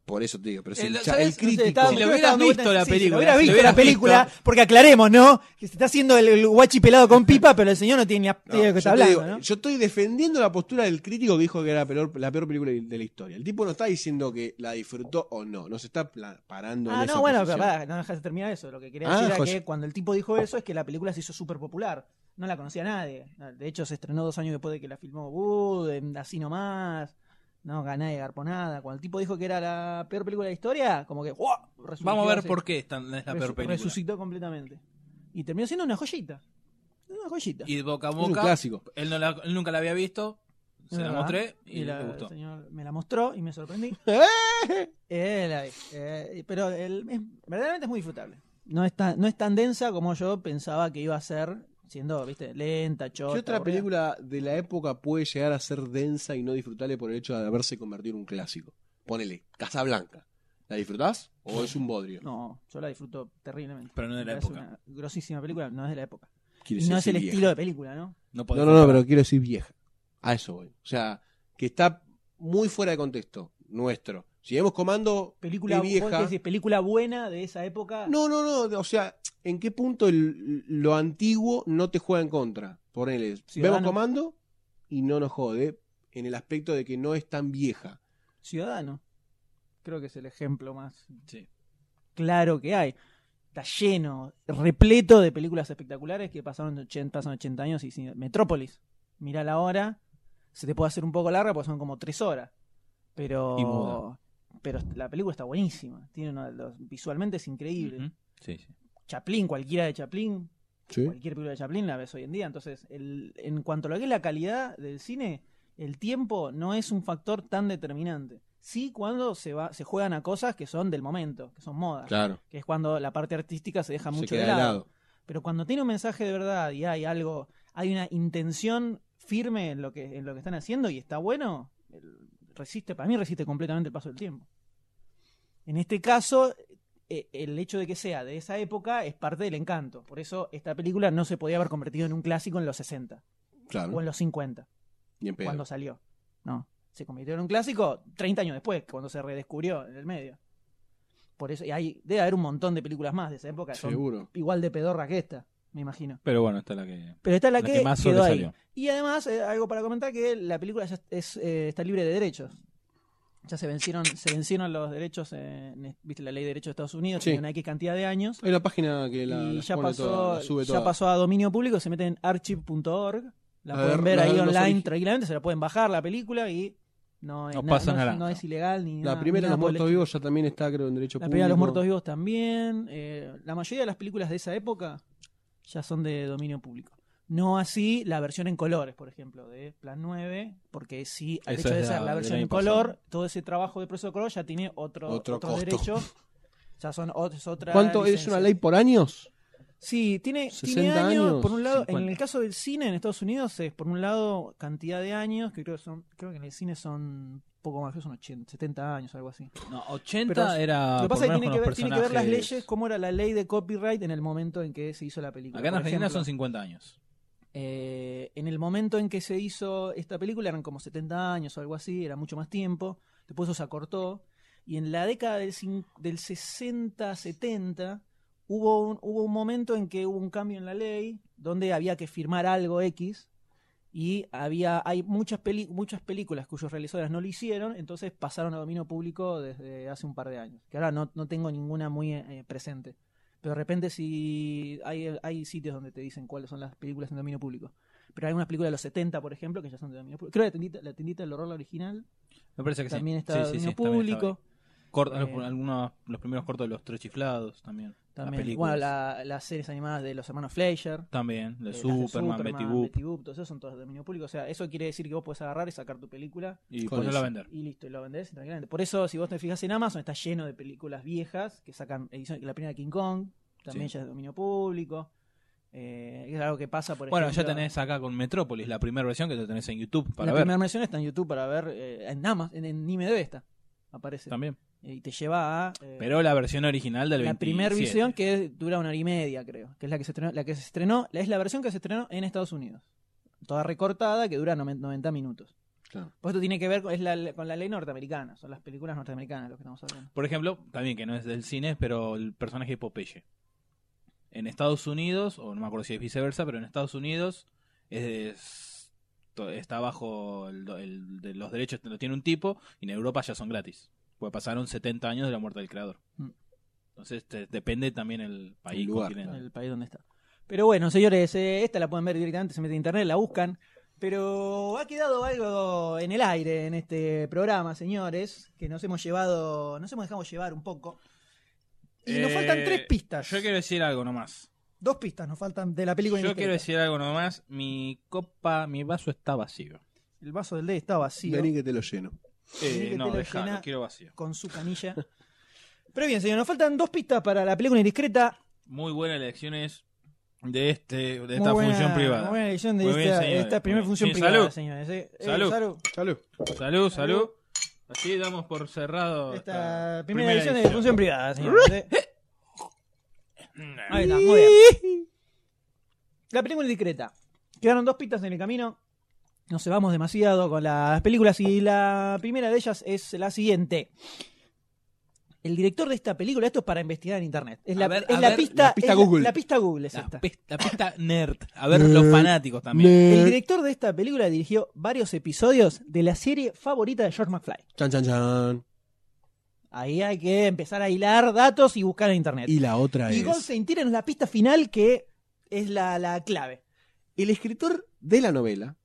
S1: Por eso te digo. Pero si
S3: Eh,
S1: el,
S3: lo-
S1: cha-
S3: ¿sabes?
S1: el
S3: No sé,
S1: crítico.
S3: estaba-
S2: Yo
S3: Si lo
S2: creo que
S3: hubieras
S2: estaba dando
S3: visto
S2: vueltas-
S3: la
S2: sí,
S3: película,
S2: Si lo hubiera
S3: si lo
S2: visto
S3: hubieras
S2: la película, porque aclaremos, ¿no? Que se está haciendo el guachi pelado con pipa, pero el señor no tiene ni
S1: No,
S2: idea de lo
S1: yo
S2: que está
S1: te
S2: hablando,
S1: digo,
S2: ¿no?
S1: Yo estoy defendiendo la postura del crítico que dijo que era la peor, la peor película de la historia. El tipo no está diciendo que la disfrutó o no. Nos está pla- parando en
S2: Ah,
S1: esa
S2: no, bueno,
S1: posición.
S2: pero pará, no dejas de terminar eso. Lo que quería
S1: Ah, Oh.
S2: decir era
S1: José.
S2: que cuando el tipo dijo eso es que la película se hizo súper popular. No la conocía nadie. De hecho, se estrenó dos años después de que la filmó Wood, en así nomás. No, ganá y garponada. Cuando el tipo dijo que era la peor película de la historia, como que ¡guau! resurgió
S3: Vamos a ver
S2: así.
S3: por qué es tan- es la peor
S2: Resu-
S3: película.
S2: Resucitó completamente. Y terminó siendo una joyita. Una joyita.
S3: Y de boca a
S1: Es un
S3: boca,
S1: clásico.
S3: él, no la- él nunca la había visto, se la
S2: ¿Verdad?
S3: mostré y,
S2: la-
S3: le gustó.
S2: El señor me la mostró y me
S3: *laughs*
S2: sorprendí. Eh, la vi. Eh, pero el- es- verdaderamente es muy disfrutable. No es, tan, no es tan densa como yo pensaba que iba a ser, siendo, viste, lenta, chota.
S1: ¿Qué otra
S2: aburrida.
S1: película de la época puede llegar a ser densa y no disfrutable por el hecho de haberse convertido en un clásico? Ponele, Casablanca. ¿La disfrutás o es un bodrio?
S2: No, yo la disfruto terriblemente.
S3: Pero no de la
S2: Me parece
S3: época.
S2: Una grosísima película, no es de la época.
S1: Quiere
S2: Y no es
S1: decir
S2: el
S1: vieja.
S2: estilo de película, ¿no?
S3: No,
S1: No,
S3: podés
S1: no, no,
S3: faltar.
S1: pero quiero decir vieja. A eso voy. O sea, que está muy fuera de contexto nuestro. Si vemos comando
S2: Película,
S1: de vieja.
S2: vos decís, película buena de esa época.
S1: No, no, no. O sea, ¿en qué punto el- lo antiguo no te juega en contra? Ponele,
S2: Ciudadano.
S1: vemos comando y no nos jode en el aspecto de que no es tan vieja.
S2: Ciudadano. Creo que es el ejemplo más
S3: Sí.
S2: claro que hay. Está lleno, repleto de películas espectaculares que pasaron 80, pasan 80 años y sin- Metrópolis. Mirá la hora. Se te puede hacer un poco larga porque son como tres horas. Pero.
S3: Y muda.
S2: Pero la película está buenísima. Tiene una- los- visualmente es increíble.
S3: Ujú. Sí, sí.
S2: Chaplin, cualquiera de Chaplin,
S1: Sí.
S2: cualquier película de Chaplin la ves hoy en día. Entonces, el- en cuanto a lo que es la calidad del cine, el tiempo no es un factor tan determinante. Sí, cuando se va, se juegan a cosas que son del momento, que son modas,
S1: Claro.
S2: que es cuando la parte artística se deja
S1: Se
S2: mucho
S1: queda
S2: de
S1: de
S2: lado.
S1: lado.
S2: Pero cuando tiene un mensaje de verdad y hay algo, hay una intención firme en lo que en lo que están haciendo y está bueno, el- resiste, para mí resiste completamente el paso del tiempo. En este caso, eh, el hecho de que sea de esa época es parte del encanto. Por eso esta película no se podía haber convertido en un clásico en los 60
S1: Claro.
S2: o en los 50,
S1: Ni en pedo.
S2: cuando salió. No, se convirtió en un clásico 30 años después, cuando se redescubrió en el medio. Por eso, y hay, debe haber un montón de películas más de esa época, que son
S1: Seguro.
S2: igual de pedorra que esta, me imagino.
S3: Pero bueno, esta es la que,
S2: Pero esta es la,
S3: la
S2: que,
S3: que más
S2: quedó ahí.
S3: sobresalió.
S2: Y además, eh, algo para comentar que la película ya es, eh, está libre de derechos. Ya se vencieron, se vencieron los derechos, eh, en- viste la ley de derechos de Estados Unidos,
S1: Sí.
S2: tiene una X cantidad de años.
S1: Hay una página que la,
S2: y
S1: la
S2: ya
S1: pone
S2: pasó,
S1: toda, la sube toda.
S2: ya pasó a dominio público, se meten en archive.org, la
S1: A
S2: pueden
S1: ver,
S2: ver
S1: la-
S2: ahí
S1: los
S2: online
S1: origi-
S2: tranquilamente, se la pueden bajar la película y no es,
S3: No
S2: na-
S3: pasa
S2: no es-
S3: naranja.
S2: no es ilegal ni nada.
S1: La primera de los
S2: ni nada por el
S1: muertos
S2: estilo.
S1: vivos ya también está, creo, en derecho
S2: La
S1: público.
S2: pelea de los muertos vivos también. eh, la mayoría de las películas de esa época ya son de dominio público. No así la versión en colores, por ejemplo, de Plan 9, porque sí, al
S3: Esa
S2: hecho de
S3: es la-
S2: ser la
S3: del
S2: versión
S3: año
S2: en color,
S3: pasado.
S2: todo ese trabajo de proceso de color ya tiene otro,
S1: Otro
S2: otro,
S1: costo.
S2: derecho. Ya son ot- es otra.
S1: ¿Cuánto es
S2: licencia.
S1: una ley por años?
S2: Sí, tiene,
S1: 60
S2: tiene años,
S1: años,
S2: por un lado,
S3: 50.
S2: en el caso del cine en Estados Unidos es por un lado cantidad de años, que creo que son, creo que en el cine son un poco más, creo que son 80, 70 años, algo así.
S3: No, 80
S2: Pero-
S3: era.
S2: Lo que
S3: por
S2: pasa es que tiene
S3: menos con
S2: que,
S3: los
S2: ver, tiene que ver las
S3: personajes-
S2: leyes, cómo era la ley de copyright en el momento en que se hizo la película.
S3: Acá en
S2: Por
S3: Argentina
S2: ejemplo,
S3: son 50 años.
S2: eh, en el momento en que se hizo esta película eran como 70 años o algo así, era mucho más tiempo. Después eso se acortó. Y en la década del, cin- del 60, 70, hubo un, hubo un momento en que hubo un cambio en la ley donde había que firmar algo X. Y había, hay muchas, peli- muchas películas cuyos realizadoras no lo hicieron, entonces pasaron a dominio público desde hace un par de años. Que ahora no, no tengo ninguna muy eh, presente. Pero de repente si hay, hay sitios donde te dicen cuáles son las películas en dominio público. Pero hay unas películas de los 70, por ejemplo, que ya son de dominio público. Creo que la tendita, la Tiendita del horror la original
S3: Me parece que sí.
S2: también está
S3: Sí,
S2: de
S3: sí,
S2: dominio
S3: sí, también estaba
S2: público.
S3: ahí. Corta-
S2: Eh,
S3: los- algunos, los primeros cortos de los tres chiflados también.
S2: También,
S3: Las
S2: bueno,
S3: películas.
S2: la- las series animadas de los hermanos Fleischer.
S3: También, de
S2: eh, las de
S3: Superman, Betty Boop.
S2: todos esos son todos de dominio público. O sea, eso quiere decir que vos podés agarrar y sacar tu película
S3: Y
S1: Con
S3: ponerla a
S1: eso.
S3: vender.
S2: y listo, y lo vendés tranquilamente. Por eso, si vos te fijas en Amazon, está lleno de películas viejas que sacan edición, la primera de King Kong, también
S3: Sí.
S2: ya es de dominio público. Eh, es algo que pasa, por
S3: Bueno, ya
S2: ejemplo.
S3: tenés acá con Metrópolis, la primera versión que te tenés en YouTube para
S2: la
S3: ver.
S2: primera versión está en YouTube para ver, eh, en Amazon, en, en IMDb está, aparece.
S3: También.
S2: Y te lleva a... eh,
S3: Pero la versión original del
S2: la
S3: 27.
S2: primera versión que dura una hora y media, creo, que es la que se estrenó, la que se estrenó, la- es la versión que se estrenó en Estados Unidos. Toda recortada que dura noven- 90 minutos.
S1: Claro.
S2: Pues esto tiene que ver con, es la- con la ley norteamericana, son las películas norteamericanas lo que estamos hablando.
S3: Por ejemplo, también que no es del cine, pero el personaje de Popeye. En Estados Unidos, o no me acuerdo si es viceversa, pero en Estados Unidos es- to- está bajo el do- el de los derechos, lo tiene un tipo, y en Europa ya son gratis. Porque pasaron 70 años de la muerte del creador.
S2: Mm.
S3: Entonces te- depende también el país.
S1: El lugar,
S3: continente.
S2: el país donde está. Pero bueno, señores, eh, esta la pueden ver directamente, se mete en internet, la buscan. Pero ha quedado algo en el aire en este programa, señores, que nos hemos llevado, nos hemos dejado llevar un poco. Y nos
S3: Eh,
S2: faltan tres pistas.
S3: Yo quiero decir algo nomás.
S2: Dos pistas nos faltan de la película. este
S3: Yo
S2: indiscreta.
S3: quiero decir algo nomás. Mi copa, mi vaso está vacío.
S2: El vaso del D está vacío,
S1: Vení que te lo lleno.
S3: Eh,
S2: que te
S3: no,
S2: lo
S3: dejá,
S2: llena-
S3: lo quiero vacío.
S2: con su canilla. *laughs* Pero bien, señor, nos faltan dos pistas para la película indiscreta.
S3: Muy buenas elecciones de este de
S2: Muy
S3: esta
S2: buena-
S3: función privada.
S2: muy buena elección de
S3: Muy bien,
S2: esta,
S3: señores,
S2: esta
S3: muy
S2: primera
S3: bien.
S2: función
S3: Sí,
S2: privada,
S3: salud.
S2: señores. eh. Eh,
S3: Salud.
S1: Salud.
S3: Salud, salud.
S2: Salud.
S3: Así damos por cerrado
S2: Esta primera, edición, de función privada,
S3: *laughs*
S2: señor. Eh,
S3: edición.
S2: Ahí está, muy bien. La película indiscreta. Quedaron dos pistas en el camino. Nos vamos demasiado con las películas y la primera de ellas es la siguiente. El director de esta película, esto es para investigar en internet. Es la,
S3: A ver,
S2: es
S3: a
S2: la
S3: ver,
S2: pista,
S3: la pista
S2: es
S3: Google. Ah.
S2: la pista Google es
S3: La,
S2: esta.
S3: pes- la pista nerd. A ver, los fanáticos también.
S1: Eh,
S2: El director de esta película dirigió varios episodios de la serie favorita de George McFly.
S1: Chan, chan, chan.
S2: Ahí hay que empezar a hilar datos y buscar en internet.
S1: Y la otra
S2: Y
S1: es.
S2: Goldstein Tira es la pista final que es la, la clave.
S1: El escritor de la novela,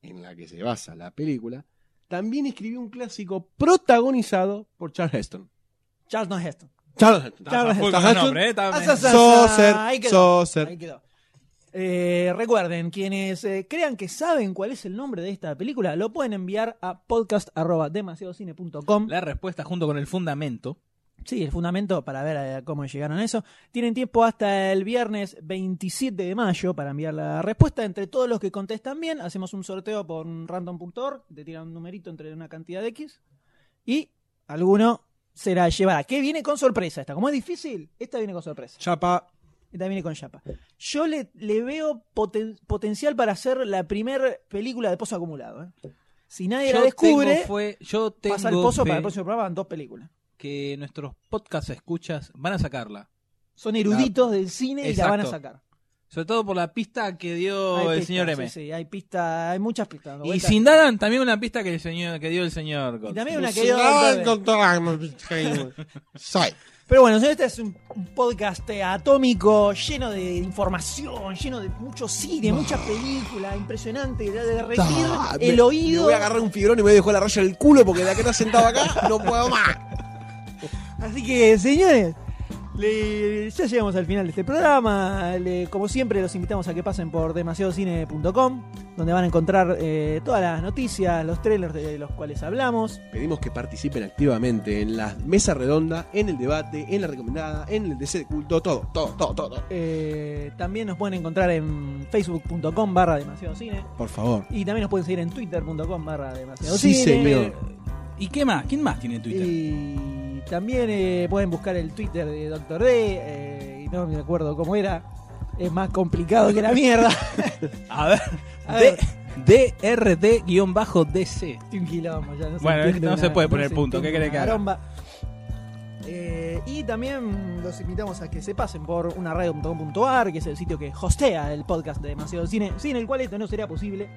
S1: en la que se basa la película, también escribió un clásico protagonizado por Charles Heston.
S2: Charlton Heston.
S1: Charles Heston.
S2: Charles
S3: Está full
S1: Heston.
S3: con el nombre, eh, está-
S1: Saucer,
S2: Ahí quedó,
S1: Saucer.
S2: ahí quedó. Eh, recuerden, quienes eh, crean que saben cuál es el nombre de esta película, lo pueden enviar a podcast.demasiadocine.com.
S3: La respuesta junto con el fundamento.
S2: Sí, el fundamento para ver eh, cómo llegaron a eso. Tienen tiempo hasta el viernes 27 de mayo para enviar la respuesta. Entre todos los que contestan bien, hacemos un sorteo por un random.org, te tiran un numerito entre una cantidad de X y alguno será llevará. Que viene con sorpresa esta. Como es difícil, esta viene con sorpresa.
S1: Chapa.
S2: Esta viene con chapa. Yo le, le veo poten- potencial para hacer la primer película de pozo acumulado. ¿eh? Si nadie la
S3: Yo
S2: descubre,
S3: tengo fue, yo tengo
S2: pasa el pozo
S3: fe
S2: para el próximo programa van dos películas.
S3: que nuestros podcast escuchas van a sacarla.
S2: Son eruditos del cine y la van a
S3: Exacto.
S2: sacar.
S3: Sobre todo por la pista que dio
S2: Hay
S3: el
S2: pistas,
S3: señor M.
S2: Sí, sí, hay pistas, hay muchas pistas. dando
S3: Y
S2: vueltas.
S3: sin dar también una pista que, el señor, que dio el señor.
S2: Y
S3: Gold.
S2: también una que dio Goldberg.
S3: *laughs*
S1: Soy.
S2: Pero bueno, señor, este es un un podcast eh, atómico, lleno de información, lleno de mucho
S3: Ah.
S2: cine, muchas películas, impresionante, de derretir
S1: Ta, Ah, me-
S2: el
S1: Me
S2: oído.
S1: voy a agarrar un fibrón y me voy a dejar la raya del culo porque de la que está sentado acá no puedo más.
S2: Así que, señores, le- ya llegamos al final de este programa. Le- como siempre, los invitamos a que pasen por demasiadocine.com, donde van a encontrar eh, todas las noticias, los trailers de los cuales hablamos.
S1: Pedimos que participen activamente en la mesa redonda, en el debate, en la recomendada, en el DC de culto, todo, todo, todo, todo.
S2: Eh, también nos pueden encontrar en facebook.com barra demasiado cine.
S1: Por favor.
S2: Y también nos pueden seguir en twitter.com barra demasiado
S1: Sí,
S2: cine.
S1: señor.
S3: ¿Y qué más? ¿Quién más tiene Twitter?
S2: Y también eh, pueden buscar el Twitter de Doctor D. eh, y no me acuerdo cómo era. Es más complicado que
S1: *laughs*
S2: la mierda.
S3: A ver, *laughs*
S2: A ver.
S3: D- DRD-DC.
S2: Estoy un quilombo, ya no se
S3: Bueno,
S2: entiende
S3: no
S2: una-
S3: se puede poner
S2: se
S3: punto, ¿qué
S2: entiende
S3: querés que
S2: una
S3: haga?
S2: garomba. Eh, y también los invitamos a que se pasen por una radio.com.ar, que es el sitio que hostea el podcast de Demasiado Cine, sin el cual esto no sería posible.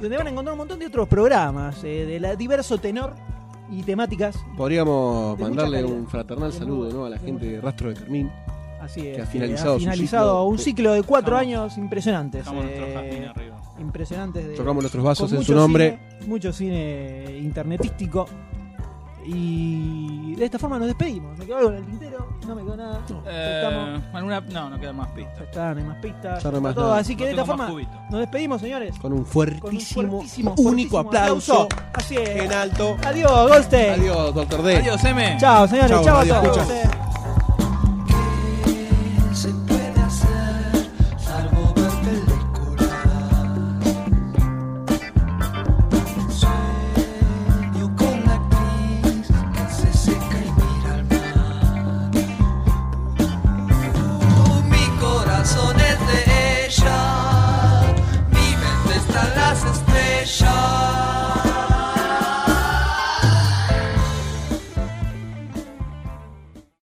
S2: Donde van a encontrar un montón de otros programas eh, de la- diverso tenor y temáticas.
S1: Podríamos
S2: De
S1: mandarle
S2: mucha calidad.
S1: un fraternal
S2: De
S1: saludo
S2: mucha-
S1: ¿no? a la
S2: de
S1: gente
S2: mucha-
S1: de Rastro de Carmín.
S2: Así es.
S1: Que ha
S2: eh,
S1: finalizado su
S2: finalizado
S1: ciclo.
S2: un ciclo de cuatro
S3: Dejamos-
S2: años impresionantes.
S3: Dejamos
S2: eh,
S3: nuestro jazmín arriba.
S2: impresionantes. De,
S1: Tocamos nuestros vasos
S2: con
S1: en su
S2: mucho
S1: nombre.
S2: cine, mucho cine internetístico. Y de esta forma nos despedimos. Me quedó algo en el tintero, no me quedó nada. Ya
S3: Eh,
S2: estamos. Eh,
S3: alguna- no, no quedan más pistas.
S2: Ya está, no hay más pistas.
S1: Ya no hay
S2: está
S1: más
S2: todo.
S1: nada.
S2: Así que
S3: No
S2: de esta
S3: tengo más
S2: forma
S3: cubito.
S2: nos despedimos, señores.
S1: Con un
S2: Con un
S1: fuertísimo,
S2: fuertísimo,
S1: único
S2: fuertísimo
S1: aplauso.
S2: Así es.
S1: En alto.
S2: Adiós, Goldstein.
S1: Adiós, doctor D.
S3: Adiós, M.
S2: Chao, señores.
S1: Chao,
S2: Chao a
S1: radio
S2: todos.
S1: escuchas.